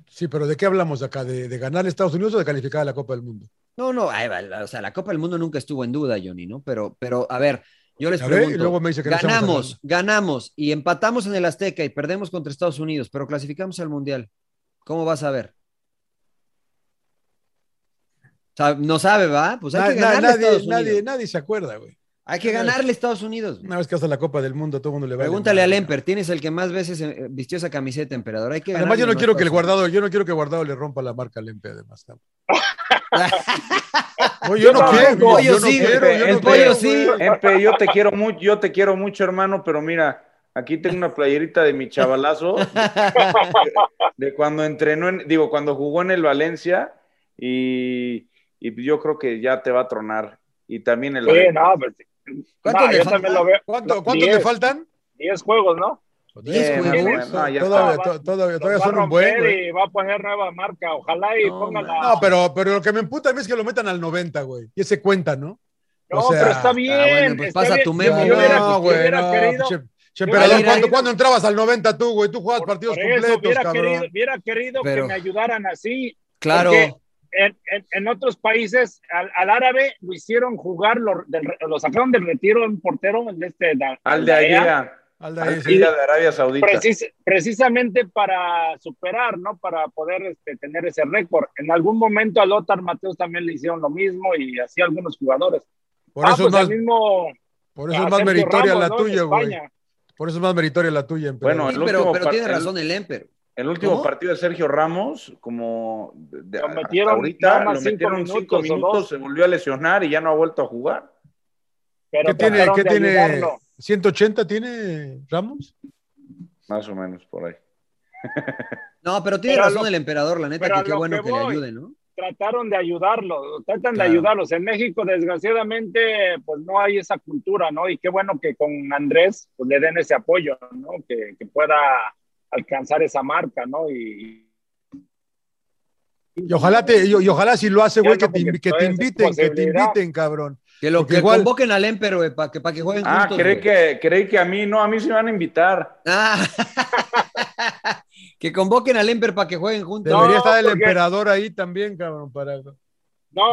Speaker 2: Sí, pero ¿de qué hablamos acá? ¿De, de ganar Estados Unidos o de calificar a la Copa del Mundo?
Speaker 1: No, no, ahí va, la- o sea, la Copa del Mundo nunca estuvo en duda, Johnny, ¿no? Pero, pero a ver, yo les
Speaker 2: A ver, y
Speaker 1: pregunto,
Speaker 2: luego me dice que no estamos
Speaker 1: ganamos,
Speaker 2: hablando.
Speaker 1: ganamos y empatamos en el Azteca y perdemos contra Estados Unidos, pero clasificamos al Mundial. ¿Cómo vas a ver? O sea, no sabe, ¿va? Pues hay que
Speaker 2: Na- na-
Speaker 1: ganarle a
Speaker 2: nadie,
Speaker 1: Estados
Speaker 2: nadie,
Speaker 1: Unidos.
Speaker 2: nadie se acuerda, güey.
Speaker 1: Hay que
Speaker 2: nadie-
Speaker 1: ganarle a Estados Unidos.
Speaker 2: Una vez que hasta la Copa del Mundo, a todo el mundo le va
Speaker 1: Pregúntale a Lemper, tienes el que más veces eh, vistió esa camiseta, emperador. Hay que
Speaker 2: Además, yo
Speaker 1: ganarle,
Speaker 2: no quiero que el
Speaker 1: Estados Unidos.
Speaker 2: guardado, yo no quiero que guardado le rompa la marca al Lempe, además. cabrón. No,
Speaker 3: Yo
Speaker 2: yo no
Speaker 3: tampoco.
Speaker 2: quiero, yo,
Speaker 1: Pollo
Speaker 2: yo no
Speaker 1: sí,
Speaker 2: quiero, yo
Speaker 3: el
Speaker 2: no
Speaker 3: pollo
Speaker 2: quiero,
Speaker 1: sí.
Speaker 2: güey.
Speaker 3: Empe, yo te quiero mucho, yo te quiero mucho, hermano, pero mira, aquí tengo una playerita de mi chavalazo de cuando entrenó en, digo, cuando jugó en el Valencia y, y yo creo que ya te va a tronar. Y también el
Speaker 4: Sí, no, pues,
Speaker 1: ¿Cuánto
Speaker 4: no,
Speaker 1: le
Speaker 4: yo
Speaker 1: falta?
Speaker 4: también lo veo.
Speaker 2: ¿Cuánto, cuánto
Speaker 4: Diez.
Speaker 2: me faltan?
Speaker 4: 10 juegos, ¿no?
Speaker 1: Diez
Speaker 3: Eh,
Speaker 1: juegos.
Speaker 3: no, no, ya
Speaker 2: todavía,
Speaker 4: está.
Speaker 2: to- todavía,
Speaker 4: Los
Speaker 2: todavía
Speaker 4: va a
Speaker 2: son un
Speaker 4: romper
Speaker 2: buen, güey.
Speaker 4: y va a poner nueva marca. Ojalá y
Speaker 1: No,
Speaker 4: ponga
Speaker 1: man.
Speaker 4: la.
Speaker 2: No, pero, pero lo que me emputa a mí es que lo metan al 90, güey. Y ese cuenta, ¿no?
Speaker 4: No,
Speaker 2: o sea, ah,
Speaker 4: pero está bien.
Speaker 1: bueno, pues
Speaker 4: está
Speaker 1: pasa
Speaker 4: bien.
Speaker 1: tu
Speaker 4: Yo-
Speaker 1: memo,
Speaker 4: Yo, hubiera,
Speaker 2: no,
Speaker 4: yo
Speaker 2: güey,
Speaker 4: hubiera
Speaker 2: no,
Speaker 4: querido.
Speaker 2: che- che, emperador,
Speaker 1: hubiera
Speaker 2: ¿cuándo,
Speaker 4: querido-
Speaker 2: cuándo entrabas al 90 tú, güey? Tú jugabas
Speaker 4: por-
Speaker 2: partidos
Speaker 4: por eso,
Speaker 2: completos,
Speaker 4: hubiera
Speaker 2: cabrón.
Speaker 4: querido, hubiera querido
Speaker 1: Pero-
Speaker 4: que me ayudaran así.
Speaker 1: Claro.
Speaker 4: Porque- En, en- en otros países, al, al árabe lo hicieron jugar, lo, del- lo sacaron del retiro en portero, en este, da-
Speaker 3: al de
Speaker 4: Daea.
Speaker 3: Aguilera,
Speaker 2: Al de ahí,
Speaker 4: Ah,
Speaker 3: al
Speaker 2: sí.
Speaker 3: de Arabia Saudita.
Speaker 4: Precis- precisamente para superar, ¿no? Para poder este, tener ese récord. En algún momento a Lothar Mateus también le hicieron lo mismo y así a algunos jugadores.
Speaker 2: Por
Speaker 4: Ah,
Speaker 2: eso es
Speaker 4: pues
Speaker 2: más,
Speaker 4: el mismo
Speaker 2: por eso es
Speaker 4: a
Speaker 2: más
Speaker 4: Sergio
Speaker 2: meritoria
Speaker 4: Ramos,
Speaker 2: la
Speaker 4: ¿no? en
Speaker 2: tuya, güey.
Speaker 4: España.
Speaker 2: Por eso es más meritoria la tuya, emperador.
Speaker 3: Bueno,
Speaker 1: Sí,
Speaker 3: el
Speaker 1: pero,
Speaker 3: último
Speaker 1: pero
Speaker 3: par-
Speaker 1: tiene
Speaker 3: el-
Speaker 1: razón el Lemper.
Speaker 3: El último
Speaker 1: ¿Cómo?
Speaker 3: partido de Sergio Ramos, como de-
Speaker 4: Lo
Speaker 3: hasta
Speaker 4: metieron
Speaker 3: ahorita,
Speaker 4: nada
Speaker 3: lo
Speaker 4: más cinco
Speaker 3: metieron cinco,
Speaker 4: minutos o
Speaker 3: minutos,
Speaker 4: dos.
Speaker 3: se volvió a lesionar y ya no ha vuelto a jugar.
Speaker 4: Pero
Speaker 2: ¿Qué tiene?
Speaker 4: trataron
Speaker 2: ¿Qué
Speaker 4: de
Speaker 2: tiene?
Speaker 4: ayudarlo.
Speaker 2: ¿180 tiene Ramos?
Speaker 3: Más o menos por ahí.
Speaker 1: No, pero tiene
Speaker 4: Pero a
Speaker 1: razón
Speaker 4: lo-
Speaker 1: el emperador, la neta,
Speaker 4: pero
Speaker 1: que
Speaker 4: a
Speaker 1: qué
Speaker 4: lo
Speaker 1: bueno
Speaker 4: que
Speaker 1: que, le
Speaker 4: voy.
Speaker 1: ayude, ¿no?
Speaker 4: Trataron de ayudarlo, tratan
Speaker 1: Claro.
Speaker 4: de ayudarlos. En México, desgraciadamente, pues no hay esa cultura, ¿no? Y qué bueno que con Andrés pues, le den ese apoyo, ¿no? Que, que pueda alcanzar esa marca, ¿no? Y,
Speaker 2: Y ojalá, te, y, y ojalá si lo hace, güey, que, te, invi- que te
Speaker 4: estoy en
Speaker 2: inviten, que te
Speaker 4: posibilidad.
Speaker 2: inviten, cabrón.
Speaker 1: Que lo
Speaker 2: Porque
Speaker 1: que
Speaker 2: igual-
Speaker 1: convoquen al Emper, güey, para que, pa' que jueguen
Speaker 3: Ah,
Speaker 1: juntos,
Speaker 3: creí
Speaker 1: güey.
Speaker 3: que, creí que a mí, no, a mí se me van a invitar.
Speaker 1: Ah. que convoquen al Emper para que jueguen juntos.
Speaker 2: Debería
Speaker 4: No,
Speaker 2: estar el
Speaker 4: porque-
Speaker 2: emperador ahí también, cabrón, para...
Speaker 4: No,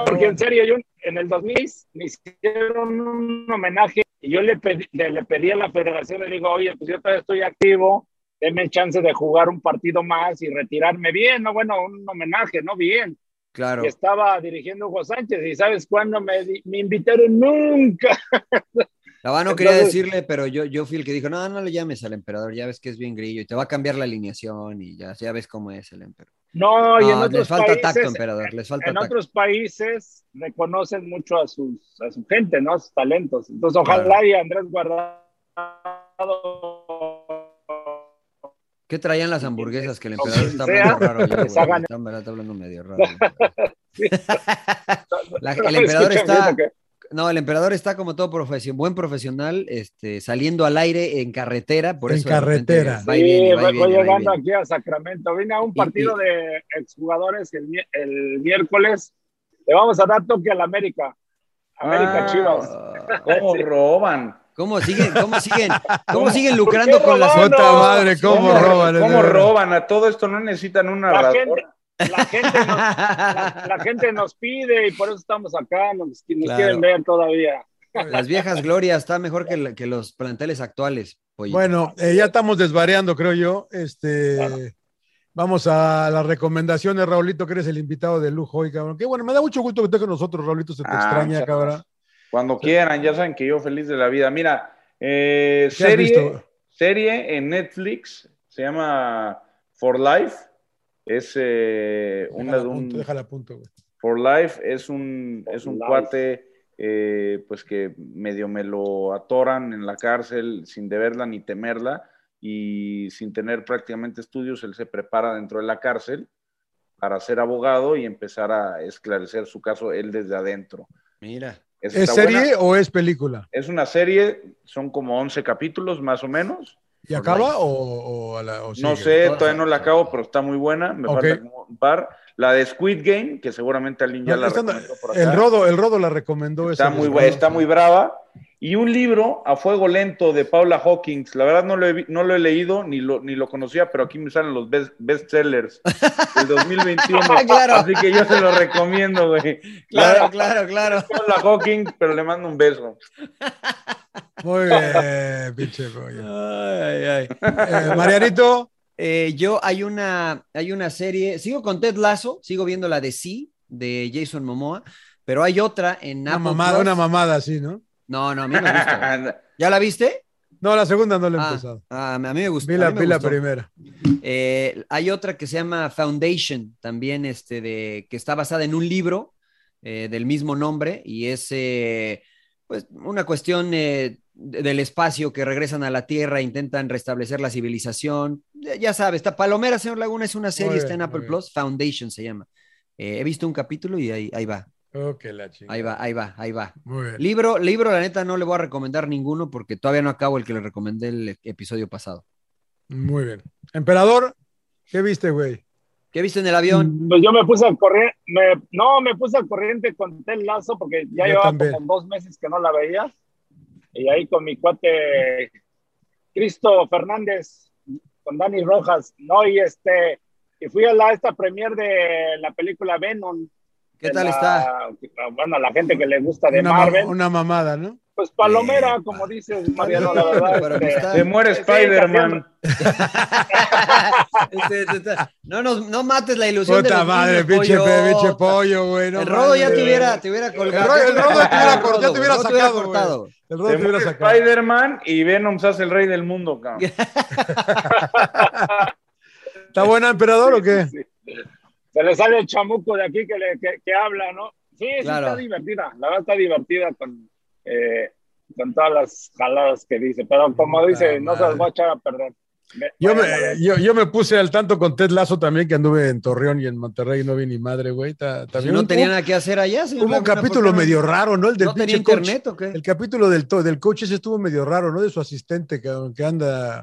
Speaker 4: porque en serio, yo en el 2006 me hicieron un homenaje y yo le pedí, le, le pedí a la federación, le digo, oye, pues yo todavía estoy activo, denme chance de jugar un partido más y retirarme bien, no, bueno, un homenaje, no bien.
Speaker 1: Claro.
Speaker 4: Y estaba dirigiendo Hugo Sánchez y ¿sabes cuándo me, di- me invitaron? Nunca.
Speaker 1: La no quería
Speaker 4: Entonces-
Speaker 1: decirle, pero yo, yo fui el que dijo, no, no le llames al emperador, ya ves que es bien grillo y te va a cambiar la alineación y ya, ya ves cómo es el emperador.
Speaker 4: No, y en
Speaker 1: No,
Speaker 4: otros
Speaker 1: les falta
Speaker 4: países,
Speaker 1: tacto, emperador, les falta
Speaker 4: en
Speaker 1: tacto.
Speaker 4: otros países reconocen mucho a, sus, a su gente, ¿no? A sus talentos. Entonces, ojalá
Speaker 1: Claro.
Speaker 4: y Andrés Guardado
Speaker 1: ¿Qué traían las hamburguesas que el
Speaker 4: Aunque
Speaker 1: emperador está
Speaker 4: sea,
Speaker 1: hablando raro? Ya,
Speaker 4: les
Speaker 1: güey,
Speaker 4: hagan-
Speaker 1: está, está hablando medio raro. La- el emperador
Speaker 4: Escucha,
Speaker 1: está,
Speaker 4: fíjate
Speaker 1: no, el emperador está como todo profesión, buen profesional, este, saliendo al aire en carretera, por
Speaker 2: En
Speaker 1: eso de repente
Speaker 2: carretera.
Speaker 1: Va y
Speaker 4: Sí,
Speaker 1: viene, va y
Speaker 4: voy,
Speaker 1: viene, va y
Speaker 4: llegando
Speaker 1: viene.
Speaker 4: aquí a Sacramento. Vine a un partido de exjugadores el, mi- el miércoles. Le vamos a dar toque al América. América
Speaker 3: Ah,
Speaker 4: Chivas.
Speaker 3: ¿Cómo roban?
Speaker 1: ¿Cómo siguen, cómo siguen, cómo
Speaker 3: ¿Cómo?
Speaker 1: siguen lucrando
Speaker 4: qué
Speaker 1: con las
Speaker 4: robaron?
Speaker 2: Puta madre, cómo
Speaker 3: ¿Cómo,
Speaker 2: roban.
Speaker 3: cómo roban? A todo esto no necesitan un
Speaker 4: La
Speaker 3: narrador.
Speaker 4: gente, la, gente nos, la- la gente nos pide y por eso estamos acá. Nos, nos
Speaker 1: Claro.
Speaker 4: quieren ver todavía.
Speaker 1: Las viejas glorias está mejor que, la- que los planteles actuales. pollito.
Speaker 2: Bueno, eh, ya estamos desvariando, creo yo. Este, Vamos a las recomendaciones, Raulito, que eres el invitado de lujo hoy, cabrón. Qué bueno, me da mucho gusto que estés con nosotros, Raulito, se te
Speaker 3: Ah,
Speaker 2: extraña,
Speaker 3: muchas
Speaker 2: cabrón.
Speaker 3: gracias. Cuando quieran, ya saben que yo feliz de la vida. Mira, eh,
Speaker 2: ¿Qué has
Speaker 3: serie,
Speaker 2: visto?
Speaker 3: serie en Netflix, se llama For Life. Es eh, una
Speaker 2: Déjala
Speaker 3: de
Speaker 2: a punto,
Speaker 3: un.
Speaker 2: déjala a punto, güey.
Speaker 3: For Life es un, es un
Speaker 4: Life.
Speaker 3: cuate eh, pues que medio me lo atoran en la cárcel sin deberla ni temerla y sin tener prácticamente estudios, él se prepara dentro de la cárcel para ser abogado y empezar a esclarecer su caso él desde adentro.
Speaker 1: Mira,
Speaker 3: Esa
Speaker 2: ¿Es
Speaker 3: está
Speaker 2: serie
Speaker 3: buena.
Speaker 2: o es película?
Speaker 3: Es una serie, son como 11 capítulos más o menos.
Speaker 2: ¿Y
Speaker 1: Por
Speaker 2: acaba
Speaker 1: life.
Speaker 2: o, o a la, o
Speaker 3: No
Speaker 2: sigue?
Speaker 3: sé,
Speaker 1: todas
Speaker 3: todavía no la
Speaker 1: son-
Speaker 3: acabo, pero está muy buena. Me
Speaker 2: Ok.
Speaker 3: falta como un par. La de Squid Game, que seguramente alguien ya
Speaker 2: No,
Speaker 3: la
Speaker 2: esta no-
Speaker 3: recomendó por
Speaker 2: el
Speaker 3: acá.
Speaker 2: rodo, el rodo la recomendó.
Speaker 3: Está
Speaker 2: esa,
Speaker 3: muy,
Speaker 2: el
Speaker 3: bu-
Speaker 2: Rodo.
Speaker 3: está muy brava. Y un libro a fuego lento de Paula Hawkins. La verdad no lo he, vi- no lo he leído ni lo, ni lo conocía, pero aquí me salen los best, bestsellers del 2021.
Speaker 1: Claro.
Speaker 3: Así que yo se lo recomiendo, güey.
Speaker 1: claro, claro, claro.
Speaker 3: Paula Hawkins, pero le mando un beso.
Speaker 2: Muy bien, pinche rollo.
Speaker 1: Ay, ay, ay.
Speaker 2: Eh, Marianito,
Speaker 1: Eh, yo hay una, hay una serie, sigo con Ted Lasso, sigo viendo la de Sí, de Jason Momoa, pero hay otra en
Speaker 2: una
Speaker 1: Apple
Speaker 2: mamada,
Speaker 1: Plus.
Speaker 2: una mamada así, ¿no?
Speaker 1: No, no, a mí me gusta. ¿Ya la viste?
Speaker 2: No, la segunda no la he
Speaker 1: Ah,
Speaker 2: empezado.
Speaker 1: ah, a mí me gustó.
Speaker 2: Vi
Speaker 1: a
Speaker 2: la,
Speaker 1: mí me
Speaker 2: vi la
Speaker 1: gustó.
Speaker 2: primera.
Speaker 1: Eh, hay otra que se llama Foundation, también este de que está basada en un libro eh, del mismo nombre y es eh, pues una cuestión eh, de- del espacio que regresan a la Tierra, intentan restablecer la civilización. Ya, ya sabes, está Palomera, señor Laguna, es una serie,
Speaker 2: bien,
Speaker 1: está en
Speaker 2: muy
Speaker 1: Apple
Speaker 2: bien.
Speaker 1: Plus, Foundation se llama. Eh, he visto un capítulo y ahí, ahí va,
Speaker 2: Ok, la chingada.
Speaker 1: ahí va, ahí va, ahí va.
Speaker 2: Muy bien.
Speaker 1: Libro, libro, la neta no le voy a recomendar ninguno porque todavía no acabo el que le recomendé el episodio pasado.
Speaker 2: Muy bien. Emperador, ¿qué viste, güey?
Speaker 1: ¿Qué viste en el avión?
Speaker 4: Pues yo me puse al corriente, no, me puse al corriente con Ted Lazo porque ya
Speaker 2: Yo
Speaker 4: llevaba
Speaker 2: también.
Speaker 4: como dos meses que no la veía. Y ahí con mi cuate Cristo Fernández, con Dani Rojas, ¿no? Y este, y fui a la, esta premier de la película Venom.
Speaker 1: ¿Qué
Speaker 4: de
Speaker 1: tal
Speaker 4: la-
Speaker 1: está?
Speaker 4: Bueno, a la gente que le gusta de
Speaker 2: Una, ma-
Speaker 4: Marvel.
Speaker 2: una mamada, ¿no?
Speaker 4: Pues palomera,
Speaker 1: Eh,
Speaker 4: como
Speaker 1: pa-
Speaker 4: dices, Mariano, la verdad.
Speaker 1: Pero
Speaker 4: este,
Speaker 1: que está-
Speaker 3: Se muere
Speaker 4: Sí,
Speaker 3: Spider-Man.
Speaker 1: Este, este, este, no, nos, no mates la ilusión Pues de
Speaker 2: Puta
Speaker 1: los
Speaker 2: madre,
Speaker 1: niños,
Speaker 2: pinche,
Speaker 1: pollo.
Speaker 2: pe- pinche pollo, güey. no
Speaker 1: el rodo ya
Speaker 2: mames.
Speaker 1: te hubiera, te hubiera colgado.
Speaker 2: Rodo- el Rodo ya te hubiera cor- ya
Speaker 1: Rodo,
Speaker 2: te hubiera
Speaker 1: güey,
Speaker 2: sacado, güey.
Speaker 1: cortado. güey.
Speaker 2: El rodo
Speaker 3: Se
Speaker 2: te hubiera
Speaker 3: muere
Speaker 2: sacado.
Speaker 3: Spider-Man y Venom se hace el rey del mundo, cabrón.
Speaker 2: ¿Está buena, emperador, o qué?
Speaker 4: se le sale el chamuco de aquí que, le, que, que habla, ¿no? Sí, sí,
Speaker 1: Claro.
Speaker 4: está divertida. La verdad está divertida con, eh, con todas las jaladas que dice. Pero como
Speaker 2: Puta
Speaker 4: dice, no se las
Speaker 2: madre.
Speaker 4: voy a echar a perder. Ve-
Speaker 2: Yo me,
Speaker 4: vayan a ver.
Speaker 2: yo, yo me puse al tanto con Ted Lazo también, que anduve en Torreón y en Monterrey y no vi ni madre, güey. Ta-
Speaker 1: Si
Speaker 2: también
Speaker 1: no
Speaker 2: un-
Speaker 1: tenía nada que hacer allá. señor
Speaker 2: Hubo un
Speaker 1: Laguna, ¿por
Speaker 2: capítulo
Speaker 1: qué no?
Speaker 2: medio raro, ¿no? El del
Speaker 1: ¿No tenía
Speaker 2: pinche coach.
Speaker 1: internet o qué?
Speaker 2: El capítulo del, to- del coach ese estuvo medio raro, ¿no? De su asistente, cabrón, que anda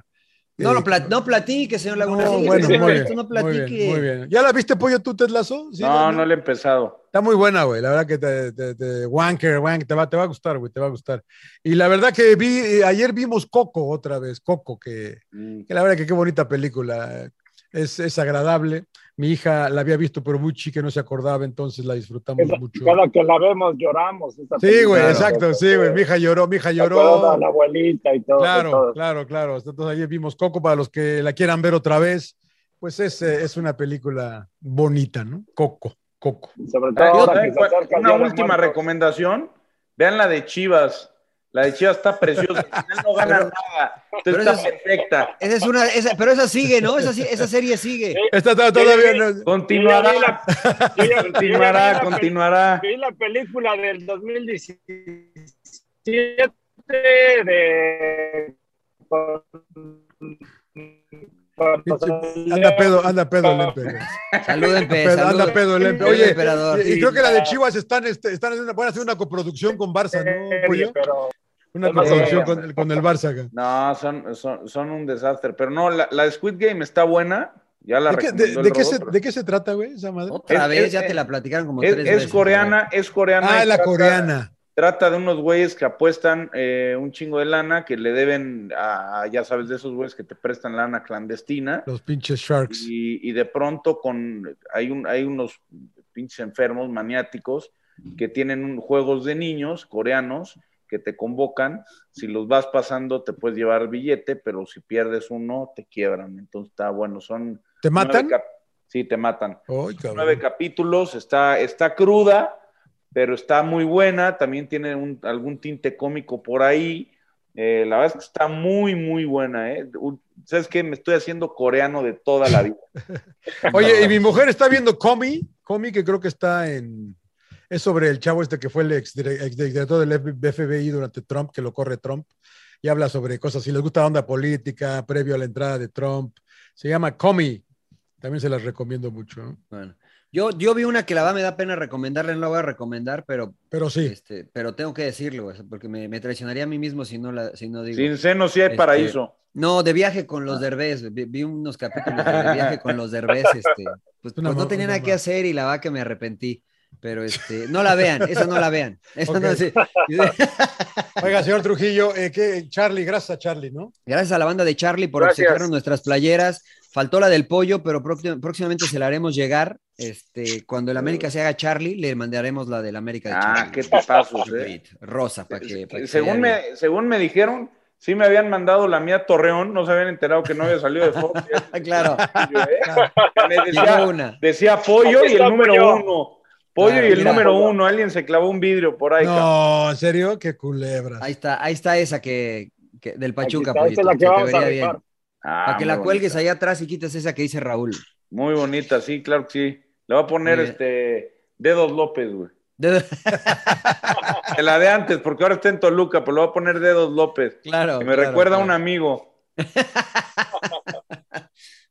Speaker 2: eh,
Speaker 1: No, lo plat- no platique, señor Laguna.
Speaker 2: No,
Speaker 1: Sí,
Speaker 2: bueno,
Speaker 1: señor,
Speaker 2: muy
Speaker 1: esto
Speaker 2: bien,
Speaker 1: no
Speaker 2: muy
Speaker 1: platique.
Speaker 2: bien, muy bien. ¿Ya la viste, Pollo, tú, Ted Lazo? Sí,
Speaker 3: no, no le he empezado.
Speaker 2: Está muy buena, güey. La verdad que te, te- te- wanker, wank, te va, te va a gustar, güey, te va a gustar. Y la verdad que vi, eh, ayer vimos Coco otra vez, Coco, que, que la verdad que qué bonita película. Es, es agradable. Mi hija la había visto, pero muy chica, no se acordaba, entonces la disfrutamos mucho.
Speaker 4: Cada que la vemos lloramos. esa
Speaker 2: Sí, güey,
Speaker 4: película.
Speaker 2: exacto, sí, güey. Mi hija lloró, mi hija
Speaker 4: Me acuerdo
Speaker 2: lloró.
Speaker 4: de la abuelita y todo. de
Speaker 2: Claro,
Speaker 4: todo.
Speaker 2: claro, claro. Entonces ayer vimos Coco para los que la quieran ver otra vez. Pues es, eh, es una película bonita, ¿no? Coco, Coco.
Speaker 4: Sobre
Speaker 3: Ah,
Speaker 4: todo ahora
Speaker 3: ¿saben
Speaker 4: que se
Speaker 3: cuál?
Speaker 4: acerca el
Speaker 3: Una
Speaker 4: Día de
Speaker 3: última
Speaker 4: Muertos.
Speaker 3: recomendación. Vean la de Chivas. La de Chivas está preciosa. Al final no gana
Speaker 1: Pero-
Speaker 3: nada. Entonces
Speaker 1: pero
Speaker 3: está
Speaker 1: esa es-
Speaker 3: perfecta.
Speaker 1: Esa es una, esa- pero esa sigue, ¿no? Esa, sí- esa serie sigue.
Speaker 2: Esta está todavía. no-
Speaker 3: Continuará,
Speaker 4: Yo ya- yo ya vi
Speaker 3: continuará,
Speaker 4: la pel-
Speaker 3: continuará.
Speaker 4: Vi la película del 2017 de.
Speaker 2: Anda pedo, anda pedo el Empe.
Speaker 1: Saluden, pe,
Speaker 2: Pedo-
Speaker 1: saluden.
Speaker 2: anda pedo el Empe.
Speaker 1: Saluden,
Speaker 2: Oye,
Speaker 3: Ah,
Speaker 1: emperador.
Speaker 2: y, y creo que la de Chivas están, este, están haciendo una, van a hacer una coproducción con Barça, ¿no, Pollo?
Speaker 4: Eh, Pero
Speaker 2: Una
Speaker 4: es más
Speaker 2: coproducción
Speaker 3: o menos.
Speaker 2: con, el- con el Barça. acá.
Speaker 3: No, son, son, son un desastre. Pero no, la, la de Squid Game está buena. Ya la
Speaker 2: ¿De qué, de-
Speaker 3: recomendó el
Speaker 2: de qué se,
Speaker 3: Rodo.
Speaker 2: de qué se trata, güey, esa madre?
Speaker 1: Otra
Speaker 3: Es-
Speaker 1: vez,
Speaker 3: es-
Speaker 1: ya te la platicaron como
Speaker 3: Es,
Speaker 1: tres
Speaker 3: es
Speaker 1: veces.
Speaker 3: coreana, es coreana.
Speaker 2: Ah,
Speaker 3: y
Speaker 2: la
Speaker 3: trata-
Speaker 2: coreana.
Speaker 3: Trata de unos güeyes que apuestan eh, un chingo de lana que le deben a, ya sabes, de esos güeyes que te prestan lana clandestina.
Speaker 2: Los pinches Sharks.
Speaker 3: Y, y de pronto con hay un hay unos pinches enfermos maniáticos que tienen un- juegos de niños coreanos que te convocan, si los vas pasando te puedes llevar billete, pero si pierdes uno te quiebran. Entonces está bueno, son
Speaker 2: ¿Te matan? Ah,
Speaker 3: nueve cap- sí, te matan.
Speaker 2: Ay, cabrón.
Speaker 3: Nueve capítulos, está está cruda, pero está muy buena, también tiene un- algún tinte cómico por ahí. Eh, la verdad es que está muy, muy buena. ¿eh? Un- ¿Sabes qué? Me estoy haciendo coreano de toda la vida.
Speaker 2: Oye, y mi mujer está viendo Comi, Comi que creo que está en... Es sobre el chavo este que fue el exdire- exdirector del F- FBI durante Trump, que lo corre Trump, y habla sobre cosas, si les gusta la onda política, previo a la entrada de Trump. Se llama Comi. También se las recomiendo mucho. ¿no?
Speaker 1: Bueno, yo, yo vi una que la va, me da pena recomendarla, no la voy a recomendar, pero,
Speaker 2: Pero sí,
Speaker 1: este, pero tengo que decirlo, o sea, porque me, me traicionaría a mí mismo si no, la, si no digo.
Speaker 3: Sin senos sí hay
Speaker 1: Este,
Speaker 3: paraíso.
Speaker 1: No, de viaje con los derbés. Vi, vi unos capítulos de, De viaje con los derbés. Este, pues,
Speaker 2: Una
Speaker 1: pues
Speaker 2: ma-
Speaker 1: no tenía
Speaker 2: una
Speaker 1: nada que
Speaker 2: ma-
Speaker 1: hacer y la va que me arrepentí. Pero este, no la vean, esa no la vean. Esa no,
Speaker 2: Ok.
Speaker 1: sí.
Speaker 2: Oiga, señor Trujillo, eh, ¿qué? Charlie, gracias a Charlie, ¿no?
Speaker 1: Gracias a la banda de Charlie por
Speaker 4: Gracias.
Speaker 1: obsequiarnos nuestras playeras. Faltó la del pollo, pero próxim- próximamente se la haremos llegar. Este, cuando el América se haga Charlie, le mandaremos la del América de
Speaker 3: Ah,
Speaker 1: Charlie.
Speaker 3: qué pasos, eh.
Speaker 1: Chocolate, Rosa, para que. pa' que
Speaker 3: Según
Speaker 1: haya-
Speaker 3: me, según me dijeron, sí me habían mandado la mía a Torreón, no se habían enterado que no había salido de Fox.
Speaker 1: Ah, claro.
Speaker 3: ¿eh? Me
Speaker 1: Llegó
Speaker 3: decía,
Speaker 1: una.
Speaker 3: decía Pollo
Speaker 4: Aquí
Speaker 3: y el
Speaker 4: está
Speaker 3: número
Speaker 4: Pollo.
Speaker 3: uno. Pollo
Speaker 1: Claro,
Speaker 3: y el
Speaker 1: mira.
Speaker 3: número uno. Alguien se clavó un vidrio por ahí. cabrón.
Speaker 2: No, ¿en serio? Qué culebra.
Speaker 1: Ahí está, ahí está esa que, que- del Pachuca.
Speaker 4: está, esta es la
Speaker 1: pollito,
Speaker 4: que
Speaker 1: se te
Speaker 4: vamos a
Speaker 1: vería bien.
Speaker 4: rifar.
Speaker 3: Ah,
Speaker 1: Para que
Speaker 3: muy
Speaker 1: la
Speaker 3: bonita.
Speaker 1: cuelgues allá atrás y quites esa que dice Raúl.
Speaker 3: Muy bonita, sí, claro que sí. Le voy a poner
Speaker 1: Muy bien.
Speaker 3: este Dedos López, güey.
Speaker 1: De-
Speaker 3: De la de antes, porque ahora está en Toluca, pero le voy a poner Dedos López.
Speaker 1: claro.
Speaker 3: que me
Speaker 1: claro,
Speaker 3: recuerda a
Speaker 1: claro.
Speaker 3: un amigo.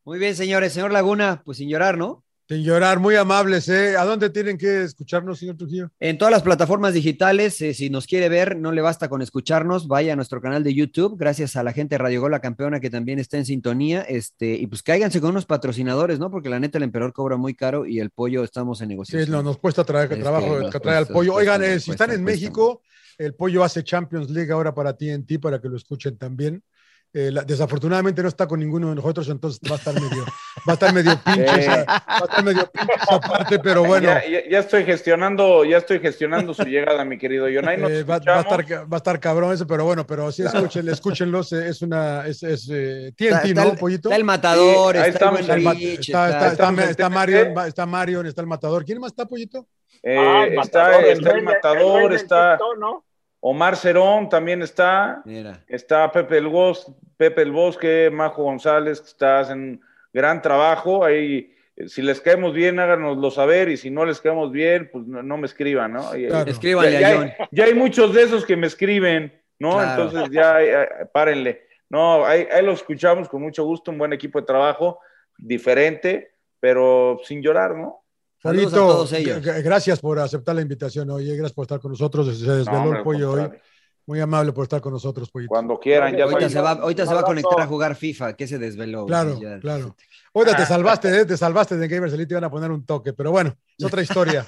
Speaker 1: Muy bien, señores. Señor Laguna, pues sin llorar, ¿no?
Speaker 2: Sin llorar, muy amables, ¿eh? ¿A dónde tienen que escucharnos, señor Trujillo?
Speaker 1: En todas las plataformas digitales, eh, si nos quiere ver, no le basta con escucharnos, vaya a nuestro canal de YouTube, gracias a la gente de Radio Gol, la campeona que también está en sintonía, este, y pues cáiganse con unos patrocinadores, ¿no? Porque la neta el emperador cobra muy caro y el pollo estamos en
Speaker 2: Sí,
Speaker 1: negociación.
Speaker 2: no, nos cuesta traer,
Speaker 1: Este,
Speaker 2: trabajo
Speaker 1: nos
Speaker 2: traer al
Speaker 1: cuesta,
Speaker 2: pollo.
Speaker 1: nos
Speaker 2: Oigan,
Speaker 1: cuesta,
Speaker 2: eh,
Speaker 1: nos
Speaker 2: si
Speaker 1: cuesta,
Speaker 2: están en
Speaker 1: nos
Speaker 2: México, el pollo hace Champions League ahora para ti en ti, para que lo escuchen también. Eh, la- desafortunadamente no está con ninguno de nosotros, entonces va a estar medio, va a estar medio pinche, esa- va a estar medio pinche esa parte, pero bueno,
Speaker 3: Ya, ya- ya estoy gestionando, ya estoy gestionando su llegada, mi querido Jonay. Nos
Speaker 2: eh, va, va a
Speaker 3: escuchamos.
Speaker 2: estar, ca- va a estar cabrón eso, pero bueno, pero sí, escuchen, escúchenlos, eh, es una, es, es eh,
Speaker 1: Está,
Speaker 2: TNT,
Speaker 1: está
Speaker 2: ¿no,
Speaker 1: el,
Speaker 2: pollito?
Speaker 1: está el matador,
Speaker 3: Sí, ahí
Speaker 1: está, el
Speaker 3: estamos,
Speaker 1: buen
Speaker 2: Está el ma-
Speaker 1: Rich,
Speaker 2: está, está,
Speaker 1: está-
Speaker 2: está-
Speaker 3: estamos en
Speaker 2: está
Speaker 3: TNT.
Speaker 2: Marion, va- está Marion, está el matador. ¿Quién más está, pollito?
Speaker 3: Eh,
Speaker 4: Ah, el
Speaker 3: está
Speaker 4: matador,
Speaker 3: está
Speaker 4: rey
Speaker 3: el
Speaker 4: de-
Speaker 3: matador,
Speaker 4: rey del
Speaker 3: está
Speaker 4: TikTok, ¿no?
Speaker 3: Omar Cerón, también está,
Speaker 1: Mira,
Speaker 3: está Pepe el, Bos- Pepe el Bosque, Majo González, que está en gran trabajo. Ahí, eh, si les caemos bien, háganoslo saber, y si no les caemos bien, pues no, no me escriban, ¿no? Y-
Speaker 2: Claro.
Speaker 3: Ya,
Speaker 1: escríbanle
Speaker 3: ya
Speaker 1: a
Speaker 3: hay,
Speaker 1: John.
Speaker 3: ya hay muchos de esos que me escriben, ¿no?
Speaker 1: Claro.
Speaker 3: Entonces ya, ya, párenle. No, ahí, ahí lo escuchamos con mucho gusto, un buen equipo de trabajo, diferente, pero sin llorar, ¿no?
Speaker 1: Saludos
Speaker 2: Polito,
Speaker 1: a todos ellos.
Speaker 2: g- g- gracias por aceptar la invitación hoy, eh, gracias por estar con nosotros. Se
Speaker 3: No,
Speaker 2: desveló
Speaker 3: hombre,
Speaker 2: el
Speaker 3: al
Speaker 2: pollo hoy.
Speaker 3: contrario.
Speaker 2: Muy amable por estar con nosotros, Pollito.
Speaker 3: Cuando quieran, ya
Speaker 1: ahorita
Speaker 3: saben.
Speaker 1: se va, ahorita se va a
Speaker 3: Un abrazo.
Speaker 1: conectar a jugar FIFA, que se desveló. güey,
Speaker 2: Claro,
Speaker 1: ya.
Speaker 2: claro. Ahorita te salvaste, ¿eh? te salvaste de Gamers Elite, te iban a poner un toque, pero bueno, es otra historia.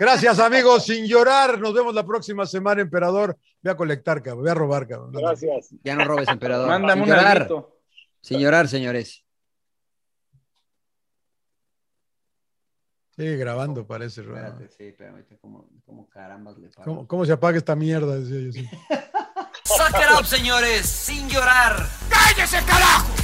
Speaker 2: Gracias, amigos, sin llorar. Nos vemos la próxima semana, emperador. Voy a colectar, cabrón, voy a robar, cabrón.
Speaker 4: Gracias.
Speaker 1: Ya no robes, emperador.
Speaker 3: Mándame
Speaker 1: Sin
Speaker 3: un
Speaker 1: llorar.
Speaker 3: alguito.
Speaker 1: Sin llorar, señores.
Speaker 2: Sí, grabando, parece. ¿no?
Speaker 1: sí, espérame, como, carambas le
Speaker 2: ¿Cómo, cómo se apaga esta mierda? Decía yo, sí.
Speaker 1: Suck it up, señores, sin llorar.
Speaker 5: ¡Cállese, carajo!